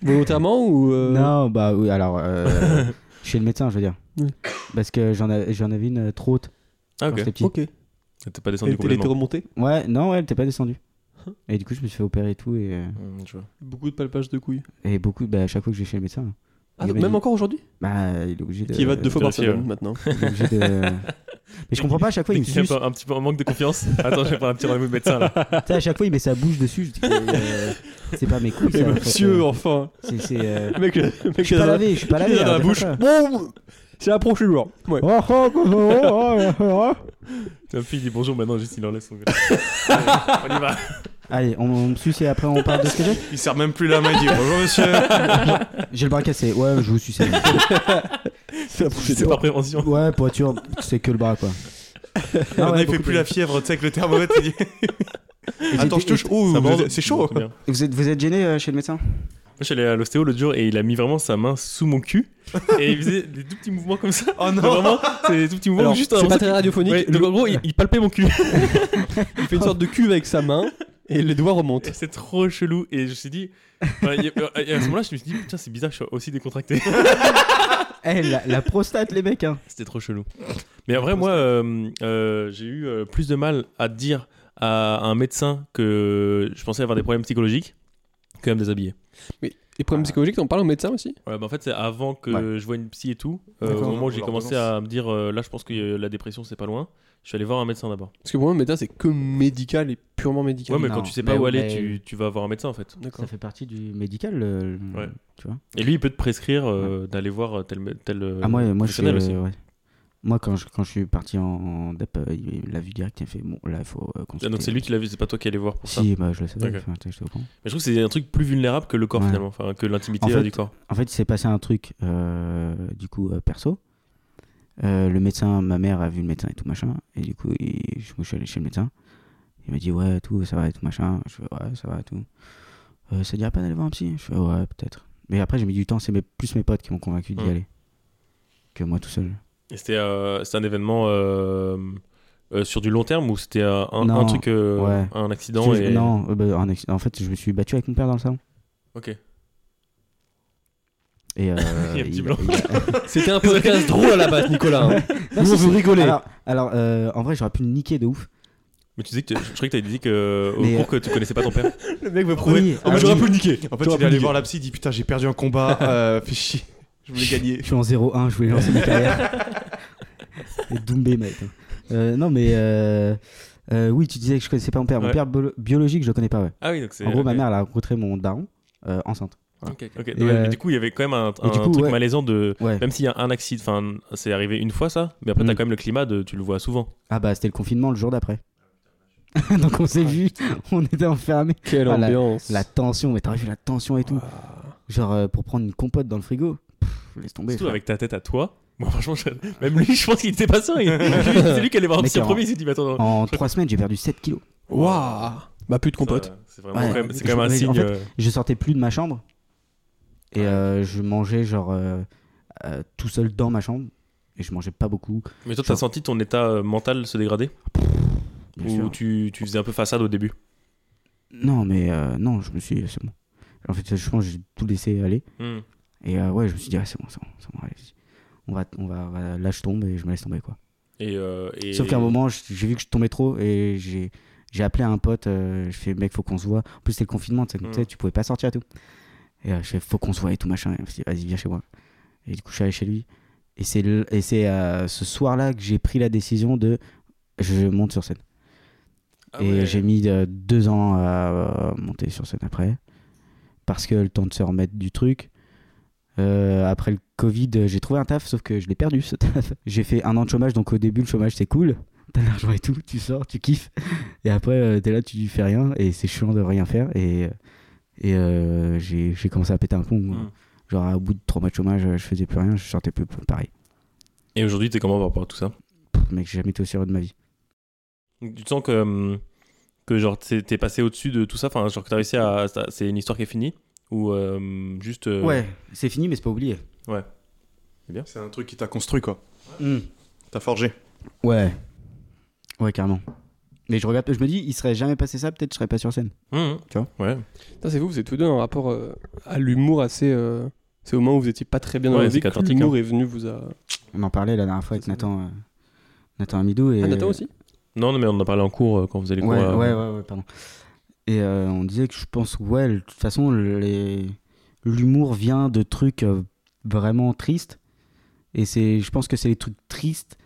Speaker 2: Volontairement ou euh,
Speaker 1: Non, bah oui, alors. euh, chez le médecin, je veux dire.
Speaker 2: Oui.
Speaker 1: Parce que j'en av- j'en avais une euh, trop haute quand
Speaker 3: Ah ok.
Speaker 1: j'étais petit.
Speaker 2: Ok.
Speaker 3: T'es pas descendu
Speaker 2: Elle était
Speaker 3: complètement.
Speaker 2: remontée.
Speaker 1: Ouais, non, ouais, elle t'est pas descendue. Et du coup, je me suis fait opérer et tout. Et, euh,
Speaker 3: Hum, tu vois.
Speaker 2: Beaucoup de palpages de couilles.
Speaker 1: et beaucoup, bah, à chaque fois que j'ai chez le médecin,
Speaker 2: Ah,
Speaker 1: Il
Speaker 2: donc
Speaker 1: avait
Speaker 2: même
Speaker 1: dit-
Speaker 2: encore aujourd'hui
Speaker 1: bah, il est obligé de.
Speaker 2: Qui va deux fois
Speaker 3: de
Speaker 2: par
Speaker 3: la fille,
Speaker 2: semaine
Speaker 3: ouais.
Speaker 2: maintenant.
Speaker 1: il est obligé de- euh, Mais je comprends pas, à chaque fois, il me
Speaker 3: Dès qu'il y a
Speaker 1: suce.
Speaker 3: pas- un petit peu un manque de confiance. Attends, je vais faire un petit rendez-vous de médecin là.
Speaker 1: Tu sais, à chaque fois, il met sa bouche dessus. je dis, euh, c'est pas mes couilles.
Speaker 2: Mais
Speaker 1: ça, en fait,
Speaker 2: monsieur,
Speaker 1: euh,
Speaker 2: enfin.
Speaker 1: c'est- c'est, euh,
Speaker 2: Mec, le-
Speaker 1: Je
Speaker 2: mec,
Speaker 1: suis
Speaker 2: il a-
Speaker 1: pas lavé, je suis pas lavé.
Speaker 2: il a dans la
Speaker 1: arrêtez
Speaker 2: bouche.
Speaker 1: ça.
Speaker 2: Bon, c'est la prochaine jour. Ouais.
Speaker 1: Oh, oh, oh, oh, oh, oh.
Speaker 3: La fille dit bonjour, maintenant juste il enlève son. gars. on y va.
Speaker 1: Allez, on, on me suce et après on parle de ce que j'ai.
Speaker 4: Il serre même plus la main, il dit bonjour monsieur.
Speaker 2: Ah
Speaker 1: J'ai le bras cassé. Ouais, je vous suce.
Speaker 2: C'est la prochaine
Speaker 3: C'est
Speaker 2: jour.
Speaker 3: par prévention.
Speaker 1: Ouais, poiture, c'est que le bras quoi.
Speaker 4: on
Speaker 1: ouais,
Speaker 4: il fait
Speaker 1: beaucoup
Speaker 4: plus
Speaker 1: de-
Speaker 4: la fièvre, tu sais, avec le thermomètre. il dit,
Speaker 1: Et
Speaker 4: Attends, je
Speaker 1: j'étais-
Speaker 4: touche. Ouh,
Speaker 3: Ça mord.
Speaker 4: c'est chaud. hein.
Speaker 3: Bien.
Speaker 1: et Vous êtes, vous êtes gêné euh, chez le médecin
Speaker 3: Moi, je suis allé à l'ostéo l'autre jour et il a mis vraiment sa main sous mon cul et il faisait des tout petits mouvements comme ça.
Speaker 4: Oh non.
Speaker 3: Vraiment, c'est des tout petits mouvements
Speaker 2: Alors,
Speaker 3: juste
Speaker 2: c'est
Speaker 3: avant
Speaker 2: pas
Speaker 3: ça.
Speaker 2: très radiophonique.
Speaker 3: Ouais,
Speaker 2: le
Speaker 3: donc, en gros, il, il palpait mon cul.
Speaker 2: il fait une sorte de cuve avec sa main et les doigts remontent.
Speaker 3: Et c'est trop chelou et je me suis dit. enfin, il y a- et à ce moment-là, je me suis dit, putain, c'est bizarre que je sois aussi décontracté.
Speaker 1: Eh, la, la prostate, les mecs, hein.
Speaker 3: C'était trop chelou. Mais en vrai, moi, euh, euh, j'ai eu euh, plus de mal à dire à un médecin que je pensais avoir des problèmes psychologiques que à me déshabiller.
Speaker 2: Les problèmes psychologiques, t'en parles au médecin aussi
Speaker 3: Ouais, bah en fait, c'est avant que je voie une psy et tout. euh, au
Speaker 4: D'accord.
Speaker 3: moment où j'ai
Speaker 4: Leur
Speaker 3: commencé
Speaker 4: relance.
Speaker 3: à me dire, euh, là, je pense que euh, la dépression, c'est pas loin. Je suis allé voir un médecin d'abord.
Speaker 2: Parce que pour moi, le médecin, c'est que médical et purement médical.
Speaker 3: Ouais, mais
Speaker 1: Non,
Speaker 3: quand tu sais pas
Speaker 1: mais-
Speaker 3: où aller,
Speaker 1: mais-
Speaker 3: tu, tu vas voir un médecin en fait.
Speaker 2: D'accord.
Speaker 1: Ça fait partie du médical. le- le-
Speaker 3: Ouais.
Speaker 1: Tu vois
Speaker 3: Et lui, il peut te prescrire euh, d'aller voir tel. tel euh,
Speaker 1: Ah, moi, moi je suis.
Speaker 3: professionnel aussi.
Speaker 1: euh, ouais. moi, quand je, quand je suis parti en, en DEP, euh, il il l'a vu direct, il a fait Bon, là, il faut euh,
Speaker 3: Ah,
Speaker 1: consulter.
Speaker 3: donc c'est lui qui l'a vu, c'est pas toi qui allais voir pour ça.
Speaker 1: Si, bah, je le savais,
Speaker 3: Ok.
Speaker 1: enfin, j'étais j'étais au courant.
Speaker 3: Mais je trouve que c'est un truc plus vulnérable que le corps
Speaker 1: Ouais.
Speaker 3: finalement, enfin, que l'intimité
Speaker 1: En
Speaker 3: euh,
Speaker 1: fait-
Speaker 3: du corps.
Speaker 1: En fait, il s'est passé un truc, euh, du coup, euh, perso. Euh, le médecin, ma mère a vu le médecin et tout machin. Et du coup, il- je, moi, je suis allé chez le médecin. Il m'a dit, ouais, tout, ça va et tout machin. Je fais, ouais, ça va et tout. Euh, ça te dirait pas d'aller voir un psy Je fais, ouais, peut-être. Mais après, j'ai mis du temps, c'est mes- plus mes potes qui m'ont convaincu d'y
Speaker 3: Hmm.
Speaker 1: aller que moi tout seul.
Speaker 3: Et c'était euh, c'était un événement euh, euh, sur du long terme ou c'était euh, un,
Speaker 1: Non,
Speaker 3: un truc, euh,
Speaker 1: ouais.
Speaker 3: un accident
Speaker 1: Je-
Speaker 3: et...
Speaker 1: Non, euh, bah, un accident. en fait, je me suis battu avec mon père dans le salon.
Speaker 3: Ok.
Speaker 1: Et, euh,
Speaker 3: Il y a un petit
Speaker 1: il-
Speaker 3: blanc.
Speaker 1: il-
Speaker 2: C'était un podcast drôle à la base, Nicolas. hein.
Speaker 1: Non,
Speaker 2: Nous, on
Speaker 1: si,
Speaker 2: veut
Speaker 1: si.
Speaker 2: rigoler.
Speaker 1: Alors, alors, euh, en vrai, j'aurais pu le niquer de ouf.
Speaker 3: Mais tu disais que tu- je croyais que t'avais dit que au
Speaker 1: Mais, euh,
Speaker 3: cours que tu connaissais pas ton père.
Speaker 2: Le mec veut prouver.
Speaker 1: Oui,
Speaker 2: Oh, mais
Speaker 1: ah
Speaker 2: j'aurais
Speaker 1: oui,
Speaker 2: pu le niquer.
Speaker 4: En
Speaker 2: J'aurais
Speaker 4: fait, il
Speaker 2: pu
Speaker 4: est
Speaker 2: le
Speaker 4: allé
Speaker 2: niquer.
Speaker 4: voir la psy, il dit putain, j'ai perdu un combat, euh, fais chier. Je voulais
Speaker 1: Je
Speaker 4: gagner.
Speaker 1: suis en 0-1, je voulais lancer ma carrière. Et Doumbé, mec. hein. Euh, non, mais euh, euh, oui, tu disais que je connaissais pas mon père. Mon
Speaker 3: Ouais.
Speaker 1: père bio- biologique, je le connais pas, ouais.
Speaker 3: Ah oui, donc c'est.
Speaker 1: En gros, ma
Speaker 3: ok.
Speaker 1: mère, elle a rencontré mon daron euh, enceinte.
Speaker 3: Ok,
Speaker 1: Et,
Speaker 3: donc, ouais,
Speaker 1: euh,
Speaker 3: mais du coup, il y avait quand même un,
Speaker 1: et
Speaker 3: un
Speaker 1: du coup,
Speaker 3: truc
Speaker 1: ouais.
Speaker 3: malaisant de.
Speaker 1: Ouais.
Speaker 3: Même s'il y a un accident, enfin, c'est arrivé une fois ça, mais après
Speaker 1: Mm.
Speaker 3: t'as quand même le climat de. Tu le vois souvent.
Speaker 1: Ah bah, c'était le confinement le jour d'après. Donc on s'est
Speaker 3: Ah.
Speaker 1: vu, on était enfermés.
Speaker 2: Quelle
Speaker 1: Ah, la-
Speaker 2: ambiance.
Speaker 1: La tension, mais t'as vu la tension et tout.
Speaker 3: Ah.
Speaker 1: Genre euh, pour prendre une compote dans le frigo. Pff, laisse tomber.
Speaker 3: Surtout
Speaker 1: frère.
Speaker 3: avec ta tête à toi. Moi, franchement, je- même lui, je pense qu'il était pas serein. Il- C'est lui qui allait voir un
Speaker 1: Mec,
Speaker 3: psy en
Speaker 1: en-
Speaker 3: premier. Il s'est dit, mais attends, non.
Speaker 1: En 3 semaines, j'ai perdu 7 kilos.
Speaker 2: Waouh. Bah, plus de compote.
Speaker 3: Ça, C'est vraiment
Speaker 1: Ouais.
Speaker 3: quand même- c'est quand même un
Speaker 1: Je- en
Speaker 3: signe.
Speaker 1: fait,
Speaker 3: euh,
Speaker 1: Je sortais plus de ma chambre. Et
Speaker 3: Ah Ouais.
Speaker 1: euh, je mangeais genre euh, euh, tout seul dans ma chambre. Et je mangeais pas beaucoup.
Speaker 3: Mais toi, t'as
Speaker 1: Genre-
Speaker 3: senti ton état euh, mental se dégrader
Speaker 1: bien
Speaker 3: Ou
Speaker 1: sûr.
Speaker 3: tu, tu faisais un peu façade au début
Speaker 1: Non, mais euh, non, je me suis. C'est bon. En fait, je pense que j'ai tout laissé aller. Et euh, ouais, je me suis dit, ah, c'est bon, c'est bon, c'est bon, allez, vas-y. on va, on va, on va- là je tombe et je me laisse tomber quoi.
Speaker 3: Et, euh, et-
Speaker 1: Sauf qu'à un moment, je- j'ai vu que je tombais trop et j'ai j'ai appelé un pote. euh, je fais, mec, faut qu'on se voit. En plus, c'était le confinement, tu sais,
Speaker 3: Mm.
Speaker 1: tu sais, tu pouvais pas sortir et tout. Et euh, je fais, faut qu'on se voit et tout machin. Et il me dit, vas-y, viens chez moi. Et du coup, je suis allé chez lui. Et c'est le- et c'est euh, ce soir-là que j'ai pris la décision de je monte sur scène.
Speaker 3: Ah
Speaker 1: et
Speaker 3: ouais.
Speaker 1: j'ai mis euh, deux ans à euh, monter sur scène après. Parce que le temps de se remettre du truc. Euh, après le Covid, euh, j'ai trouvé un taf, sauf que je l'ai perdu ce taf. J'ai fait un an de chômage, donc au début, le chômage c'est cool. T'as de l'argent et tout, tu sors, tu kiffes. Et après, euh, t'es là, tu fais rien. Et c'est chiant de rien faire. Et, euh, et euh, j'ai j'ai commencé à péter un plomb.
Speaker 3: Mm.
Speaker 1: Genre, au bout de trois mois de chômage, euh, je faisais plus rien, je sortais plus pour Paris.
Speaker 3: Et aujourd'hui, t'es comment par rapport à tout ça
Speaker 1: Pff, mec, j'ai jamais été aussi heureux de ma vie.
Speaker 3: Donc, Tu te sens que, hum, que genre, t'es t'es passé au-dessus de tout ça Enfin, genre que t'as réussi à. ça- C'est une histoire qui est finie Ou euh, juste. euh,
Speaker 1: Ouais, c'est fini, mais c'est pas oublié.
Speaker 4: C'est un truc qui t'a construit, quoi.
Speaker 3: Hmm.
Speaker 4: T'as forgé.
Speaker 1: Ouais. Ouais, carrément. Mais je regarde, je me dis, il serait jamais passé ça, peut-être je serais pas sur scène.
Speaker 3: hum,
Speaker 1: Tu vois
Speaker 3: Ouais.
Speaker 2: Putain, c'est vous, vous êtes tous deux un rapport euh, à l'humour assez. euh, C'est au moment où vous étiez pas très bien dans
Speaker 3: Ouais,
Speaker 2: la
Speaker 3: c'est
Speaker 2: vie que
Speaker 3: cathartique, hein.
Speaker 2: l'humour est venu vous a.
Speaker 1: On en parlait la dernière fois avec
Speaker 2: C'est ça.
Speaker 1: Nathan, euh, Nathan Amidou. Et...
Speaker 2: Ah, Nathan aussi
Speaker 3: Non, non, mais on en a parlé en cours euh, quand vous allez
Speaker 1: ouais,
Speaker 3: cours.
Speaker 1: ouais,
Speaker 3: euh,
Speaker 1: ouais, ouais, pardon. Et euh, on disait que je pense, ouais, de toute façon, les... l'humour vient de trucs euh, vraiment tristes. Et c'est, je pense que c'est les trucs tristes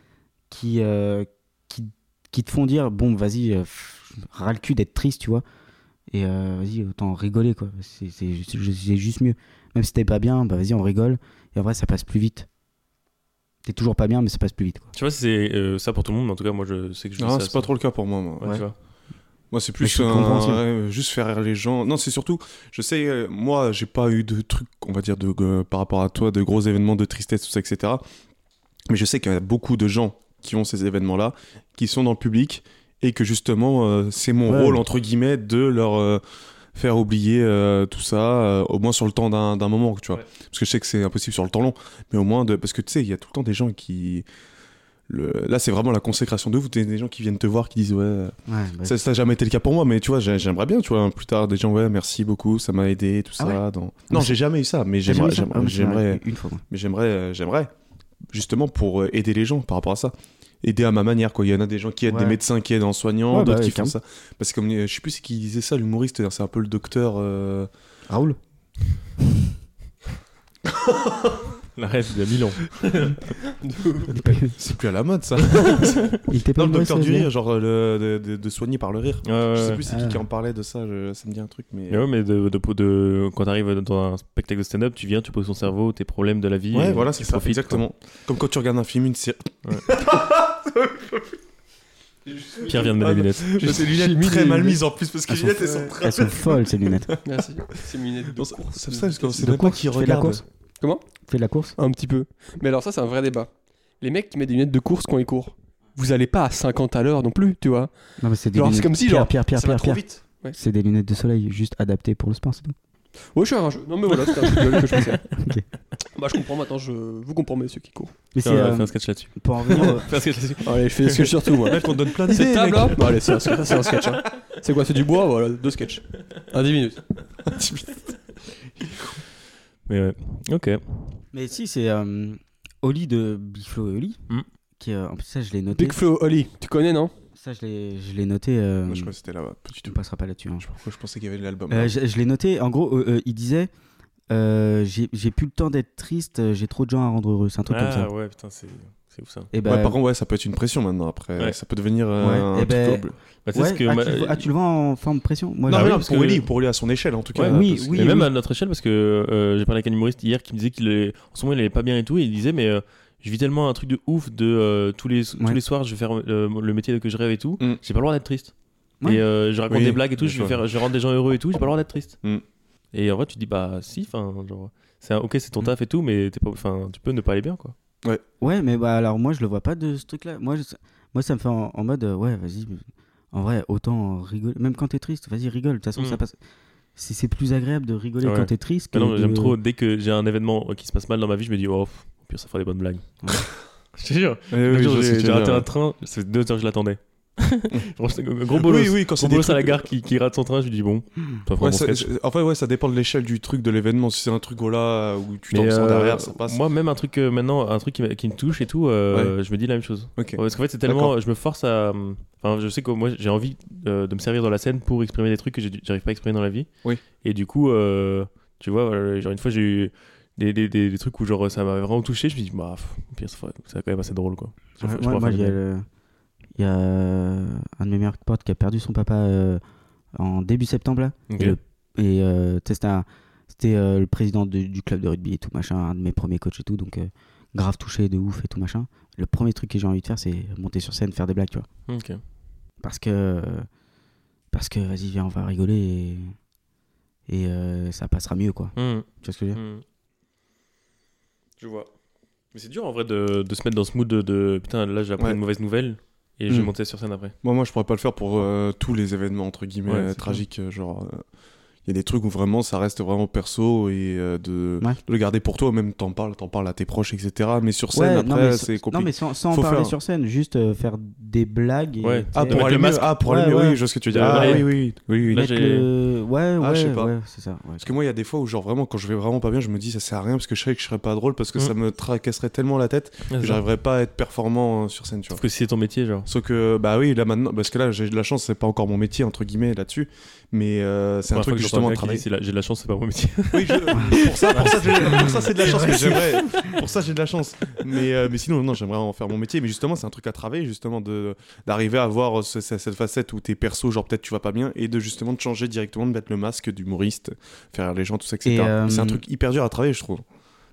Speaker 1: qui, euh, qui, qui te font dire, bon, vas-y, euh, pff, ras le cul d'être triste, tu vois. Et euh, vas-y, autant rigoler, quoi. C'est c'est ju- c'est juste mieux. Même si t'es pas bien, bah vas-y, on rigole. Et en vrai, ça passe plus vite. T'es toujours pas bien, mais ça passe plus vite, quoi.
Speaker 3: Je sais pas si c'est euh, ça pour tout le monde, mais en tout cas, moi, je sais que je.
Speaker 4: Non,
Speaker 3: ça-
Speaker 4: Ah, c'est pas
Speaker 3: ça-
Speaker 4: trop le cas pour moi. Moi,
Speaker 3: Ouais,
Speaker 1: Ouais.
Speaker 3: tu vois.
Speaker 4: Moi, c'est
Speaker 1: Mais
Speaker 4: plus
Speaker 1: je suis
Speaker 4: un-
Speaker 1: compréhensible.
Speaker 4: ouais, juste faire rire les gens. Non, c'est surtout, je sais, euh, moi, j'ai pas eu de trucs, on va dire, de, euh, par rapport à toi, de gros événements de tristesse, tout ça, etc. Mais je sais qu'il y a beaucoup de gens qui ont ces événements-là, qui sont dans le public, et que justement, euh, c'est mon
Speaker 1: Ouais.
Speaker 4: rôle, entre guillemets, de leur euh, faire oublier euh, tout ça, euh, au moins sur le temps d'un d'un moment, tu vois. Parce que je sais que c'est impossible sur le temps long, mais au moins, de... parce que tu sais, il y a tout le temps des gens qui. le- Là, c'est vraiment la consécration de vous. T'as des gens qui viennent te voir, qui disent, ouais. euh,
Speaker 1: Ouais, bah,
Speaker 4: ça, ça n'a jamais été le cas pour moi, mais tu vois, j'ai- j'aimerais bien, tu vois, plus tard, des gens, ouais, merci beaucoup, ça m'a aidé, tout
Speaker 1: Ah
Speaker 4: ça. dans- Non, j'ai jamais eu ça, mais
Speaker 1: j'ai
Speaker 4: j'aimerais,
Speaker 1: jamais ça. Ah, moi, ça
Speaker 4: j'aimerais,
Speaker 1: m'est
Speaker 4: j'aimerais,
Speaker 1: arrivé une fois. moi.
Speaker 4: mais j'aimerais, euh, j'aimerais, justement, pour euh, aider les gens par rapport à ça. Aider à ma manière, quoi. Il y en a des gens qui aident,
Speaker 1: Ouais.
Speaker 4: des médecins qui aident en soignant,
Speaker 1: Ouais, bah
Speaker 4: d'autres
Speaker 1: ouais,
Speaker 4: qui font ça. Parce que, comme, euh, je sais plus c'est qui disait ça, l'humoriste, c'est-à-dire, c'est un peu le docteur. euh,
Speaker 1: Raoul
Speaker 3: La rêve de Milan.
Speaker 4: C'est plus à la mode ça.
Speaker 1: Il t'est pas
Speaker 4: Dans le
Speaker 1: mauvais,
Speaker 4: docteur
Speaker 1: ça,
Speaker 4: du
Speaker 1: je
Speaker 4: rire, genre euh, le- de, de- de soigner par le rire.
Speaker 3: Ouais, ouais,
Speaker 4: Je sais
Speaker 3: ouais.
Speaker 4: plus c'est
Speaker 1: Ah.
Speaker 4: qui qui en parlait de ça, je- ça me dit un truc, mais.
Speaker 3: Mais ouais, mais de, de, de- quand t'arrives dans un spectacle de stand-up, tu viens, tu poses ton cerveau, tes problèmes de la vie.
Speaker 4: Ouais,
Speaker 3: et
Speaker 4: voilà,
Speaker 3: tu
Speaker 4: c'est ça,
Speaker 3: profites,
Speaker 4: exactement. Comme quand tu regardes un film, une série.
Speaker 3: quoi. Pierre vient de mettre
Speaker 4: Ah,
Speaker 3: des lunettes.
Speaker 4: Je sais, les lunettes
Speaker 2: mis
Speaker 4: très
Speaker 2: des
Speaker 4: mal
Speaker 2: lunettes.
Speaker 4: mises en plus, parce que
Speaker 1: Elles
Speaker 4: les
Speaker 1: sont
Speaker 4: lunettes, elles sont très.
Speaker 1: Elles sont folles ces lunettes.
Speaker 2: Merci. Ah, C'est une lunette de course. euh.
Speaker 4: C'est ça, parce qu'on sait
Speaker 1: De
Speaker 4: même pas
Speaker 1: course,
Speaker 4: qui
Speaker 1: tu fais de la
Speaker 4: regarde.
Speaker 1: course
Speaker 2: Comment
Speaker 1: Tu fais de la course
Speaker 2: Un petit peu. Mais alors ça, c'est un vrai débat. Les mecs qui mettent des lunettes de course quand ils courent, vous allez pas à 50 à l'heure non plus, tu vois.
Speaker 1: Non, mais c'est des
Speaker 2: Genre, c'est
Speaker 1: lunettes.
Speaker 2: comme si,
Speaker 1: Pierre,
Speaker 2: genre,
Speaker 1: Pierre, Pierre,
Speaker 2: ça va
Speaker 1: Pierre,
Speaker 2: trop
Speaker 1: Pierre.
Speaker 2: vite. Ouais.
Speaker 1: C'est des lunettes de soleil juste adaptées pour le sport, c'est tout.
Speaker 2: Ouais, je suis un rageux. Non, mais voilà, c'était un truc de gueule que je pensais.
Speaker 1: Ok.
Speaker 2: Bah, je comprends maintenant, je vous comprends, messieurs qui courent.
Speaker 1: Mais
Speaker 3: Fais
Speaker 1: c'est
Speaker 3: un-
Speaker 1: euh,
Speaker 3: fais un sketch là-dessus.
Speaker 1: pour en revenir, euh,
Speaker 3: Fais un sketch là-dessus.
Speaker 2: Allez, je fais des sketchs surtout, moi.
Speaker 4: Mec, on donne plein d'idées.
Speaker 2: Cette table
Speaker 4: mec.
Speaker 2: là Bah, allez, c'est un sketch. ça, C'est un sketch, hein. C'est quoi C'est du bois Voilà, deux sketchs. Un 10 minutes.
Speaker 3: Mais ouais. Ok.
Speaker 1: Mais si, c'est euh, Oli de Big Flo et Oli.
Speaker 3: Hmm.
Speaker 1: Qui, euh, en plus, ça, je l'ai noté.
Speaker 2: Big Flow, Oli, tu connais, non
Speaker 1: Ça, je l'ai, je l'ai noté. euh,
Speaker 4: Moi, je crois que c'était là-bas.
Speaker 1: tu ne passeras pas là-dessus. hein.
Speaker 4: Pourquoi Bah, je pensais qu'il y avait l'album
Speaker 1: Euh, je je l'ai noté. En gros, euh, euh, il disait euh, J'ai j'ai plus le temps d'être triste, euh, j'ai trop de gens à rendre heureux. C'est un truc comme
Speaker 3: Ah
Speaker 1: ça.
Speaker 3: ouais, putain, c'est c'est ouf ça.
Speaker 1: Et
Speaker 4: Ouais, par contre, ouais, ça peut être une pression maintenant après.
Speaker 3: Ouais.
Speaker 4: Ça peut devenir euh,
Speaker 1: bah, Ouais.
Speaker 4: un
Speaker 1: Eh
Speaker 4: truc
Speaker 1: ben,
Speaker 4: horrible.
Speaker 3: Bah, tu sais ce que.
Speaker 1: ah,
Speaker 3: ma-
Speaker 1: tu, le vois- ah, tu le vends en forme de pression Moi, j'ai-
Speaker 4: Non, mais
Speaker 3: oui,
Speaker 4: non,
Speaker 3: parce
Speaker 4: pour
Speaker 3: que-
Speaker 4: Oli, pour lui à son échelle en tout
Speaker 3: Ouais,
Speaker 4: cas.
Speaker 1: oui,
Speaker 4: parce que-
Speaker 1: oui,
Speaker 3: et même à notre échelle, parce que euh, j'ai parlé avec un humoriste hier qui me disait qu'il est- en ce moment il allait pas bien et tout, et il disait mais euh, je vis tellement un truc de ouf de euh, tous les tous
Speaker 1: Ouais.
Speaker 3: les soirs je vais faire euh, le métier que je rêve et tout,
Speaker 4: Mm.
Speaker 3: j'ai pas le droit d'être triste.
Speaker 1: Ouais.
Speaker 3: Et euh, je raconte
Speaker 4: Oui,
Speaker 3: des blagues et tout,
Speaker 4: bien
Speaker 3: je vais
Speaker 4: sûr.
Speaker 3: faire je rends des gens heureux et tout, j'ai pas le droit d'être triste.
Speaker 4: Mm.
Speaker 3: Et en vrai tu te dis bah si, enfin genre c'est un- ok c'est ton taf et tout, mais t'es pas, enfin tu peux ne pas aller bien quoi.
Speaker 1: Ouais, mais bah, alors moi, je le vois pas de ce truc-là. Moi, je- moi, ça me fait en, en mode euh, Ouais, vas-y. mais En vrai, autant rigoler. Même quand t'es triste, vas-y, rigole. De toute façon,
Speaker 3: Mm.
Speaker 1: ça passe. C'est c'est plus agréable de rigoler
Speaker 3: Ouais.
Speaker 1: quand t'es triste que.
Speaker 3: Mais non
Speaker 1: de-
Speaker 3: j'aime trop dès que j'ai un événement euh, qui se passe mal dans ma vie, je me dis oh pff, au pire ça fera des bonnes blagues.
Speaker 1: Ouais.
Speaker 3: je te jure,
Speaker 4: Oui, oui,
Speaker 3: un
Speaker 4: je
Speaker 3: jour,
Speaker 4: vois ce que
Speaker 3: j'ai
Speaker 4: tu
Speaker 3: j'ai
Speaker 4: veux
Speaker 3: raté
Speaker 4: dire.
Speaker 3: un train, c'est deux heures que je l'attendais. Genre, c'est Hmm. un gros bolos.
Speaker 4: Oui, oui, quand
Speaker 3: Son
Speaker 4: c'est des
Speaker 3: bolos à la
Speaker 4: trucs-
Speaker 3: gare qui, qui rate son train, je lui dis bon, toi,
Speaker 4: Ouais,
Speaker 3: vraiment,
Speaker 4: ça-
Speaker 3: sketch.
Speaker 4: c'est- en fait, ouais, ça dépend de l'échelle du truc, de l'événement. Si c'est un truc voilà, où tu t'en
Speaker 3: Mais,
Speaker 4: sens
Speaker 3: euh,
Speaker 4: derrière, ça passe.
Speaker 3: Moi, même un truc euh, maintenant, un truc qui, m'a- qui me touche et tout, euh, je me dis la même chose.
Speaker 4: Ok.
Speaker 3: Ouais, Parce qu'en fait, c'est tellement. Je me force à. euh, Enfin, je sais que moi, j'ai envie euh, de me servir dans la scène pour exprimer des trucs que j'ai- j'arrive pas à exprimer dans la vie.
Speaker 4: Oui.
Speaker 3: Et du coup, euh, tu vois, voilà, genre une fois, j'ai eu des, des, des, des trucs où genre ça m'avait vraiment touché. Je me dis, bah, pff, au pire, ça fera- ça va quand même assez drôle, quoi. Je-
Speaker 1: Ouais,
Speaker 3: je
Speaker 1: moi,
Speaker 3: pourrais
Speaker 1: moi,
Speaker 3: faire
Speaker 1: il y a,
Speaker 3: des-
Speaker 1: le- il y a, euh, un de mes meilleurs potes qui a perdu son papa euh, en début septembre. Là.
Speaker 3: Ok.
Speaker 1: Et, le- et, euh, tu sais, c'était, un- c'était, euh, le président de- du club de rugby et tout machin, un de mes premiers coachs et tout, donc euh, grave touché de ouf et tout machin. Le premier truc que j'ai envie de faire, c'est monter sur scène, faire des blagues, tu vois.
Speaker 3: Ok.
Speaker 1: Parce que, parce que vas-y, viens, on va rigoler et, et, euh, ça passera mieux, quoi.
Speaker 3: Hmm.
Speaker 1: Tu vois ce que je veux dire
Speaker 3: Hmm. Je vois. Mais c'est dur en vrai de, de se mettre dans ce mood de, de, putain, là j'ai appris
Speaker 4: Ouais.
Speaker 3: une mauvaise nouvelle et je vais
Speaker 1: Hum.
Speaker 4: Hmm.
Speaker 3: monter sur scène après.
Speaker 4: Moi, moi, je pourrais pas le faire pour euh, tous les événements entre guillemets
Speaker 3: Ouais,
Speaker 4: euh,
Speaker 3: c'est
Speaker 4: tragiques. euh, Genre, il y a des trucs où vraiment ça reste vraiment perso et euh, de,
Speaker 1: Ouais.
Speaker 4: de le garder pour toi. Même t'en parles, t'en parles à tes proches, etc. Mais sur scène,
Speaker 1: Ouais, non, mais
Speaker 4: après,
Speaker 1: sans-
Speaker 4: c'est compliqué.
Speaker 1: Non, mais sans, sans en
Speaker 4: Faut
Speaker 1: parler
Speaker 4: faire-
Speaker 1: sur scène, juste euh, faire des blagues. et,
Speaker 3: Ouais.
Speaker 1: tu sais,
Speaker 4: Ah,
Speaker 3: Mettre
Speaker 4: pour
Speaker 3: le
Speaker 4: aller mieux.
Speaker 3: masque.
Speaker 4: Ah, pour aller
Speaker 1: Ouais,
Speaker 4: mieux.
Speaker 1: ouais.
Speaker 4: Oui, je vois ce que tu veux dire.
Speaker 3: Ouais,
Speaker 4: Ah,
Speaker 3: ouais.
Speaker 4: oui, oui, oui, oui.
Speaker 3: Là,
Speaker 1: Mettre
Speaker 3: j'ai-
Speaker 1: le- Ouais, ouais,
Speaker 4: Ah, je sais pas.
Speaker 1: ouais, c'est ça. ouais.
Speaker 4: Parce que moi, il y a des fois où, genre, vraiment, quand je vais vraiment pas bien, je me dis ça sert à rien parce que je sais que je serais pas drôle parce que
Speaker 3: Mm.
Speaker 4: ça me tracasserait tellement la tête que
Speaker 3: J'arrive.
Speaker 4: j'arriverais pas à être performant euh, sur scène, tu vois.
Speaker 3: Parce que si c'est ton métier, genre.
Speaker 4: Sauf que, bah oui, là maintenant, parce que là, j'ai de la chance, c'est pas encore mon métier, entre guillemets, là-dessus, mais euh, c'est un
Speaker 3: Première fois
Speaker 4: truc
Speaker 3: que
Speaker 4: justement de
Speaker 3: j'entends quelqu'un qui
Speaker 4: travailler.
Speaker 3: dit, c'est la- J'ai de la chance, c'est pas mon métier.
Speaker 4: Oui, je- pour ça, pour ça, j'ai- pour ça, c'est de la chance, mais j'aimerais. Pour ça, j'ai de la chance. Mais, euh, mais sinon, non, j'aimerais en faire mon métier, mais justement, c'est un truc à travailler, justement, de- d'arriver à voir euh, ce- ce- cette facette où t'es perso, genre peut-être tu vas pas bien, et de justement de changer directement, de mettre le masque d'humoriste, faire rire les gens, tout ça, etc.
Speaker 1: Et, euh,
Speaker 4: C'est un truc hyper dur à travailler, je trouve.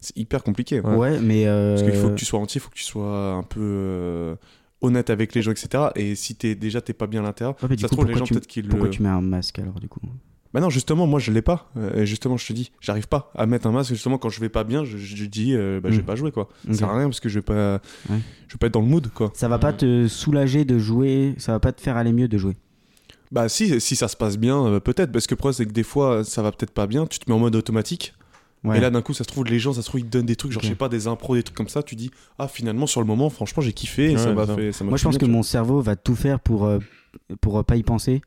Speaker 4: C'est hyper compliqué.
Speaker 1: Ouais, mais. euh,
Speaker 4: Parce qu'il faut que tu sois entier, il faut que tu sois un peu euh, honnête avec les gens, etc. Et si t'es, déjà t'es pas bien à l'intérieur,
Speaker 1: Ouais, mais du
Speaker 4: ça se
Speaker 1: coup,
Speaker 4: trouve les
Speaker 1: pourquoi
Speaker 4: gens
Speaker 1: tu-
Speaker 4: peut-être qu'ils
Speaker 1: Pourquoi
Speaker 4: le...
Speaker 1: tu mets un masque alors, du coup
Speaker 4: Bah non, justement, moi je l'ai pas. Euh, et justement, je te dis, j'arrive pas à mettre un masque. Justement, quand je vais pas bien, je, je dis, euh, bah je vais
Speaker 1: Mm.
Speaker 4: pas jouer quoi.
Speaker 1: Ok.
Speaker 4: Ça sert à rien parce que je vais pas,
Speaker 1: Ouais.
Speaker 4: je vais pas être dans le mood quoi.
Speaker 1: Ça va pas te soulager de jouer, ça va pas te faire aller mieux de jouer.
Speaker 4: Bah si, si ça se passe bien, euh, peut-être. Parce que le problème c'est que des fois, ça va peut-être pas bien. Tu te mets en mode automatique.
Speaker 1: Ouais.
Speaker 4: Et là, d'un coup, ça se trouve, les gens, ça se trouve, ils te donnent des trucs, genre
Speaker 1: Ok.
Speaker 4: je sais pas, des impros, des trucs comme ça. Tu dis, ah finalement, sur le moment, franchement, j'ai kiffé. Et
Speaker 3: Ouais,
Speaker 4: ça m'a
Speaker 3: c'est ça.
Speaker 4: fait. ça m'a
Speaker 1: Moi, je
Speaker 4: fait
Speaker 1: pense
Speaker 4: bien,
Speaker 1: que
Speaker 4: tu vois.
Speaker 1: mon cerveau va tout faire pour, euh, pour euh, pas y penser.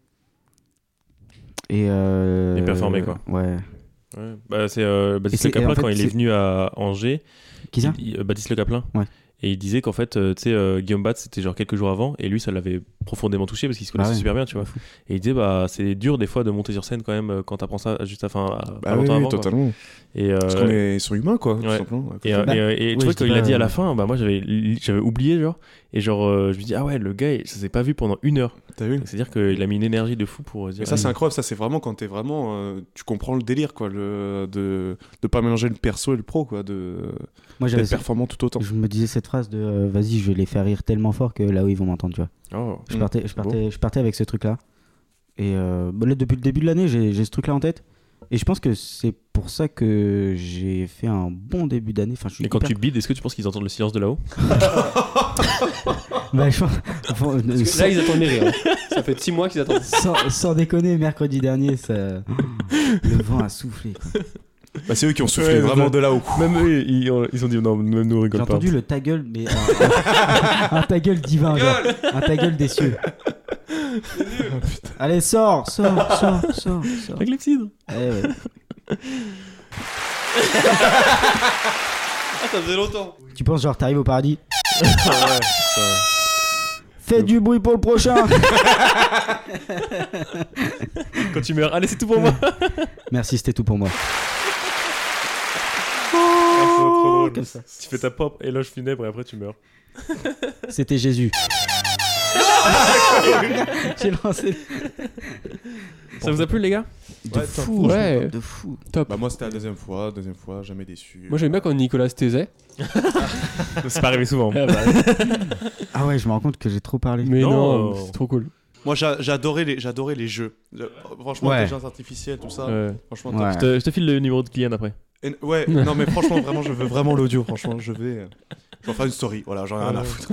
Speaker 1: Et, euh,
Speaker 3: Et performer, quoi.
Speaker 1: Ouais.
Speaker 3: Ouais. Bah, c'est euh, Baptiste
Speaker 1: c'est-
Speaker 3: Le
Speaker 1: et en
Speaker 3: Caplin
Speaker 1: fait,
Speaker 3: quand il est
Speaker 1: c'est-
Speaker 3: venu à Angers.
Speaker 1: Qui ça
Speaker 3: il- il- euh, Baptiste Le Caplin.
Speaker 1: Ouais.
Speaker 3: Et il disait qu'en fait, euh, tu sais, euh, Guillaume Batz, c'était genre quelques jours avant, et lui, ça l'avait profondément touché parce qu'il se
Speaker 1: Ah
Speaker 4: Bah
Speaker 3: connaissait
Speaker 1: ouais.
Speaker 3: super bien, tu vois. Et il disait, bah, c'est dur des fois de monter sur scène quand même euh, quand t'apprends ça juste à fin. à- pas
Speaker 4: Ah oui,
Speaker 3: longtemps avant, quoi.
Speaker 4: totalement.
Speaker 3: Et, euh,
Speaker 4: Parce qu'on est, ils sont humains, quoi, tout
Speaker 3: Ouais.
Speaker 4: simplement.
Speaker 3: Et, euh,
Speaker 1: Bah,
Speaker 3: et, euh,
Speaker 1: oui,
Speaker 3: et tu vois,
Speaker 1: j'étais
Speaker 3: quand il
Speaker 1: pas-
Speaker 3: l'a dit à la fin, bah moi j'avais li- j'avais oublié, genre. Et genre, euh, je me dis, ah ouais, le gars, il- ça s'est pas vu pendant une heure.
Speaker 4: T'as vu
Speaker 3: Donc, C'est-à-dire qu'il a mis une énergie de fou pour dire. ah,
Speaker 4: Et ça, c'est incroyable. Ça, c'est vraiment quand t'es vraiment. euh, tu comprends le délire, quoi, le, de ne pas mélanger le perso et le pro, quoi, de
Speaker 1: Moi, j'avais
Speaker 4: d'être performant tout autant.
Speaker 1: Je me disais cette phrase de euh, vas-y, je vais les faire rire tellement fort que là où ils vont m'entendre, tu vois.
Speaker 3: Oh.
Speaker 1: Je
Speaker 4: Mm,
Speaker 1: partais, je
Speaker 4: beau.
Speaker 1: partais, je partais avec ce truc-là. Et euh, bah là, depuis le début de l'année, j'ai j'ai ce truc-là en tête. Et je pense que c'est pour ça que j'ai fait un bon début d'année. Enfin, je suis
Speaker 3: Et quand
Speaker 1: hyper-
Speaker 3: tu bides, est-ce que tu penses qu'ils entendent le silence de là-haut
Speaker 1: Bah, je pense- enfin, euh,
Speaker 2: Parce que
Speaker 1: sans,
Speaker 2: là, ils attendent les rires. hein. Ça fait 6 mois qu'ils attendent.
Speaker 1: sans- sans déconner, mercredi dernier, ça... le vent a soufflé. quoi.
Speaker 4: Bah, c'est eux qui ont soufflé vraiment de là-haut.
Speaker 3: Même eux, ils, ont- ils ont dit, non, même nous, on
Speaker 1: J'ai
Speaker 3: rigole pas.
Speaker 1: entendu le ta gueule, mais un, un- un ta gueule divin, genre. un ta gueule des cieux. Allez, sors, sors, sors, sors, sors.
Speaker 3: Avec les cidres.
Speaker 1: Eh ouais.
Speaker 9: Ah, ça faisait longtemps. Ah
Speaker 1: Tu penses genre t'arrives au paradis Fais du bruit pour le prochain
Speaker 3: Quand tu meurs, allez, c'est tout pour moi.
Speaker 1: Oh, Merci, c'était tout pour moi.
Speaker 3: Comme ça. Tu fais ta propre éloge funèbre et après tu meurs.
Speaker 1: C'était Jésus. J'ai lancé
Speaker 3: Ça vous a plu, les gars
Speaker 1: de fou,
Speaker 2: Ouais.
Speaker 1: genre, de fou.
Speaker 4: Bah, moi, c'était la deuxième fois, deuxième fois, jamais déçu.
Speaker 2: Moi, j'aime bien quand Nicolas se taisait.
Speaker 3: C'est pas arrivé souvent.
Speaker 2: bah
Speaker 1: Ah ouais, je me rends compte que j'ai trop parlé.
Speaker 2: Mais non,
Speaker 3: Non.
Speaker 2: c'est trop cool.
Speaker 9: Moi, j'a- j'adorais les, j'adorais les jeux.
Speaker 4: Euh,
Speaker 9: Je- Franchement,
Speaker 1: Ouais.
Speaker 9: l'intelligence artificielle, tout ça.
Speaker 3: Ouais.
Speaker 9: Franchement, top.
Speaker 1: Ouais.
Speaker 3: Euh, Je te- je te file le numéro de Kylian après.
Speaker 4: Et- Ouais, non, mais franchement, vraiment, je veux vraiment l'audio. Franchement, je vais. euh, Je vais en faire une story. Voilà, j'en ai rien à foutre.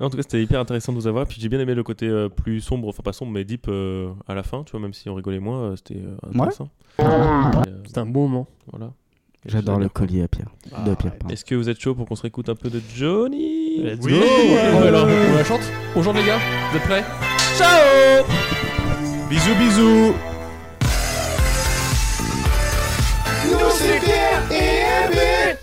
Speaker 3: Non, en tout cas, c'était hyper intéressant de vous avoir. Puis j'ai bien aimé le côté euh, plus sombre, enfin pas sombre, mais deep euh, à la fin, tu vois, même si on rigolait moins, euh, c'était euh, intéressant. Et, euh,
Speaker 2: C'est un bon moment.
Speaker 3: voilà. Et
Speaker 1: J'adore Ah,
Speaker 3: je-
Speaker 1: le collier à Pierre. de Pierre, pardon.
Speaker 3: Est-ce que vous êtes chaud pour qu'on se réécoute un peu de Johnny Oh, Let's
Speaker 9: Oui.
Speaker 2: On va la- on la chante Bonjour les gars, vous êtes prêts
Speaker 4: Bisous, bisous
Speaker 6: Nous, c'est Pierre et Hervé.